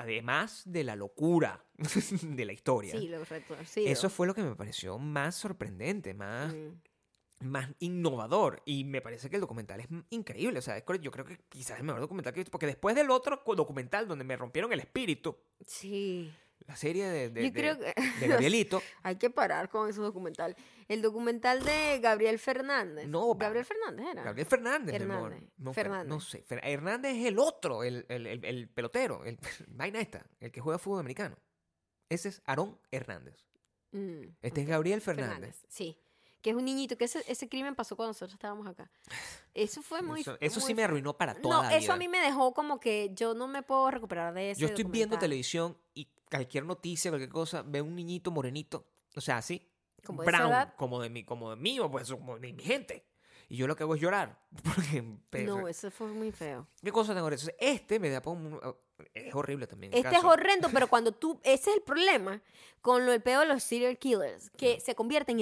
Speaker 2: además de la locura de la historia,
Speaker 1: Sí, lo retorcido.
Speaker 2: eso fue ah. lo que me pareció más sorprendente, más,
Speaker 1: Mm.
Speaker 2: más innovador y me parece que el documental es increíble, o sea, es cor- yo creo que quizás es el mejor documental que he visto, porque después del otro co- documental donde me rompieron el espíritu,
Speaker 1: Sí.
Speaker 2: la serie de, de-
Speaker 1: Yo
Speaker 2: de-
Speaker 1: creo que-
Speaker 2: de Gabrielito,
Speaker 1: Hay que parar con ese documental. El documental de Gabriel Fernández.
Speaker 2: No, va.
Speaker 1: Gabriel Fernández era.
Speaker 2: Gabriel Fernández, mi amor.
Speaker 1: Hernández.
Speaker 2: No, Fer-
Speaker 1: Fernández.
Speaker 2: No sé. Fer- Hernández es el otro, el, el- el- el pelotero, el vaina esta, el que juega fútbol americano. Ese es Aarón Hernández.
Speaker 1: Mm.
Speaker 2: Este es Gabriel
Speaker 1: Fernández.
Speaker 2: Fernández.
Speaker 1: Sí. Que es un niñito, que ese, ese crimen pasó cuando nosotros estábamos acá. Eso fue muy.
Speaker 2: eso eso
Speaker 1: muy
Speaker 2: sí me arruinó para toda
Speaker 1: No,
Speaker 2: la
Speaker 1: eso
Speaker 2: vida.
Speaker 1: a mí me dejó como que yo no me puedo recuperar de eso.
Speaker 2: Yo estoy viendo televisión y cualquier noticia, cualquier cosa, veo un niñito morenito, o sea, así,
Speaker 1: Como de esa
Speaker 2: brown,
Speaker 1: edad.
Speaker 2: como de mi, como de mí, o pues, como de mi gente. Y yo lo que hago es llorar. Porque, pero-
Speaker 1: No, eso fue muy feo.
Speaker 2: ¿Qué cosa tan horrible? Entonces, este me da por un- Es horrible también. el
Speaker 1: Este es
Speaker 2: caso.
Speaker 1: horrendo, pero cuando tú. Ese es el problema con lo el pedo de los serial killers, que se convierte en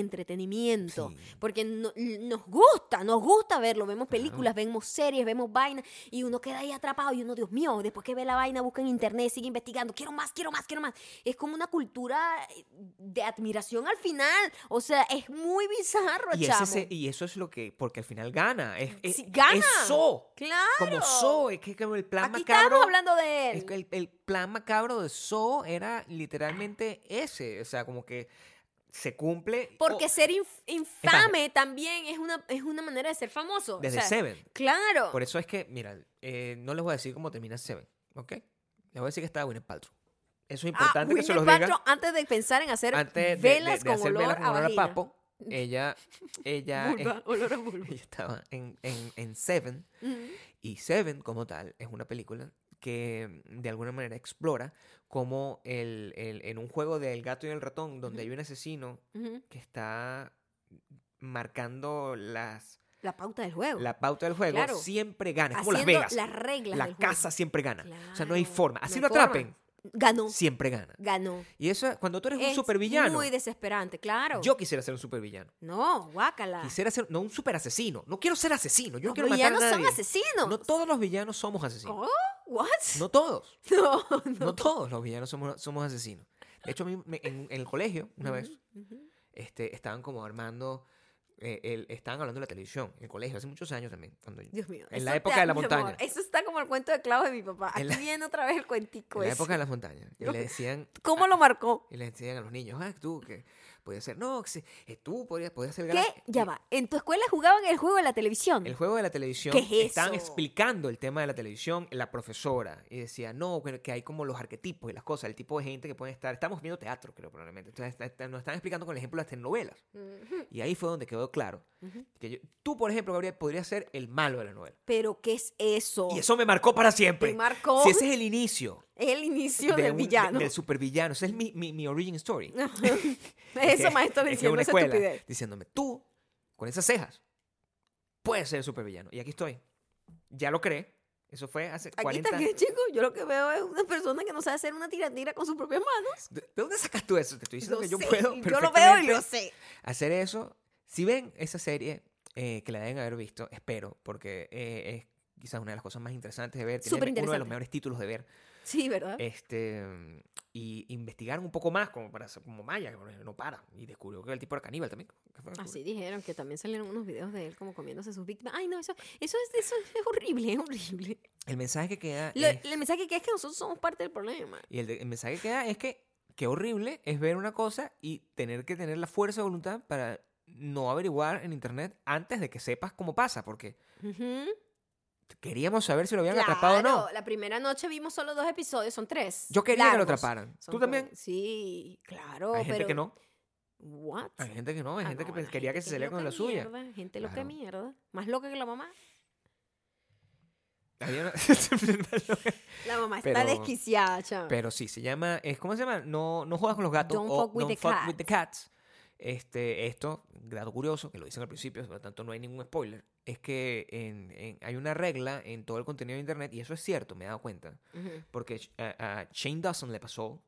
Speaker 1: entretenimiento.
Speaker 2: Sí.
Speaker 1: Porque no- nos gusta, nos gusta verlo. Vemos películas, vemos series, vemos vainas, y uno queda ahí atrapado. Y uno, Dios mío, después que ve la vaina, busca en internet, sigue investigando. Quiero más, quiero más, quiero más. Es como una cultura de admiración al final. O sea, es muy bizarro,
Speaker 2: Y, ese
Speaker 1: chamo.
Speaker 2: se- y eso es lo que, porque al final gana. Es,
Speaker 1: Mm,
Speaker 2: es-
Speaker 1: Sí, gana.
Speaker 2: es So.
Speaker 1: Claro.
Speaker 2: Como So, es que como el plan
Speaker 1: Aquí
Speaker 2: macabro.
Speaker 1: estábamos hablando de ver.
Speaker 2: Es que el, el plan macabro de Saw era literalmente ese. O sea, como que se cumple.
Speaker 1: Porque
Speaker 2: o-
Speaker 1: ser inf- infame también es una, es una manera de ser famoso. o
Speaker 2: Desde
Speaker 1: sea,
Speaker 2: Seven.
Speaker 1: Claro.
Speaker 2: Por eso es que, mira, eh, no les voy a decir cómo termina Seven, ¿ok? Les voy a decir que está Gwyneth Paltrow. Eso es
Speaker 1: Ah,
Speaker 2: importante que se
Speaker 1: Gwyneth
Speaker 2: los diga
Speaker 1: Paltrow, antes de pensar en hacer
Speaker 2: antes de- de,
Speaker 1: velas
Speaker 2: de
Speaker 1: con
Speaker 2: hacer
Speaker 1: olor
Speaker 2: velas con
Speaker 1: a
Speaker 2: olor a
Speaker 1: vagina.
Speaker 2: papo. Ella, ella,
Speaker 1: Vulva, olor a vulva.
Speaker 2: ella estaba en, en, en Seven
Speaker 1: Mm.
Speaker 2: y Seven como tal es una película que mm, de alguna manera explora como el, el- en un juego del gato y el ratón donde hay un asesino
Speaker 1: Ujú.
Speaker 2: que está marcando las
Speaker 1: La pauta del juego.
Speaker 2: la pauta del juego
Speaker 1: Claro.
Speaker 2: siempre gana es como Las
Speaker 1: Haciendo
Speaker 2: Vegas
Speaker 1: reglas.
Speaker 2: la
Speaker 1: del juego.
Speaker 2: casa siempre gana. O sea, no hay forma.
Speaker 1: Claro,
Speaker 2: Así
Speaker 1: no
Speaker 2: lo
Speaker 1: hay forma.
Speaker 2: atrapen,
Speaker 1: Ganó.
Speaker 2: siempre gana.
Speaker 1: Ganó.
Speaker 2: Y eso, es- cuando tú eres un supervillano,
Speaker 1: Muy desesperante, claro.
Speaker 2: yo quisiera ser un supervillano.
Speaker 1: No, guácala.
Speaker 2: Quisiera ser, no un superasesino. No quiero ser asesino. Yo no
Speaker 1: Los
Speaker 2: quiero matar a
Speaker 1: villanos son
Speaker 2: nadie.
Speaker 1: asesinos. Oh.
Speaker 2: No todos los villanos somos asesinos.
Speaker 1: ¿Cómo? ¿What?
Speaker 2: No todos.
Speaker 1: No.
Speaker 2: No todos los villanos somos, somos asesinos. De hecho, a mí me- en, en el colegio, una vez,
Speaker 1: Ujú.
Speaker 2: este, estaban como armando, eh, el- estaban hablando de la televisión, en el colegio, hace muchos años también. cuando yo-
Speaker 1: Dios mío.
Speaker 2: En
Speaker 1: eso
Speaker 2: la época
Speaker 1: está-
Speaker 2: de la
Speaker 1: mi amor,
Speaker 2: montaña.
Speaker 1: eso está como el cuento de Clavos de mi papá. Aquí
Speaker 2: En la-
Speaker 1: viene otra vez el cuentico.
Speaker 2: en la
Speaker 1: ese.
Speaker 2: época de las montañas. Y
Speaker 1: Yo-
Speaker 2: le decían
Speaker 1: ¿Cómo lo marcó?
Speaker 2: Y les enseñan a los niños, ah, tú, que podías ser, no, que se- eh, tú podías, podías ser
Speaker 1: ¿Qué? Ya va. ¿En tu escuela jugaban el juego de la televisión?
Speaker 2: El juego de la televisión,
Speaker 1: ¿Qué es
Speaker 2: estaban
Speaker 1: eso?
Speaker 2: explicando el tema de la televisión, la profesora, y decía, no, que, que hay como los arquetipos y las cosas, el tipo de gente que pueden estar, estamos viendo teatro, creo, probablemente, entonces está- está- nos están explicando con el ejemplo de las telenovelas,
Speaker 1: Ujú.
Speaker 2: y ahí fue donde quedó claro,
Speaker 1: Ujú.
Speaker 2: que yo- tú, por ejemplo, Gabriel, podrías ser el malo de la novela,
Speaker 1: ¿Pero qué es eso?
Speaker 2: y eso me marcó para
Speaker 1: Oh. Te
Speaker 2: siempre,
Speaker 1: marcó
Speaker 2: si ese es el inicio
Speaker 1: el inicio
Speaker 2: de
Speaker 1: del
Speaker 2: un- de-
Speaker 1: villano.
Speaker 2: del supervillano, ese es mi, mi, mi origin story. Es
Speaker 1: eso,
Speaker 2: que-
Speaker 1: maestro,
Speaker 2: es que
Speaker 1: diciendo
Speaker 2: una
Speaker 1: esa
Speaker 2: escuela
Speaker 1: estupidez.
Speaker 2: Diciéndome, tú, con esas cejas, puedes ser supervillano. Y aquí estoy. Ya lo creé. Eso fue hace
Speaker 1: Aquí
Speaker 2: 40
Speaker 1: está, que, chico, yo lo que veo es una persona que no sabe hacer una tiratira con sus propias manos.
Speaker 2: ¿De de dónde sacas tú eso? Te estoy diciendo
Speaker 1: Lo
Speaker 2: que yo
Speaker 1: sé,
Speaker 2: puedo.
Speaker 1: yo lo veo y
Speaker 2: perfectamente
Speaker 1: lo sé.
Speaker 2: Hacer eso. Si ven esa serie, eh, que la deben haber visto, espero, porque eh, es quizás una de las cosas más interesantes de ver. Tiene uno de
Speaker 1: Superinteresante. Ah.
Speaker 2: los mejores títulos de ver.
Speaker 1: Sí, ¿verdad?
Speaker 2: Este. Y investigaron un poco más, como para hacer- como Maya, que no para. Y descubrió que el tipo era caníbal también. que fue-
Speaker 1: Así dijeron que también salieron unos videos de él como comiéndose sus víctimas. Ay, no, eso, eso, es, eso es horrible, es horrible.
Speaker 2: El mensaje que queda.
Speaker 1: Lo-
Speaker 2: es-
Speaker 1: el mensaje que es que nosotros somos parte del problema.
Speaker 2: Y el, de- el mensaje que da es que qué horrible es ver una cosa y tener que tener la fuerza de voluntad para no averiguar en internet antes de que sepas cómo pasa, porque
Speaker 1: Ujú.
Speaker 2: queríamos saber si lo habían atrapado o no.
Speaker 1: Claro, La primera noche vimos solo dos episodios, son tres.
Speaker 2: Yo quería que lo
Speaker 1: largos.
Speaker 2: atraparan.
Speaker 1: Son
Speaker 2: Tú
Speaker 1: dos-
Speaker 2: también.
Speaker 1: Sí, claro.
Speaker 2: hay gente
Speaker 1: Oh, pero...
Speaker 2: que no,
Speaker 1: ¿What?
Speaker 2: hay gente que no, hay
Speaker 1: Ah,
Speaker 2: gente
Speaker 1: no,
Speaker 2: que
Speaker 1: bueno,
Speaker 2: pues, quería
Speaker 1: gente
Speaker 2: que se saliera con la
Speaker 1: loca
Speaker 2: suya.
Speaker 1: mierda, gente loca
Speaker 2: Claro.
Speaker 1: mierda. Más loca que la mamá.
Speaker 2: Había una-
Speaker 1: La mamá
Speaker 2: Pero-
Speaker 1: está desquiciada, chama.
Speaker 2: Pero sí, se llama, es, ¿cómo se llama? No, no juegas con los gatos
Speaker 1: Don't
Speaker 2: o
Speaker 1: fuck with
Speaker 2: Don't
Speaker 1: the
Speaker 2: fuck
Speaker 1: cats.
Speaker 2: with the cats. Este, esto, dato curioso, que lo dicen al principio, por lo tanto no hay ningún spoiler, es que en- en- hay una regla en todo el contenido de internet, y eso es cierto, me he dado cuenta,
Speaker 1: Ujú.
Speaker 2: porque a, a Shane Dawson le pasó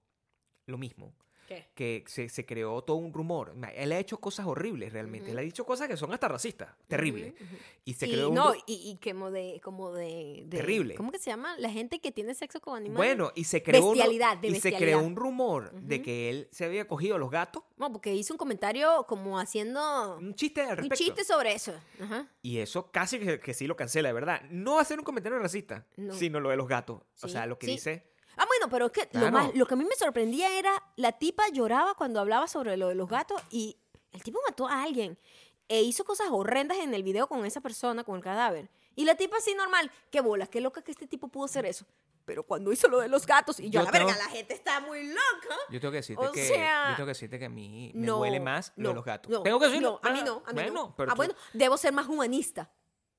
Speaker 2: lo mismo,
Speaker 1: ¿Qué?
Speaker 2: que se, se creó todo un rumor. Ma- Él ha hecho cosas horribles realmente,
Speaker 1: Ujú.
Speaker 2: él ha dicho cosas que son hasta racistas, terribles.
Speaker 1: Ujú, ujú.
Speaker 2: Y se
Speaker 1: y
Speaker 2: creó un
Speaker 1: no,
Speaker 2: ru-
Speaker 1: y, y que como de, como de, de-
Speaker 2: Terrible.
Speaker 1: ¿Cómo que se llama? La gente que tiene sexo con animales.
Speaker 2: Bueno, y se creó, un-
Speaker 1: Bestialidad, de
Speaker 2: y se creó
Speaker 1: bestialidad.
Speaker 2: un rumor de
Speaker 1: Ujú.
Speaker 2: que él se había cogido a los gatos
Speaker 1: No, porque hizo un comentario como haciendo
Speaker 2: un chiste al
Speaker 1: un
Speaker 2: respecto.
Speaker 1: chiste sobre eso. Ajá.
Speaker 2: Y eso casi que, que sí lo cancela, de verdad. No hacer un comentario racista,
Speaker 1: No.
Speaker 2: sino lo de los gatos. O
Speaker 1: Sí,
Speaker 2: sea, lo que
Speaker 1: sí.
Speaker 2: dice.
Speaker 1: Ah, bueno, pero es que
Speaker 2: Claro.
Speaker 1: lo, más, lo que a mí me sorprendía era la tipa lloraba cuando hablaba sobre lo de los gatos y el tipo mató a alguien e hizo cosas horrendas en el video con esa persona, con el cadáver. Y la tipa así normal, qué bolas, qué loca que este tipo pudo hacer eso. Pero cuando hizo lo de los gatos y yo,
Speaker 2: Yo
Speaker 1: a la
Speaker 2: tengo-
Speaker 1: verga, la gente está muy loca.
Speaker 2: Yo tengo que decirte
Speaker 1: O
Speaker 2: que.
Speaker 1: sea,
Speaker 2: yo tengo que decirte que a mí me
Speaker 1: no,
Speaker 2: duele más lo
Speaker 1: no,
Speaker 2: de los gatos.
Speaker 1: no,
Speaker 2: tengo que decirlo.
Speaker 1: No, a mí
Speaker 2: Ah,
Speaker 1: no, a mí
Speaker 2: bueno,
Speaker 1: no.
Speaker 2: pero
Speaker 1: ah,
Speaker 2: tú-
Speaker 1: bueno, debo ser más humanista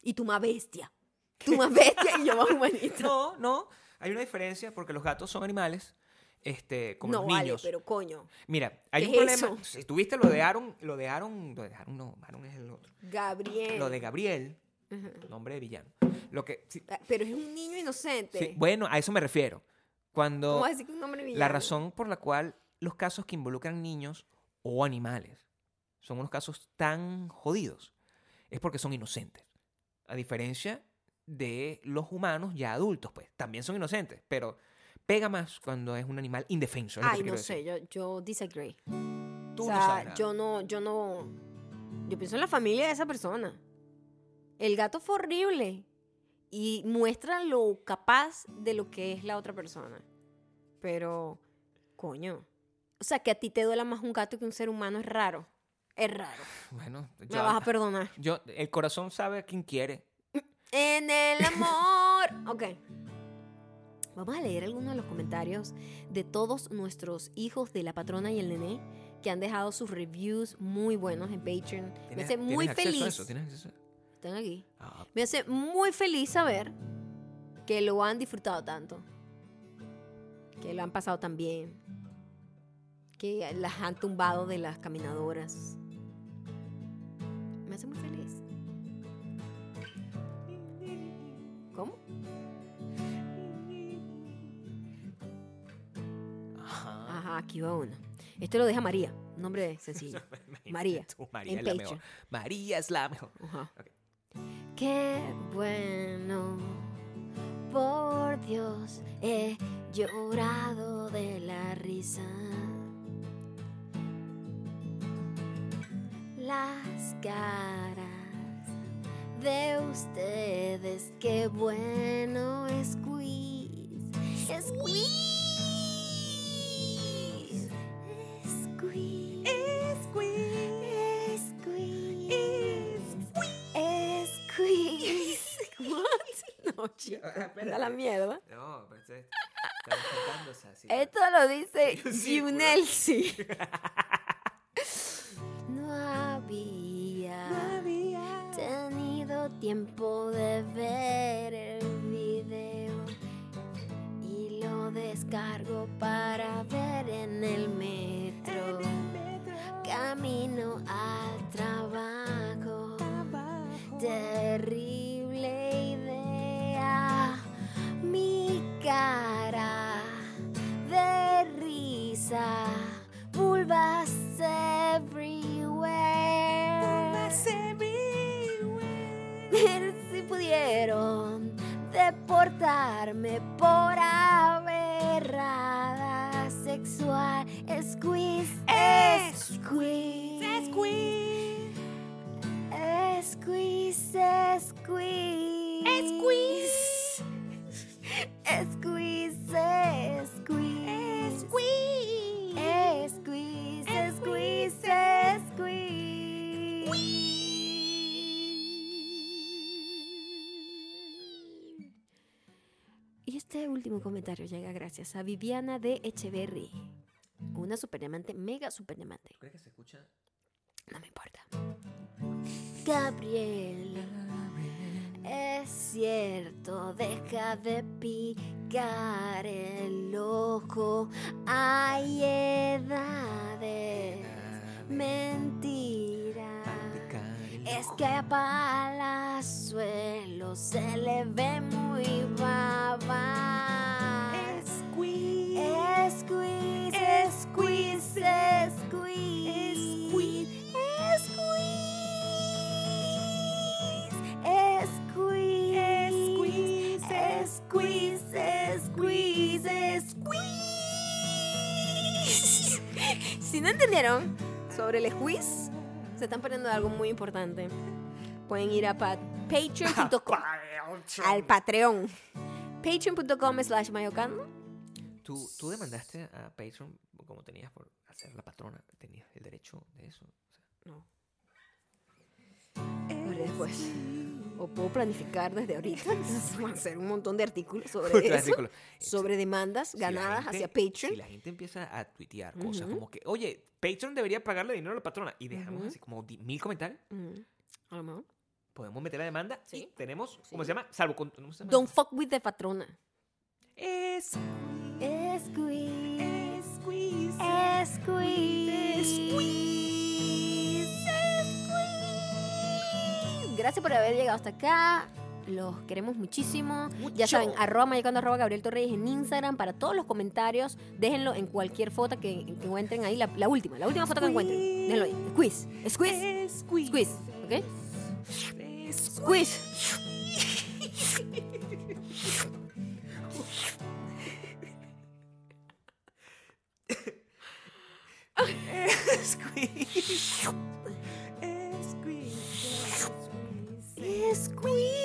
Speaker 1: y tú más bestia. Tú más bestia y yo más humanista.
Speaker 2: No, no. Hay una diferencia porque los gatos son animales. Este, como
Speaker 1: no
Speaker 2: los
Speaker 1: vale,
Speaker 2: niños.
Speaker 1: pero coño.
Speaker 2: Mira, hay
Speaker 1: ¿Qué
Speaker 2: un
Speaker 1: es
Speaker 2: problema.
Speaker 1: eso?
Speaker 2: Si tuviste lo de Aaron, lo de Aaron, lo de Aaron no, Aaron es el otro.
Speaker 1: Gabriel.
Speaker 2: Lo de Gabriel,
Speaker 1: Ajá.
Speaker 2: nombre de villano. Lo que, sí,
Speaker 1: Ah, Pero es un niño inocente.
Speaker 2: sí, bueno, a eso me refiero. Cuando
Speaker 1: ¿Cómo vas a decir que un hombre
Speaker 2: La
Speaker 1: villano?
Speaker 2: razón por la cual los casos que involucran niños o animales son unos casos tan jodidos es porque son inocentes. A diferencia de los humanos ya adultos, pues, también son inocentes, pero pega más cuando es un animal indefenso. es lo que
Speaker 1: Ay,
Speaker 2: te quiero
Speaker 1: no sé,
Speaker 2: decir.
Speaker 1: yo, yo disagree.
Speaker 2: Tú
Speaker 1: o
Speaker 2: no
Speaker 1: sea,
Speaker 2: sabes nada.
Speaker 1: yo no, yo no. Yo pienso en la familia de esa persona. El gato fue horrible. y muestra lo capaz de lo que es la otra persona. Pero, coño. O sea, que a ti te duela más un gato que un ser humano es raro. Es raro.
Speaker 2: Bueno,
Speaker 1: Me
Speaker 2: yo-
Speaker 1: vas a perdonar.
Speaker 2: yo- el corazón sabe a quién quiere.
Speaker 1: En el amor. Ok. Vamos a leer algunos de los comentarios de todos nuestros hijos de la patrona y el nené que han dejado sus reviews muy buenos en Patreon. Me
Speaker 2: ¿Tienes-
Speaker 1: hace muy
Speaker 2: tienes acceso a
Speaker 1: feliz.
Speaker 2: eso? ¿Tienes acceso?
Speaker 1: Están aquí.
Speaker 2: Ah,
Speaker 1: Me hace muy feliz saber que lo han disfrutado tanto. Que lo han pasado tan bien. Que las han tumbado de las caminadoras. Me hace muy feliz. ¿Cóp?
Speaker 2: Ah, ajá.
Speaker 1: Ajá, aquí va uno. Esto lo deja María. Nombre sencillo.
Speaker 2: Imagínate
Speaker 1: María,
Speaker 2: tú, María
Speaker 1: en
Speaker 2: es la
Speaker 1: Patreon.
Speaker 2: mejor. María es la mejor.
Speaker 1: Ajá.
Speaker 2: Ok.
Speaker 1: Qué bueno, por Dios, he llorado de la risa. Las caras de ustedes, qué bueno, squeeze, squeeze, squeeze, squeeze, squeeze. Squeeze. What? No, chica. Anda la mierda.
Speaker 2: No, pero este- está enfrentándose así.
Speaker 1: Esto lo dice
Speaker 2: Sí, por-
Speaker 1: Giunelsi. No había tenido tiempo de ver el video y lo descargo para ver en el metro. Camino al trabajo. Terrible idea, mi cara de risa, vulvas everywhere. Si pudieron deportarme por aberrada sexual, squeeze, squeeze, Squeeze, squeeze. Squeeze, squeeze. Squeeze. Squeeze, squeeze, squeeze. Y este último comentario llega gracias a Viviana de Echeverry, una super diamante, mega super diamante.
Speaker 2: ¿Crees que se escucha?
Speaker 1: No me importa. Gabriel, es cierto, deja de picar el ojo. Hay edades, mentiras. Es que a Palazuelo se le ve muy baba. Squeeze, squeeze, squeeze, squeeze, squeeze, squeeze, squeeze, squeeze, squeeze. Si no entendieron sobre el squeeze, se están perdiendo de algo muy importante. Pueden ir a pa- patreon.com al Patreon. Patreon.com slash mayocando.
Speaker 2: ¿Tú, tú demandaste a Patreon como tenías por hacer la patrona. Tenías el derecho de eso. O sea,
Speaker 1: No. Lo haré después. O puedo planificar desde ahorita. Van a hacer un montón de artículos sobre
Speaker 2: porque
Speaker 1: eso.
Speaker 2: es ridículo.
Speaker 1: Sobre demandas
Speaker 2: eh, Si la
Speaker 1: ganadas
Speaker 2: gente-
Speaker 1: hacia Patreon.
Speaker 2: Si la gente empieza a tuitear cosas
Speaker 1: Ujú.
Speaker 2: como que, oye, Patreon debería pagarle dinero a la patrona. Y dejamos
Speaker 1: Ujú.
Speaker 2: así como di- mil comentarios.
Speaker 1: Mm, A lo mejor.
Speaker 2: Podemos meter la demanda. Y
Speaker 1: Sí.
Speaker 2: tenemos, ¿cómo
Speaker 1: Sí.
Speaker 2: se llama? Salvo con. ¿cómo se llama?
Speaker 1: Don't fuck with the patrona.
Speaker 2: Es.
Speaker 1: Squeeze.
Speaker 2: Squeeze.
Speaker 1: Squeeze. Squeeze. Gracias por haber llegado hasta acá. Los queremos muchísimo. Ya
Speaker 2: Mucho.
Speaker 1: saben, arroba mayocando, arroba Gabriel Torreyes en Instagram para todos los comentarios. Déjenlo en cualquier foto que, que encuentren ahí, la, la última, la última foto que encuentren. Déjenlo ahí. Squeeze. Squeeze. Squeeze. ¿Ok? Squeeze.
Speaker 2: Squeeze. Squeeze.
Speaker 1: Squeeze.